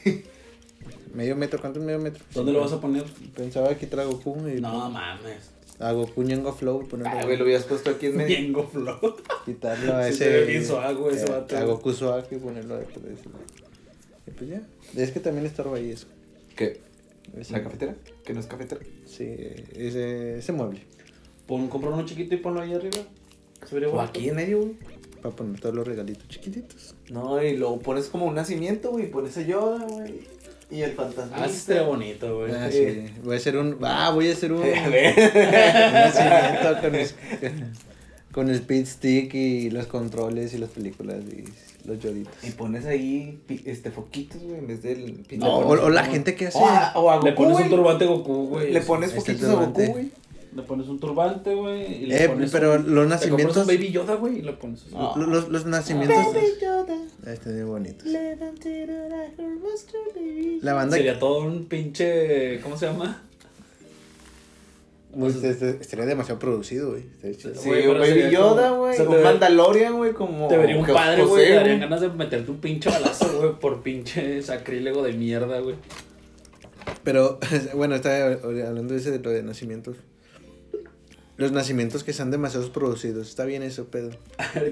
A: Medio metro, ¿cuánto es medio metro?
C: ¿Dónde lo vas a poner?
A: Pensaba aquí trae Goku y
C: No mames.
A: a Goku Ñengo Flow y ponerlo
B: Ah, güey, lo hubieras puesto aquí en medio.
C: Bien flow.
A: quitarlo a
C: Sí,
A: ese.
C: se ve bien suave, güey, ese
A: eh,
C: vato.
A: A Goku Suag y ponerlo después de ese. Y pues ya. Es que también estorba ahí eso.
B: ¿Qué?
A: Ese-
B: ¿La cafetera? ¿Que no es cafetera?
A: Sí, ese, ese mueble.
C: Pon, compra uno chiquito y ponlo ahí arriba. Se vería
B: O
C: bueno.
B: aquí en medio, güey.
A: Para poner todos los regalitos chiquititos.
B: No, y luego pones como un nacimiento, güey. Pones a Yoda, güey. Y el fantasma.
C: Ah, sí estaría bonito, güey.
A: Ah,
B: sí.
A: sí. Voy a hacer un. Ah, voy a hacer un.
B: A ver.
A: Un nacimiento con, mis- con el pit stick y los controles y las películas y los lloritos.
B: Y pones ahí pi- este foquitos, güey, en vez del
A: No, o, o la gente que hace.
B: O a, o a Goku,
C: Le pones un
B: güey.
C: turbante a Goku, güey.
B: Le pones
A: Este
B: foquitos a Goku,
A: turbante.
B: güey.
D: Le pones un turbante, güey. y le
A: Eh,
D: pones
A: pero
D: un-
A: los
C: Te compras un
A: nacimientos.
C: Baby Yoda, güey, y lo pones. así.
B: Ah.
A: lo- Los, los nacimientos.
E: Este es bonito.
A: La banda.
C: Sería todo un pinche. ¿Cómo se llama?
A: Pues, este- estaría demasiado producido, güey. Estaría chido.
B: Sí,
C: Güey,
B: un
C: pero
B: Baby
C: sería
B: Yoda,
C: como-
B: güey.
C: se
B: Un
C: te ve-
B: Mandalorian, güey, como.
C: Te vería un
B: que
C: padre,
B: José,
C: güey. Te darían ganas de meterte un pinche balazo, güey, por pinche sacrílego de mierda, güey.
A: Pero, bueno, estaba hablando de ese de lo de nacimientos. Los nacimientos que están demasiado producidos. Está bien eso, pedo.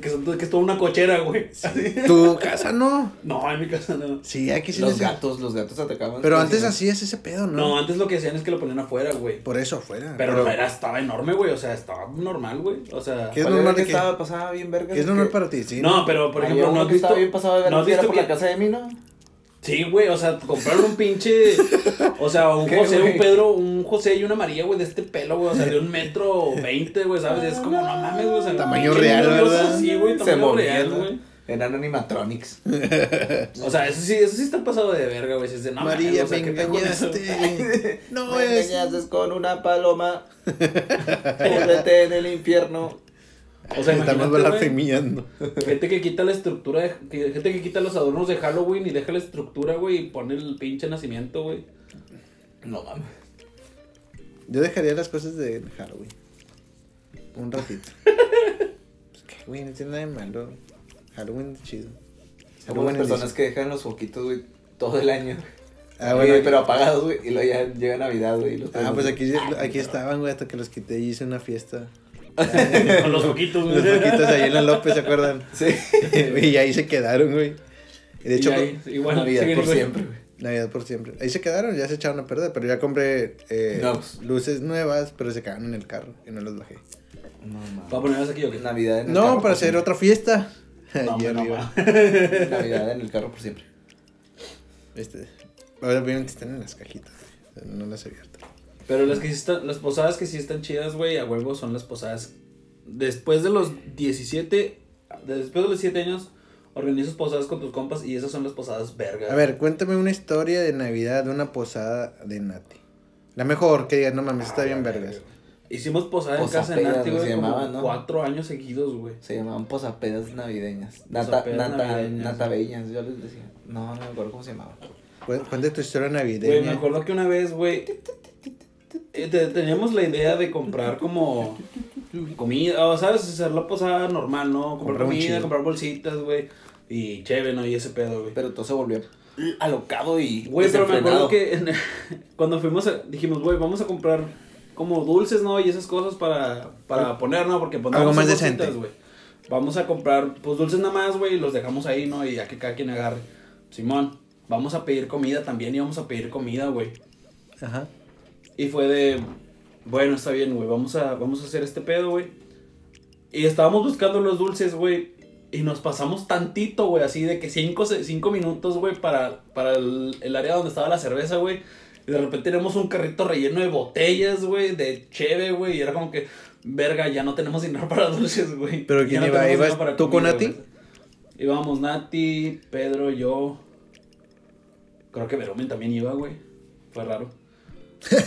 C: que, son- que es toda una cochera, güey. Así.
A: Tu casa no.
C: No, en mi casa no.
A: Sí, aquí sí
B: Los
A: les-
B: gatos, los gatos atacaban.
A: Pero antes así es ese pedo, ¿no?
C: No, antes lo que hacían es que lo ponían afuera, güey.
A: Por eso afuera.
C: Pero no era, estaba enorme, güey. O sea, estaba normal, güey. O sea.
A: ¿Qué?
B: Es normal que
A: que-
B: estaba pasada bien verga.
A: ¿Qué es normal para ti? Sí.
C: No, pero por ejemplo, no has visto.
B: estaba bien pasado de verga.
C: ¿no has
B: que era
C: visto
B: por
C: que-
B: la casa de mí, ¿no?
C: Sí, güey, o sea, compraron un pinche. O sea, un
B: ¿Qué,
C: José,
B: güey?
C: un Pedro, un José y una María, güey, de este pelo, güey, o sea, de un metro veinte, güey, ¿sabes? Es como, no mames, güey, o sea,
A: Tamaño
C: pinche
A: real,
C: niños
A: ¿verdad?
C: así, güey,
B: Se
C: tamaño real,
B: movían.
C: güey.
B: ¿no? Eran animatronics.
C: O sea, eso sí, eso sí está pasado de verga, güey. si Es de, no,
A: María,
C: mames, o sea,
A: me
C: ¿qué pedo con eso?
A: engañaste. no
B: Me
A: es.
B: engañaste con una paloma. Púdrete en el infierno.
C: O sea,
A: Estamos
C: imagínate, güey,
A: blasfemiando.
C: gente que quita la estructura, de, que- gente que quita los adornos de Halloween y deja la estructura, güey, y pone el pinche nacimiento, güey.
B: No mames.
A: Yo dejaría las cosas de Halloween. Un ratito. Pues que, güey, no tiene nada de malo. Halloween es chido.
B: Como las
A: Halloween es
B: personas que dejan los foquitos, güey, todo el año.
A: Ah,
B: Ah,
A: bueno, aquí-
B: pero apagados, güey, y luego ya llega Navidad, güey. y los
A: Ah,
B: prenden.
A: pues aquí, aquí estaban, güey, hasta que los quité y hice una fiesta.
C: Con los poquitos, güey.
A: Los poquitos ahí en la López, ¿se acuerdan?
B: Sí.
A: y ahí se quedaron, güey. Y de hecho,
C: Y ahí, igual,
B: Navidad
C: siguen
B: por
C: igual.
B: siempre, güey.
A: Navidad por siempre. Ahí se quedaron, ya se echaron a perder, pero ya compré eh,
B: Nuevos.
A: luces nuevas, pero se quedaron en el carro y no los bajé.
B: No mames.
C: Va a ponerlas aquí, ¿o qué?
B: Navidad en el
A: No,
B: carro
A: para
B: por
A: hacer
B: siempre.
A: otra fiesta.
C: pues, No,
A: Allí
C: hombre, no,
A: arriba.
B: Navidad en el carro por siempre.
A: Este, obviamente están en las cajitas, güey, no las he abierto.
C: Pero las que sí están, las posadas que sí están chidas, güey, a huevo son las posadas. Después de los 17, después de los 7 años, organizas posadas con tus compas y esas son las posadas verga.
A: A ver, cuéntame una historia de Navidad de una posada de Nati. La mejor, que digan, no mames, está bien vergas.
C: Hicimos posada en
B: Posa
C: casa de
B: peda,
C: Nati,
B: güey,
C: güey,
B: se
C: como
B: llamaba, ¿no?
C: cuatro años seguidos, güey.
B: Se llamaban posapedas navideñas. Nata,
C: Posapedas
B: nata,
C: navideñas.
B: natabeñas, yo les decía. No, no me acuerdo cómo se llamaba.
A: Cu- Cuenta tu historia
C: Güey, me
A: navideña.
C: acuerdo que una vez, güey, eh, te- teníamos la idea de comprar como comida, o sabes, hacer la posada normal, ¿no? Comprar
A: Comprar un
C: comida,
A: chido.
C: comprar bolsitas, güey, y chévere, ¿no? Y ese pedo, güey.
B: Pero todo se volvió alocado y
C: Güey, pero me
B: desenfrenado.
C: acuerdo que en- cuando fuimos, a- dijimos, güey, vamos a comprar como dulces, ¿no? Y esas cosas para, para poner, ¿no? Porque pues, no
A: Algo
C: vamos a
A: más
C: hacer
A: decente.
C: bolsitas, güey. Vamos a comprar, pues, dulces nada más, güey, y los dejamos ahí, ¿no? Y ya que cada quien agarre. Simón, vamos a pedir comida también y vamos a pedir comida, güey.
A: Ajá.
C: Y fue de, bueno, está bien, güey, vamos a, vamos a hacer este pedo, güey. Y estábamos buscando los dulces, güey. Y nos pasamos tantito, güey, así de que cinco, se- cinco minutos, güey, para, para el, el área donde estaba la cerveza, güey. Y de repente tenemos un carrito relleno de botellas, güey, de cheve, güey. Y era como que, verga, ya no tenemos dinero para dulces, güey.
A: ¿Pero
C: Ya
A: quién
C: no
A: iba?
C: tenemos
A: ¿Ibas
C: dinero para
A: tú con
C: comida,
A: Nati?
C: güey. Íbamos Nati, Pedro, yo. Creo que Veromen también iba, güey. Fue raro.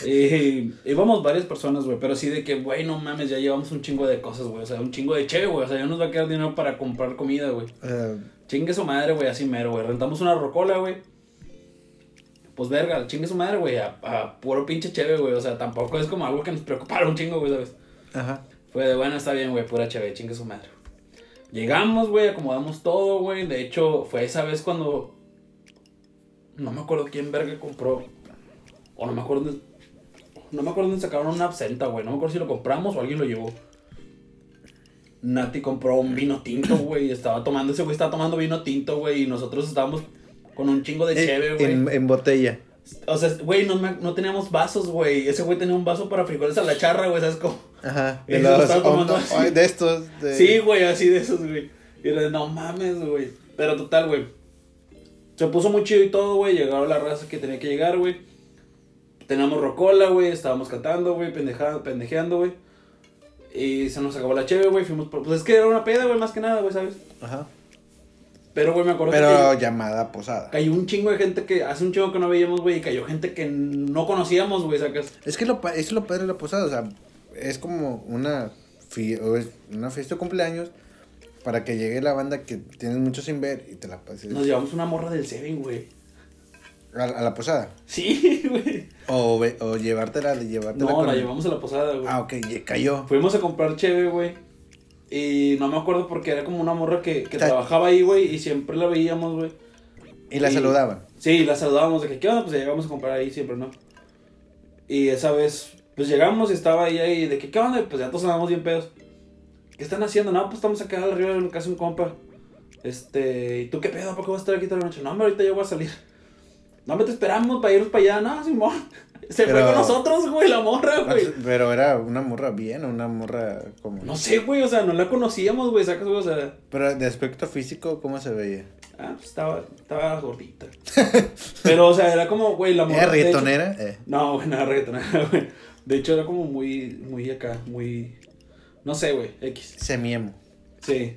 C: Eh, Y íbamos varias personas, güey, pero sí de que, güey, no mames, ya llevamos un chingo de cosas, güey, o sea, un chingo de che, güey, o sea, ya nos va a quedar dinero para comprar comida, güey.
A: O sea,
C: Chingue su madre, güey, así mero, güey, rentamos una rocola, güey. Pues verga, chingue su madre, güey, a, a puro pinche cheve, güey, o sea, tampoco es como algo que nos preocupara un chingo, güey, ¿sabes?
A: ajá.
C: Fue de, bueno, está bien, güey, pura cheve, chingue su madre. Llegamos, güey, acomodamos todo, güey, de hecho, fue esa vez cuando, no me acuerdo quién verga compró, o no me acuerdo dónde- no me acuerdo dónde sacaron una absenta, güey. No me acuerdo si lo compramos o alguien lo llevó. Nati compró un vino tinto, güey. y Estaba tomando, ese güey estaba tomando vino tinto, güey. Y nosotros estábamos con un chingo de
A: Eh,
C: cheve,
A: en,
C: güey.
A: en botella.
C: O sea, güey, no, me- no teníamos vasos, güey. Ese güey tenía un vaso para frijoles a la charra, güey. ¿Sabes cómo?
A: Ajá.
C: Y
A: De
C: eso
A: los
C: estaba tomando
A: oh,
C: así.
A: ay, de estos. de-
C: Sí, güey, así de esos, güey. Y era de, no mames, güey. Pero total, güey. Se puso muy chido y todo, güey. Llegaron las razas que tenía que llegar, güey. Teníamos rocola, güey. Estábamos cantando, güey. pendeja- Pendejeando, güey. Y se nos acabó la cheve, güey. Fuimos por... Pues es que era una peda, güey, más que nada, güey, ¿sabes?
A: Ajá.
C: Pero, güey, me acuerdo
A: Pero
C: que
A: llamada posada.
C: cayó un chingo de gente que... Hace un chingo que no veíamos, güey. Y cayó gente que no conocíamos, güey, sacas.
A: Es que lo, pa- es lo padre de la posada, o sea, es como una, fie- o es una fiesta de cumpleaños para que llegue la banda que tienes mucho sin ver y te la pases
C: Nos llevamos una morra del Seven, güey.
A: a, a la posada.
C: Sí, güey.
A: O, ve- o llevártela, llevártela
C: No,
A: con-
C: la llevamos a la posada, güey.
A: Ah, ok, ye- cayó.
C: Fuimos a comprar cheve, güey. Y no me acuerdo porque era como una morra que, que
A: Ta-
C: trabajaba ahí, güey, y siempre la veíamos, güey.
A: Y la
C: Y-
A: saludaban.
C: Sí, la saludábamos de que, ¿qué onda? Pues llegamos a comprar ahí siempre, ¿no? Y esa vez, pues llegamos y estaba ahí, ahí de que, ¿qué onda? Pues ya todos andábamos bien pedos. ¿Qué están haciendo? No, pues estamos acá arriba de casa de un compa. Este, ¿y tú qué pedo? ¿Por qué vas a estar aquí toda la noche? No, hombre, ahorita yo voy a salir. No, hombre, te esperamos para irnos para allá. No, Simón. Se fue
A: Pero-
C: con nosotros, güey, la morra, güey.
A: Pero era una morra bien, o una morra como...
C: No sé, güey, o sea, no la conocíamos, güey, sacas, güey, o sea,
A: Pero de aspecto físico, ¿cómo se veía?
C: ah, pues, estaba, estaba gordita. Pero, o sea, era como, güey, la morra.
A: ¿Era
C: de hecho-
A: reggaetonera? Eh.
C: No, güey, no era reggaetonera, güey. De hecho, era como muy, muy acá, muy, no sé, güey, X.
A: Semiemo.
C: Sí,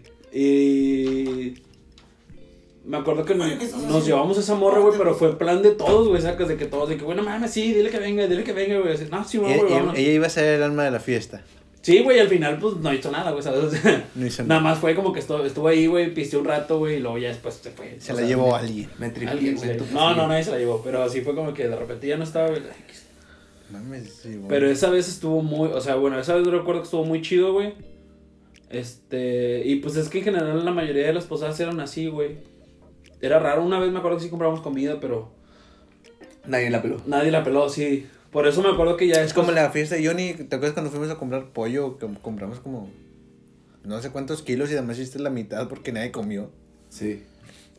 C: y me acuerdo que nos, nos llevamos a esa morra, güey, pero fue plan de todos, güey, sacas, de que todos, de que, bueno, mames, sí, dile que venga, dile que venga, güey, así, no, sí,
A: E-
C: güey,
A: e-
C: vámonos.
A: ella iba a ser el alma de la fiesta.
C: Sí, güey, al final, pues, no hizo nada, güey, ¿sabes? O sea,
A: No hizo
C: Nada
A: nada.
C: más fue como que estuvo, estuvo ahí, güey, pisteó un rato, güey, y luego ya después se fue.
A: Se
C: O
A: la
C: sea,
A: llevó alguien.
B: Me tripié,
C: alguien,
B: güey,
C: güey.
B: tú,
C: No,
B: sí.
C: no, nadie se la llevó, pero así fue como que de repente ya no estaba, güey.
A: Mames, sí, güey.
C: Pero esa vez estuvo muy, o sea, bueno, esa vez yo recuerdo que estuvo muy chido, güey. Este, y pues es que en general la mayoría de las posadas eran así, güey. Era raro, una vez me acuerdo que sí compramos comida, pero
B: Nadie la peló.
C: nadie la peló, sí. Por eso me acuerdo que ya
A: Es como la fiesta de Johnny, ¿te acuerdas cuando fuimos a comprar pollo? Que compramos como no sé cuántos kilos y además hiciste la mitad porque nadie comió.
B: Sí.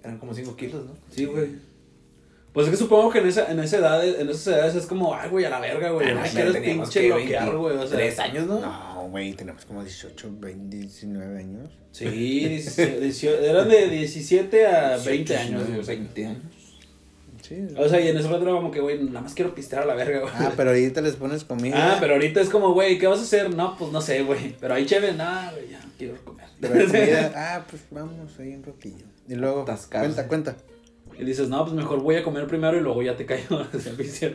B: Eran como 5 kilos, ¿no?
C: Sí, güey. Pues es que supongo que en esa, en esa edad, en esas edades es como, ay, güey, a la verga, güey.
B: Ah,
C: Ay,
B: no,
C: quieres
B: teníamos
C: pinche
B: que
C: bloquear, güey. O sea,
B: 23 años, ¿no?
A: No, güey, tenemos como 18, 20, 19 años.
C: Sí, 17, 18 eran de 17 a 20 años, güey.
B: 20 años.
A: Sí.
C: O sea, y en ese rato era como que, güey, nada más quiero pistear a la verga, güey.
A: Ah, pues, pero ahí te les pones comida.
C: Ah, pero ahorita es como, güey, ¿qué vas a hacer? No, pues no sé, güey. Pero ahí chévere, nada, güey, ya no quiero comer.
A: Pero hay comida. Ah, pues vamos ahí un ratillo. Y luego,
B: Atascarse.
A: cuenta, cuenta.
C: Y dices, no, pues mejor voy a comer primero y luego ya te caigo pues, al servicio.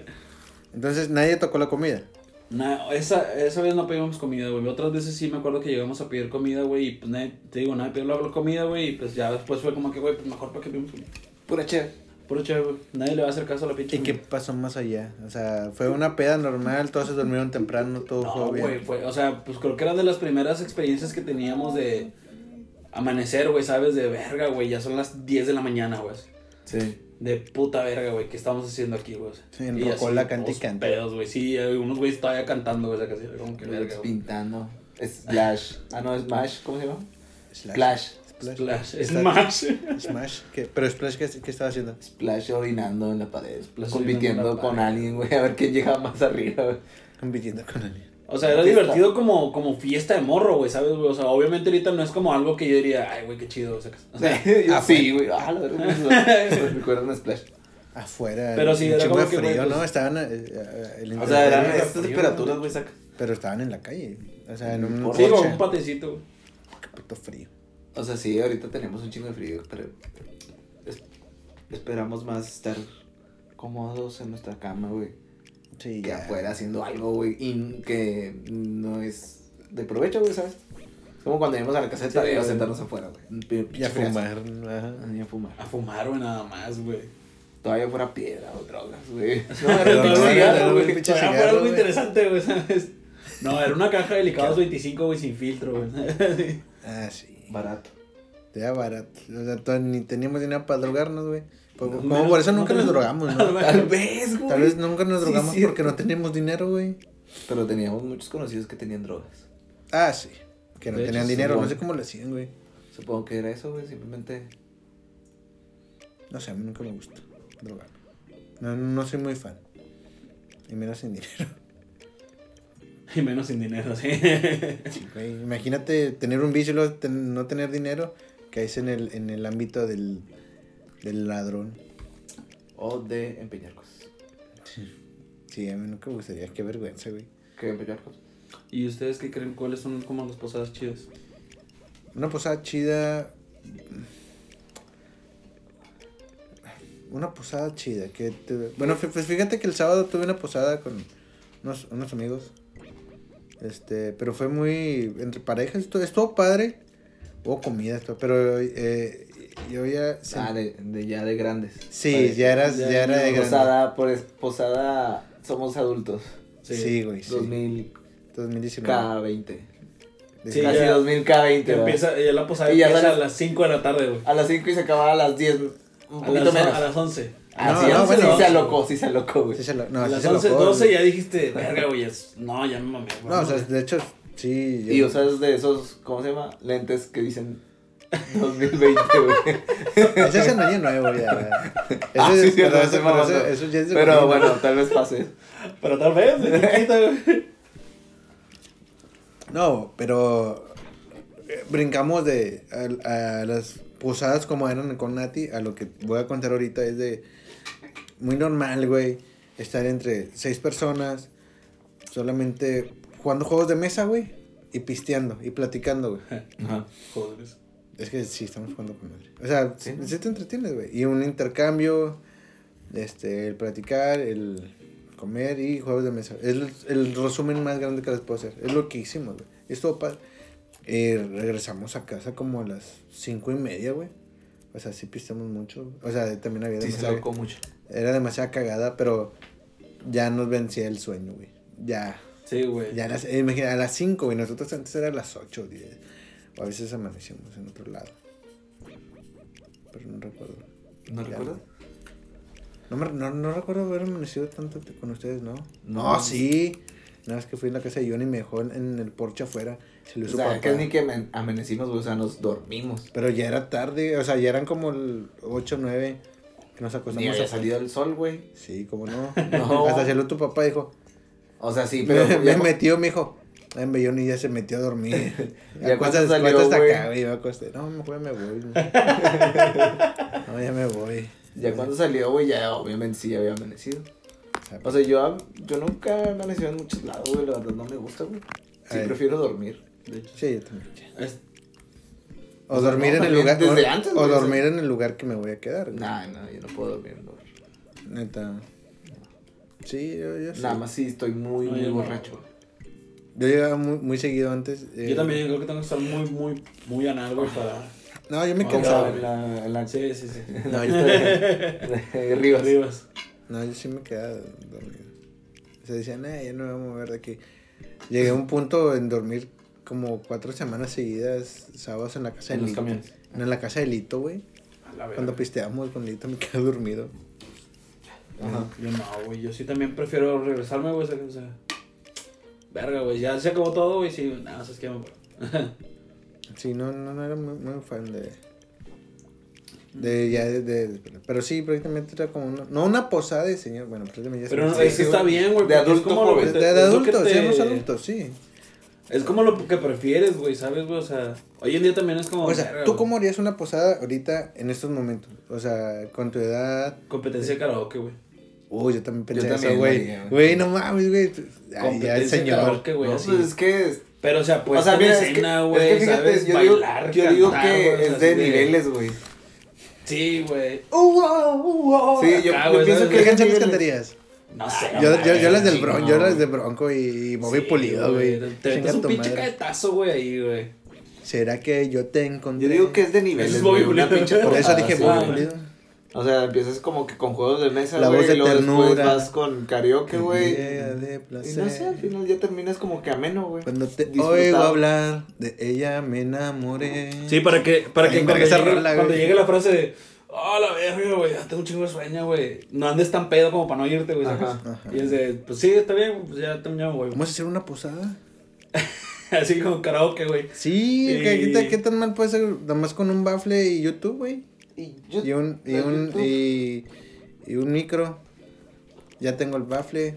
A: Entonces nadie tocó la comida.
C: No, esa, esa vez no pedimos comida, güey. Otras veces sí me acuerdo que llegamos a pedir comida, güey. Y pues nadie, te digo, nadie pidió la comida, güey. Y pues ya después fue como que, güey, pues mejor para que pedimos comida.
B: Pura chévere.
C: Puro chévere, güey. Nadie le va a hacer caso a la pinche.
A: ¿Y qué
C: comida.
A: pasó más allá? O sea, fue una peda normal, todos se durmieron temprano, todo
C: No,
A: fue bien.
C: güey, fue, o sea, pues creo que era de las primeras experiencias que teníamos de amanecer, güey, ¿sabes? De verga, güey. Ya son las 10 de la mañana, güey.
B: Sí.
C: De puta verga, güey, ¿qué estamos haciendo aquí, güey? O sea,
A: Sí, en
C: y así,
A: Rocola canta y
C: todos
A: canta.
C: Pedos, güey, sí, hay unos güeyes todavía cantando, güey, o sea, casi, como que verga, güey.
B: Pintando. Splash. Ah, no, Smash. ¿Cómo se llama? Splash.
A: Splash.
C: Splash, es
A: Está-
C: más.
A: Smash. ¿Qué? Pero Splash, ¿qué, qué estaba haciendo?
B: Splash orinando en la pared.
C: Splash orinando en
B: compitiendo
C: la
B: con
C: pared.
B: alguien, güey. A ver quién llega más arriba, güey.
A: Compitiendo con alguien.
C: O sea, era
B: Fiesta.
C: divertido como, como fiesta de morro, güey, ¿sabes, güey? O sea, obviamente ahorita no es como algo que yo diría, ay, güey, qué chido, o sea, o sea,
B: Yo
A: Ah,
B: sí, güey. Ah, la verdad. Recuerdan a Splash.
A: Afuera.
C: Pero sí,
A: un
C: era
A: chingo
C: como
A: de
C: que,
A: frío,
C: güey, pues-
A: ¿no? Estaban. eh, eh, el
B: O sea, eran
A: interior,
C: era-
B: estas temperaturas, güey, saca.
A: Pero estaban en la calle. O sea, en un.
B: Por-
C: sí,
A: porche.
C: con un patecito, güey.
A: Qué puto frío.
B: O sea, sí, ahorita tenemos un chingo de frío, pero es- esperamos más estar cómodos en nuestra cama, güey.
A: Sí,
B: Y
A: ya.
B: afuera haciendo algo, güey, y que no es de provecho, güey, ¿sabes? Es como cuando íbamos a la casa de tarea a sentarnos afuera, güey.
A: Y a fumar. ajá.
B: Ah, Y a fumar.
C: A fumar, güey, nada más, güey.
B: Todavía fuera piedra o drogas, güey.
C: No, era
A: Pero
C: todo
A: no,
C: cigarro,
A: no,
C: güey,
A: no, pinche
C: todavía fue
A: cigarro,
C: algo
A: güey.
C: interesante, güey, ¿sabes? No, era una caja de licados 25, güey, sin filtro, güey.
A: Ah, sí.
B: Barato.
A: Era barato. O sea, to- ni teníamos dinero para drogarnos, güey. Por-
C: No,
A: como
C: menos-
A: por eso
C: no
A: nunca nos
C: menos-
A: drogamos, ¿no?
B: Tal vez, güey.
A: Tal vez nunca nos
B: Sí,
A: drogamos
B: cierto.
A: porque no teníamos dinero, güey.
B: Pero teníamos muchos conocidos que tenían drogas.
A: Ah, sí. Que no
C: De hecho,
A: tenían
C: sí,
A: dinero. No
B: güey.
A: sé cómo lo hacían, güey.
B: Supongo que era eso, güey, simplemente.
A: No sé, a mí nunca me gusta drogar. No, no soy muy fan. Y menos sin dinero.
C: Y menos sin dinero, sí.
A: Güey, imagínate tener un vicio y luego ten- no tener dinero. Caes en el, en el ámbito del, del ladrón.
B: O de empeñar cosas.
A: Sí, a mí nunca me gustaría. Qué vergüenza, güey.
B: ¿Qué empeñar cosas?
C: ¿Y ustedes qué creen? ¿Cuáles son como las posadas chidas?
A: Una posada chida. Una posada chida. Que te- Bueno, fí- pues fíjate que el sábado tuve una posada con unos, unos amigos. Este, pero fue muy entre parejas, estuvo, estuvo padre. Hubo comida, estuvo- pero eh, yo ya se-
B: Ah, de, de ya de grandes.
A: Sí,
B: Parece.
A: ya eras
C: Ya
A: ya, era de grande.
B: Posada, por es- posada, somos adultos.
A: Sí, güey, sí.
B: 2000
A: 2019.
B: cada 20.
C: Sí,
B: Casi
C: ya.
B: 2000 cada 20.
C: Que
B: ¿verdad?
C: empieza, ya la posada
B: Y ya
C: empieza
B: la-
C: a las 5 de la tarde, güey.
B: A las 5 y se acababa a las 10. Un
C: A
B: poquito
C: las-
B: menos.
C: A las 11.
B: Ah,
A: No,
B: sí,
A: no,
B: sí,
A: bueno.
B: sí se alocó, sí se alocó, güey.
A: Sí se lo- no,
C: a
A: sí
C: las
A: se lo
C: 11,
A: puedo-
C: 12 ya dijiste, verga, güey. es- No, ya me mamé. güey".
A: No, o sea, de hecho, sí.
B: Y usas de esos, ¿cómo se llama? Lentes que dicen 2020, güey.
A: Ese es en año nuevo ya. güey. Ese
B: Ah, sí,
A: es-
B: sí,
A: pero
B: no,
A: ese-
B: estoy
A: pero
B: mamando.
A: ese- eso ya es de
B: Pero
A: rutina.
B: bueno, tal vez pase.
C: Pero tal vez, de chiquito, güey.
A: No, pero eh, brincamos de a, a las posadas como eran con Nati a lo que voy a contar ahorita es de muy normal, güey, estar entre seis personas solamente jugando juegos de mesa, güey, y pisteando y platicando, güey.
B: Ajá.
C: Joder.
A: Es que sí estamos jugando con madre. O sea, sí,
B: Sí.
A: sí te entretienes, güey, y un intercambio este el platicar, el comer y juegos de mesa. Es el, el resumen más grande que les puedo hacer. Es lo que hicimos, güey. Estuvo padre. Eh, regresamos a casa como a las cinco y media, güey. O sea, sí pisteamos mucho. O sea, también había
B: Sí, se
A: demasiada...
B: alocó mucho.
A: Era demasiada cagada, pero ya nos vencía el sueño, güey. Ya.
C: Sí, güey.
A: Ya a las, eh, imagina, a las 5, güey. Nosotros antes era a las 8 o 10. O a veces amanecíamos en otro lado. Pero no recuerdo.
B: ¿No
A: Ya,
B: recuerdas?
A: No, me- no, no recuerdo haber amanecido tanto t- con ustedes, ¿no?
B: No.
A: No, sí. Nada más que fui en la casa de Johnny y me dejó en, en el porche afuera. Se lo
B: O
A: hizo
B: sea,
A: papá.
B: que es ni que amen- amanecimos, güey, o sea, nos dormimos.
A: Pero ya era tarde, o sea, ya eran como el 8 o 9 que nos
B: ni
A: acostamos
B: había
A: a
B: salido el sol, güey.
A: Sí, como no.
B: No.
A: Hasta se lo tu papá dijo.
B: O sea, sí,
A: Me,
B: pero
A: me metió, me dijo. Ay, hombre, Johnny ya se metió a dormir.
B: Ya
A: Ya
B: cuánto
A: cuántas
B: salió,
A: cuántas hasta
B: güey.
A: acá, güey. Me acosté. No, güey, me voy. güey. No, ya me voy.
B: ya cuando salió, güey, ya obviamente sí había amanecido.
A: O sea,
B: O sea, yo, am- yo nunca he amanecido en muchos lados, güey, la verdad no me gusta, güey. Sí,
A: Ay.
B: prefiero dormir.
C: De hecho.
A: sí, yo también.
C: Es-
A: O,
B: O sea,
A: dormir
B: no,
A: en el
B: también
A: lugar.
B: desde
A: o,
B: antes,
A: o
B: güey, o sea.
A: dormir en el lugar que me voy a quedar. güey.
B: Nah, no, yo no puedo dormir, no.
A: Neta. Sí, yo, yo sí.
B: Nada más sí estoy muy,
C: No,
B: muy
C: yo no.
B: borracho.
A: Yo llegaba muy, muy seguido antes. eh,
C: Yo también creo que tengo que estar muy, muy, muy anal, güey, para.
A: No, yo me
C: No,
A: cansaba.
C: no,
A: güey.
B: la, en la-
C: Sí, sí, sí.
B: en la lista de, de Rivas.
C: Rivas.
A: No, yo sí me quedaba dormido. Se decían, eh, ya no me voy a mover de aquí. Llegué a un punto en dormir como cuatro semanas seguidas, sábados en la casa
B: En
A: de
B: los
A: Lito.
B: camiones.
A: No, en la casa de Lito, güey.
C: A la verga.
A: Cuando pisteamos con Lito me quedé dormido.
B: Ajá.
C: Yo no, güey. Yo sí también prefiero regresarme, güey. O sea, que, o sea, verga, güey. Ya se acabó todo, güey. Sí, nada, sabes que me voy.
A: Sí, no, no, no era muy, muy fan de. De,
C: Mm.
A: ya, de, de- pero sí, prácticamente era como una, no una posada de señor, bueno, prácticamente ya
C: Pero no,
A: se me-
C: es que está bien, güey.
B: De
C: porque es
B: adulto
C: como lo que
B: joven.
A: de,
C: te-
A: de
C: es lo que
A: adultos,
C: te-
A: sí, éramos adultos, sí.
C: Es como lo que prefieres, güey, ¿sabes, güey? O sea, hoy en día también es como.
A: O sea,
C: verga,
A: ¿tú
C: güey,
A: cómo harías una posada ahorita en estos momentos? O sea, con tu edad,
C: Competencia de karaoke, güey.
A: Uy, yo también pensé
B: Yo
A: eso,
B: también,
A: güey.
B: güey.
A: Güey, no mames, güey. Ay, ya el
C: Competencia de
A: señor.
C: karaoke, güey.
B: No,
C: así.
B: pues es que es-
C: Pero, o sea, pues,
B: o sea, mira, es
C: escena,
B: que-
C: güey,
B: es que fíjate,
C: ¿sabes?
B: yo digo,
C: Bailar,
B: yo digo
C: cantar,
B: que
C: güey, o sea,
B: es de
C: así
B: niveles, güey.
C: Sí, güey.
A: Uh,
B: Sí, Ah, yo,
C: acá,
B: yo
C: Ah, güey,
B: pienso
C: ¿sabes?
A: ¿Qué
B: que es de
A: canción les
B: niveles.
A: cantarías?
C: No sé.
A: Yo,
C: güey,
A: yo, yo las del
C: chingón,
A: Bronco, yo las
C: güey.
A: de Bronco y Bobby
C: Sí,
A: Pulido, güey.
C: Te
A: Chinga
C: metes un
A: tu
C: pinche
A: madre.
C: caetazo, güey, ahí, güey.
A: ¿Será que yo te encontré?
B: Yo digo que es de
C: Eso
B: niveles,
C: es Bobby
B: güey, una
C: Pulido.
B: pinche
C: Por
A: Por eso
B: portada,
A: dije
B: sí,
A: Bobby
B: güey.
A: Pulido.
B: O sea, empiezas como que con juegos de mesa,
A: La
B: güey,
A: voz de
B: y luego después
A: ternura.
B: vas con karaoke, güey.
A: Idea de
B: Y no sé, al
A: placer.
B: final ya terminas como que ameno, güey.
A: Cuando te
B: Disfrutado.
A: oigo hablar, de ella me enamoré.
C: Sí, para que, para
A: Ay,
C: que
A: me
C: cuando,
A: esa
C: llegue,
A: rola,
C: cuando
A: güey.
C: llegue la frase de, oh, la verga, güey, ya tengo un chingo de sueño, güey. No andes tan pedo como para no irte, güey. ¿sabes?
B: Ajá,
A: ajá.
C: Y es de, pues sí, está bien, pues ya terminamos, güey.
A: ¿Vamos a hacer una posada?
C: Así como karaoke, güey.
A: Sí,
C: Sí.
A: ¿qué- qué, tan- qué tan mal puede ser? Nada más con un bafle y YouTube, güey.
B: Y, yo-
A: Y un, y
B: el
A: un,
B: YouTube.
A: y, y un micro. Ya tengo el bafle.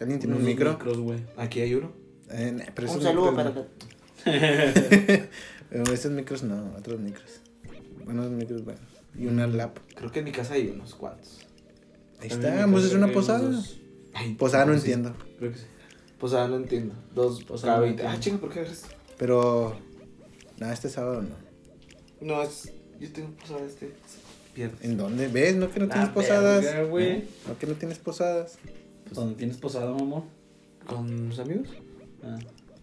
A: ¿Alguien tiene un
C: Unos
A: micro?
C: micros, güey.
B: Aquí hay uno.
A: Eh, nah, pero
B: Un
A: esos
B: saludo para...
A: micros no. Eh, Esos micros no, otros micros. Buenos micros, bueno. Y una lap.
B: Creo que en mi casa hay unos cuantos.
A: Ahí
C: Mm. También
A: está, vamos a hacer
C: creo
A: una
C: que unos
A: posada.
C: dos.
B: Ay,
A: Posada no
B: sí.
A: entiendo.
C: Creo que sí.
B: Posada no entiendo. Dos,
C: Posada
B: posada
C: no
B: 20. Ah,
C: entiendo.
B: chinga, ¿por qué eres?
A: Pero. Nada, este sábado no.
B: No, es... Yo tengo posada este. Viernes.
A: ¿En dónde? ¿Ves? No que no
C: La
A: tienes posadas.
C: Ah, verga, güey.
A: No que no tienes posadas.
C: Pues, ¿Dónde tienes posada, mamón?
B: ¿Con los amigos?
C: Ah.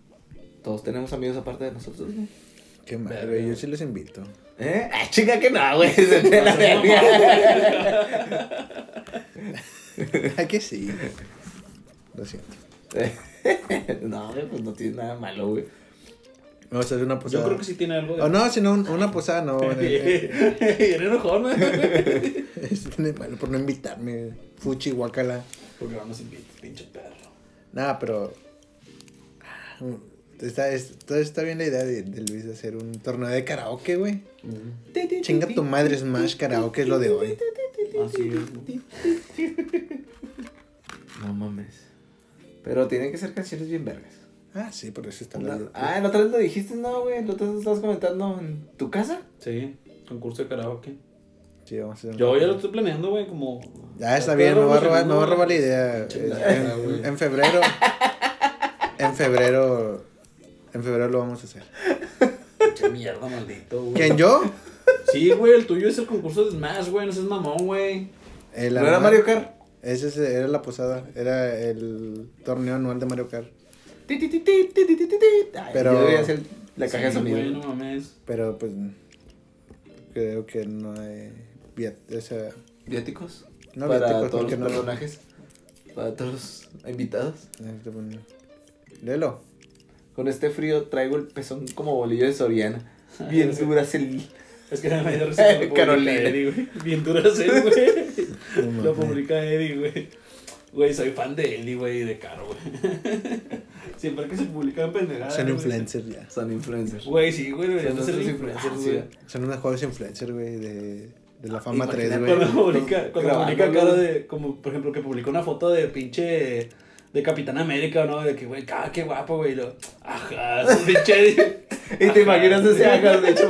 B: Todos tenemos amigos aparte de nosotros, güey.
A: Qué mal, güey. Yo sí les invito.
B: ¿Eh? Ah, chinga que no, güey. Se te la verga.
A: ¿A que sí? Lo siento.
B: No, güey, pues no tiene nada malo, güey.
A: Me vas a hacer una
C: Yo
A: posada.
C: creo que sí tiene algo de...
A: Oh, no, sino un- una posada, no. eh, eh,
C: Bien enojón, güey.
A: Eso tiene malo por no invitarme. Fuchi, guacala.
C: Porque no nos invites, pinche perro.
A: Nada, pero. ah, Está, es- todo está bien la idea de, de Luis de hacer un torneo de karaoke, güey. Chinga tu madre, Smash Karaoke es lo de hoy.
C: Así es.
B: No mames. Pero tienen que ser canciones bien vergas.
A: Ah, sí, por eso está
B: La-
A: la.
B: Ah, la otra vez lo dijiste, no, güey. La otra vez lo estabas comentando en tu casa.
C: Sí, concurso de karaoke.
A: Sí, vamos a hacer un-
C: Yo ya lo estoy planeando, güey, como...
A: Ya está bien, no va a robar, no va a robar la
C: idea.
A: idea. eh,
C: Chingada,
A: En-
C: güey.
A: en febrero. En febrero. En febrero lo vamos a hacer.
C: Qué mierda, maldito, güey.
A: ¿Quién yo?
C: Sí, güey, el tuyo es el concurso de Smash, güey, no seas mamón, güey.
A: El
B: ¿No era
A: anual.
B: Mario Kart?
A: Ese es- era la posada. Era el torneo anual de Mario Kart.
B: Ti, ti, ti, ti, ti, ti, ti, ti, ti. Ay,
A: Pero-
B: Yo debería hacer la caja de
C: Sí,
B: sonido.
C: Güey, no mames.
A: Pero pues. Creo que no hay. via- O sea,
B: ¿Bióticos?
A: No,
B: para
A: bióticos,
B: todos
A: porque
B: los
A: no-
B: personajes. Para todos los invitados.
A: Léelo.
B: Con este frío traigo el pezón como bolillo de Soriana. Bien dura el...
C: Es que me dio risa. que lo publica
B: Carolina.
C: Eddie, güey. Bien dura ser, güey. lo publica Eddie, güey. Güey, soy fan de Eddie, güey, y de Caro, güey. Siempre que se publican pendejadas.
A: Son
C: güey.
A: influencers ya.
B: Son influencers.
C: Güey, sí, güey, deberían de
B: Son
C: ser
B: nuestros
C: influencers,
B: influencers,
C: güey.
A: Son unos jóvenes influencers, güey, de, de la fama 3,
B: Imagínate,
A: güey.
C: Cuando publica, cuando
B: Grabando,
C: publica
B: güey.
C: Caro de, como por ejemplo, que publica una foto de pinche. De Capitán América, ¿no? De que, güey, ah, qué guapo, güey. y lo, Ajá, es un pinche. Eddie.
B: Y te imaginas ese ángel de hecho,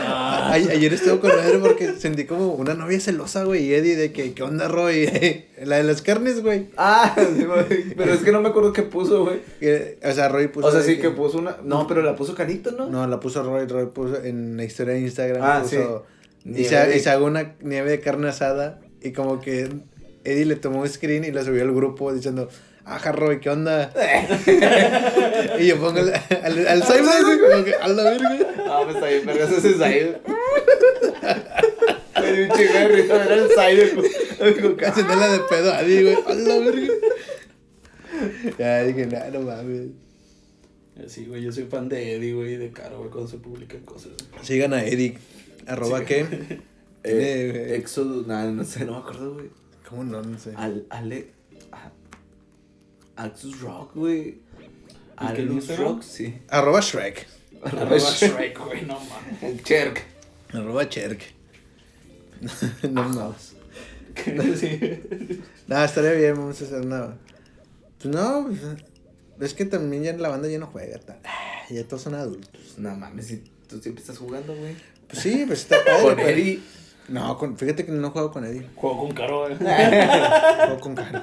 B: Ah.
A: Ay- ayer estuve con Rodri porque sentí como una novia celosa, güey, y Eddie de que, ¿qué onda, Roy? la de las carnes, güey.
B: Ah, sí, güey. pero es que no me acuerdo qué puso, güey.
A: Que- O sea, Roy puso...
B: o sea,
A: de
B: sí que puso una. No, pero la puso Canito, ¿no?
A: No, la puso Roy, Roy puso en la historia de Instagram.
B: Ah,
A: puso,
B: sí.
A: Y
B: Nieve.
A: se, y se hago una nieve de carne asada y como que Eddie le tomó un screen y la subió al grupo diciendo... Ajá, Roy, ¿qué onda? y yo pongo al, al, al Simon así como que, a la verga.
B: Ah, pues está bien, vergas ese Zaid. Me dio un chingo de risa ver al Zaid con- con cara.
A: Haciéndole de pedo a mí, güey. A la verga. Ya dije, nah, no mames.
C: Sí, güey, yo soy fan de Eddie, güey, y de Caro, güey, cuando se publican cosas.
A: Sigan a Eddie. Arroba qué. Tiene,
B: Eh, ah.
A: güey.
B: Exodus, nada, no sé, no me acuerdo, güey.
A: ¿Cómo no? No sé.
B: Al, Ale. a- Axus Rock, güey.
C: ¿Y qué
B: Alus
C: Instagram?
B: Rock, sí.
A: Arroba Shrek.
C: Arroba Shrek, güey, no mames.
B: El Cherk.
A: Arroba Cherk. no mames.
C: Sí.
A: Nada, estaría bien, vamos a hacer nada. Pues no, pues, es que también ya la banda ya no juega. ta- Ah, Ya todos son adultos.
B: Pues, No mames, si tú siempre estás jugando, güey.
A: Pues sí, pues está padre.
B: Con
A: pero-
B: Eddie.
A: No, con- fíjate que no juego con Eddie.
C: Juego con Caro, güey.
A: Juego con Caro.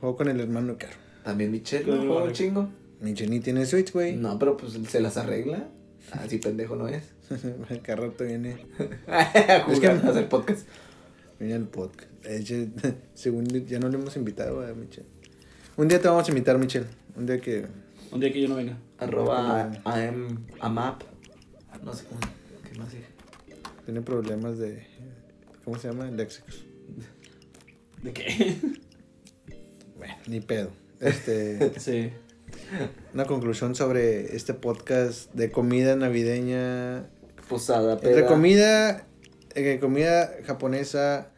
A: Juego con el hermano de Caro.
B: También Michelle, ¿no?
C: Claro,
B: Juega un
C: vale.
B: chingo.
A: Mi Jenny tiene Switch, güey.
B: No, pero pues se las arregla. Así pendejo no es.
A: Cada rato viene,
B: es que
A: que-
B: a hacer podcast.
A: viene el podcast. De hecho, según ya no le hemos invitado a Michelle. Un día te vamos a invitar, Michelle. Un día que.
C: Un día que yo no venga.
B: Arroba am, amap. No sé. ¿Qué más dije?
A: Tiene problemas de. ¿Cómo se llama? Léxicos.
C: ¿De qué?
A: Bueno, ni pedo. Este,
C: Sí.
A: una conclusión sobre este podcast de comida navideña.
B: Posada,
A: Entre
B: peda.
A: comida, eh, comida japonesa,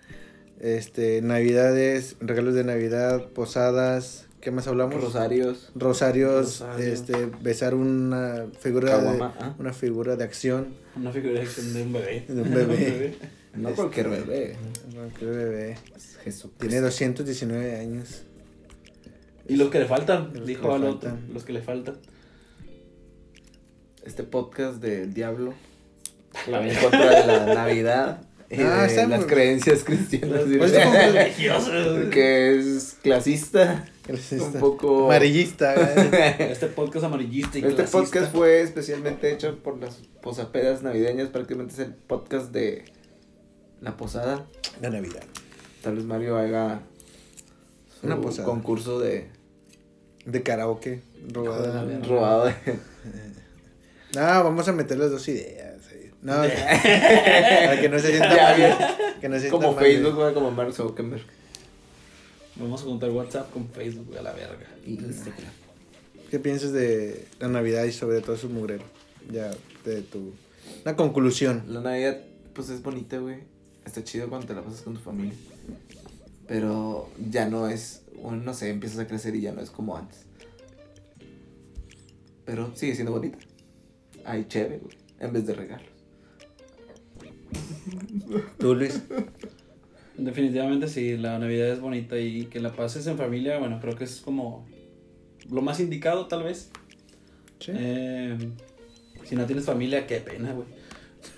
A: este, navidades, regalos de navidad, posadas. ¿Qué más hablamos?
B: Rosarios.
A: Rosarios,
C: Rosario.
A: este, besar una figura de,
B: Caguama, ah.
A: una figura de acción
C: Una figura de acción de un bebé.
A: de un bebé.
B: No cualquier bebé.
A: No, qué bebé.
B: Es Jesús.
A: Tiene 219 años.
C: Y los que le faltan,
A: Los que
C: dijo
A: le
C: al otro.
A: faltan.
C: Los que le faltan.
B: Este podcast del diablo. La en contra de la Navidad. Y
A: Ah,
B: de
A: está
B: las
A: muy-
B: creencias cristianas.
A: Pues esto como que-
C: Religiosos.
B: que es clasista.
A: Clasista.
B: Un poco.
A: Amarillista. ¿eh?
C: Este podcast amarillista y
B: Este
C: clasista.
B: podcast fue especialmente hecho por las posapedas navideñas, prácticamente es el podcast de la posada.
A: La Navidad.
B: Tal vez Mario haga su
A: Una posada.
B: concurso de
A: de karaoke
E: Ah,
B: Ah,
A: robada.
E: Robado de-
A: No, vamos a meter las dos ideas. ahí. No, para que no se sienta
E: Ya,
A: mal,
E: ya.
A: Que no se sienta
E: Como
A: mal,
E: Facebook, güey, como Mark Zuckerberg.
C: Vamos a juntar WhatsApp con Facebook, güey, a la verga.
A: güey. ¿Qué piensas de la Navidad y sobre todo su mugrero? Ya, de tu... Una conclusión.
E: La Navidad, pues es bonita, güey. Está chido cuando te la pasas con tu familia. Pero ya no es. Uno, no sé, empiezas a crecer y ya no es como antes. Pero sigue siendo bonita. Ay, chévere, güey. En vez de regalos.
A: Tú, Luis.
C: Definitivamente sí, la Navidad es bonita y que la pases en familia, bueno, creo que es como lo más indicado tal vez.
A: Sí.
C: Eh, si no tienes familia, qué pena, güey.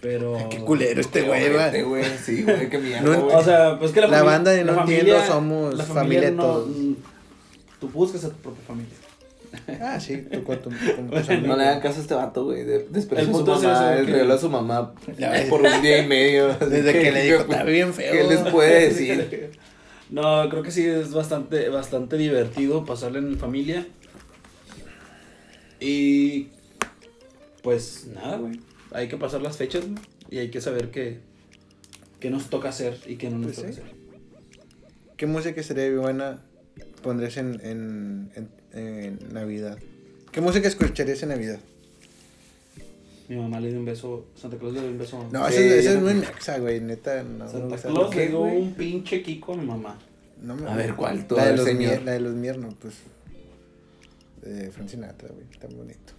C: Pero...
A: Qué culero este güey, va.
E: Este, güey, sí, güey, qué mierda,
A: No-
E: güey.
C: O sea, pues que la,
A: La
C: fami-
A: banda de
C: la
A: No
C: familia-
A: Entiendo somos familia todos.
C: mm, Tú buscas a tu propia familia.
A: Ah, sí, tú con tu, con tus
E: No
A: amigos.
E: le hagan caso a este vato, güey. de-
C: El
E: Despreció a su
C: punto es
A: Ah,
E: mamá,
C: eso,
E: el
C: que-
E: regaló a su mamá
A: Ya ves.
E: por un día y medio.
A: Desde que le dijo, está bien feo.
E: pues, ¿Qué les puede decir?
C: No, creo que sí es bastante, bastante divertido pasarla en familia. Y pues nada, güey. Hay que pasar las fechas, güey. Y hay que saber qué, qué nos toca hacer y qué no nos
A: Pues
C: toca
A: sí.
C: hacer.
A: ¿Qué música sería buena pondrías en, en, en, en Navidad? ¿Qué música escucharías en Navidad?
C: Mi mamá le dio un beso, Santa Claus le dio un beso.
A: No,
E: Sí,
A: esa, es-
E: yo
A: esa es
E: no-
A: muy mexa, güey, neta. No, me
C: Santa
A: gusta.
C: Claus
E: ¿Qué,
C: le dio
E: güey?
C: un pinche Kiko a mi mamá.
A: No me-
E: A ver, ¿cuál? Tú,
A: La
E: a
A: de,
E: ver,
A: los
E: señor.
A: mier, la de los mier, no, pues. De Frank Sinatra, güey, tan bonito.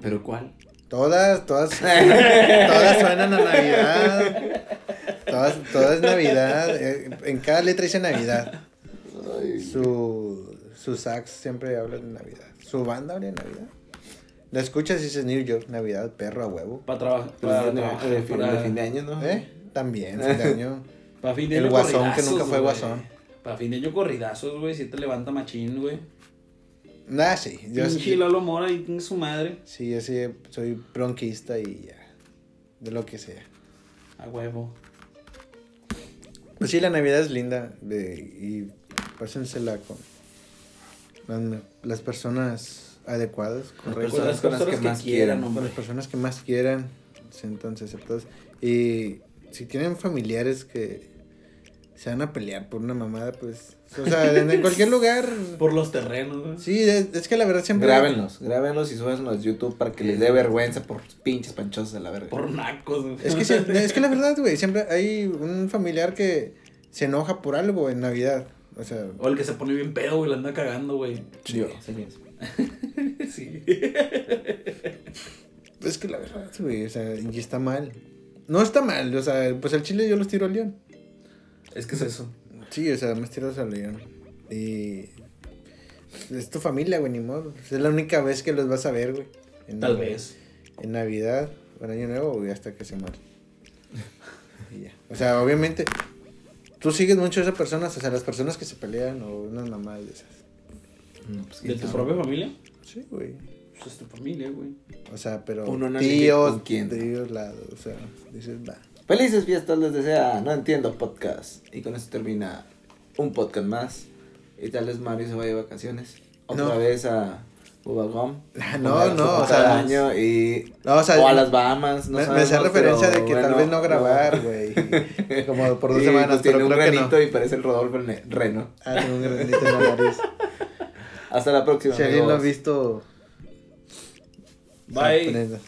E: ¿Pero cuál?
A: Todas, todas, todas suenan a Navidad. Todas, todas es Navidad. eh, En cada letra dice Navidad. Su, su sax siempre habla de Navidad. Su banda habla de Navidad. La escuchas y dices New York, Navidad, perro a huevo.
C: Para trabajar.
E: Pues,
C: Para,
E: de-
C: trabajar,
E: de fin- de
C: para-
E: fin de año, ¿no?
A: ¿Eh? También, fin de año.
C: para fin de
A: El
C: año
A: guasón, que
C: corridazos,
A: nunca fue
C: güey.
A: guasón.
C: Para fin de año corridazos, güey. Si te levanta machín, güey.
A: Nah, sí. Yo,
C: Pinche Lalo Mora y chingue su madre.
A: sí, yo sí soy bronquista y ya. De lo que sea.
C: A huevo.
A: Pues sí, la Navidad es linda de- y pásensela con las, me- las personas adecuadas,
C: Con
A: correctas,
C: las
E: Personas con las
C: personas
E: que
C: que
E: más
C: quieran,
E: quieran.
A: con
C: hombre.
A: las personas que más quieran, siéntanse aceptadas. Y si tienen familiares que se van a pelear por una mamada, pues, o sea, en en cualquier lugar.
C: Por los terrenos, güey.
A: Sí, es, es que la verdad siempre...
E: Grábenlos, grábenlos y súbanlos a YouTube para que les dé vergüenza por pinches panchosos de la verga.
C: Por nacos, güey.
A: Es que, se- es que la verdad, güey, siempre hay un familiar que se enoja por algo en Navidad. O sea,
C: O el que se pone bien pedo, güey, la anda cagando, güey.
E: Yo, señores.
C: Sí.
A: Pues Es que la verdad, güey, o sea, y está mal. No está mal, o sea, pues al chile yo los tiro al león.
C: Es que es eso.
A: Sí, o sea, me tiro al león. Y. Es tu familia, güey, ni modo. Es la única vez que los vas a ver, güey. En-
C: Tal vez.
A: En Navidad, o en Año Nuevo, güey, hasta que se muere. Y ya. O sea, obviamente, tú sigues mucho a esas personas, o sea, las personas que se pelean o unas mamás de esas.
E: No, pues,
C: ¿De
E: ¿quién
C: tu
E: sabe?
C: propia familia?
A: Sí, güey.
C: Pues es tu familia, güey.
A: O sea, pero.
E: Uno no elige
A: tíos,
E: con quién.
A: tíos, lados, o sea, dices, va.
E: Felices fiestas les desea, no entiendo podcast. Y con eso termina un podcast más. Y tal vez Mario se vaya de vacaciones. Otra
A: No.
E: vez a Bubagom.
A: No,
E: Otra vez
A: no,
E: a
A: o sea,
E: cada año y.
A: No, o sea,
E: o a las Bahamas, no
A: me, me
E: sabemos,
A: hacía referencia
E: pero
A: de que tal
E: bueno,
A: vez no grabar, güey. Como por dos
E: Y,
A: semanas,
E: pues, tiene
A: pero
E: un
A: creo que no.
E: granito y parece el Rodolfo Ne- Reno.
A: Ah, tengo un granito en la nariz.
E: Hasta la próxima.
A: Si alguien lo ha
E: amigos.
A: visto,
C: Bye.
A: sorprenda.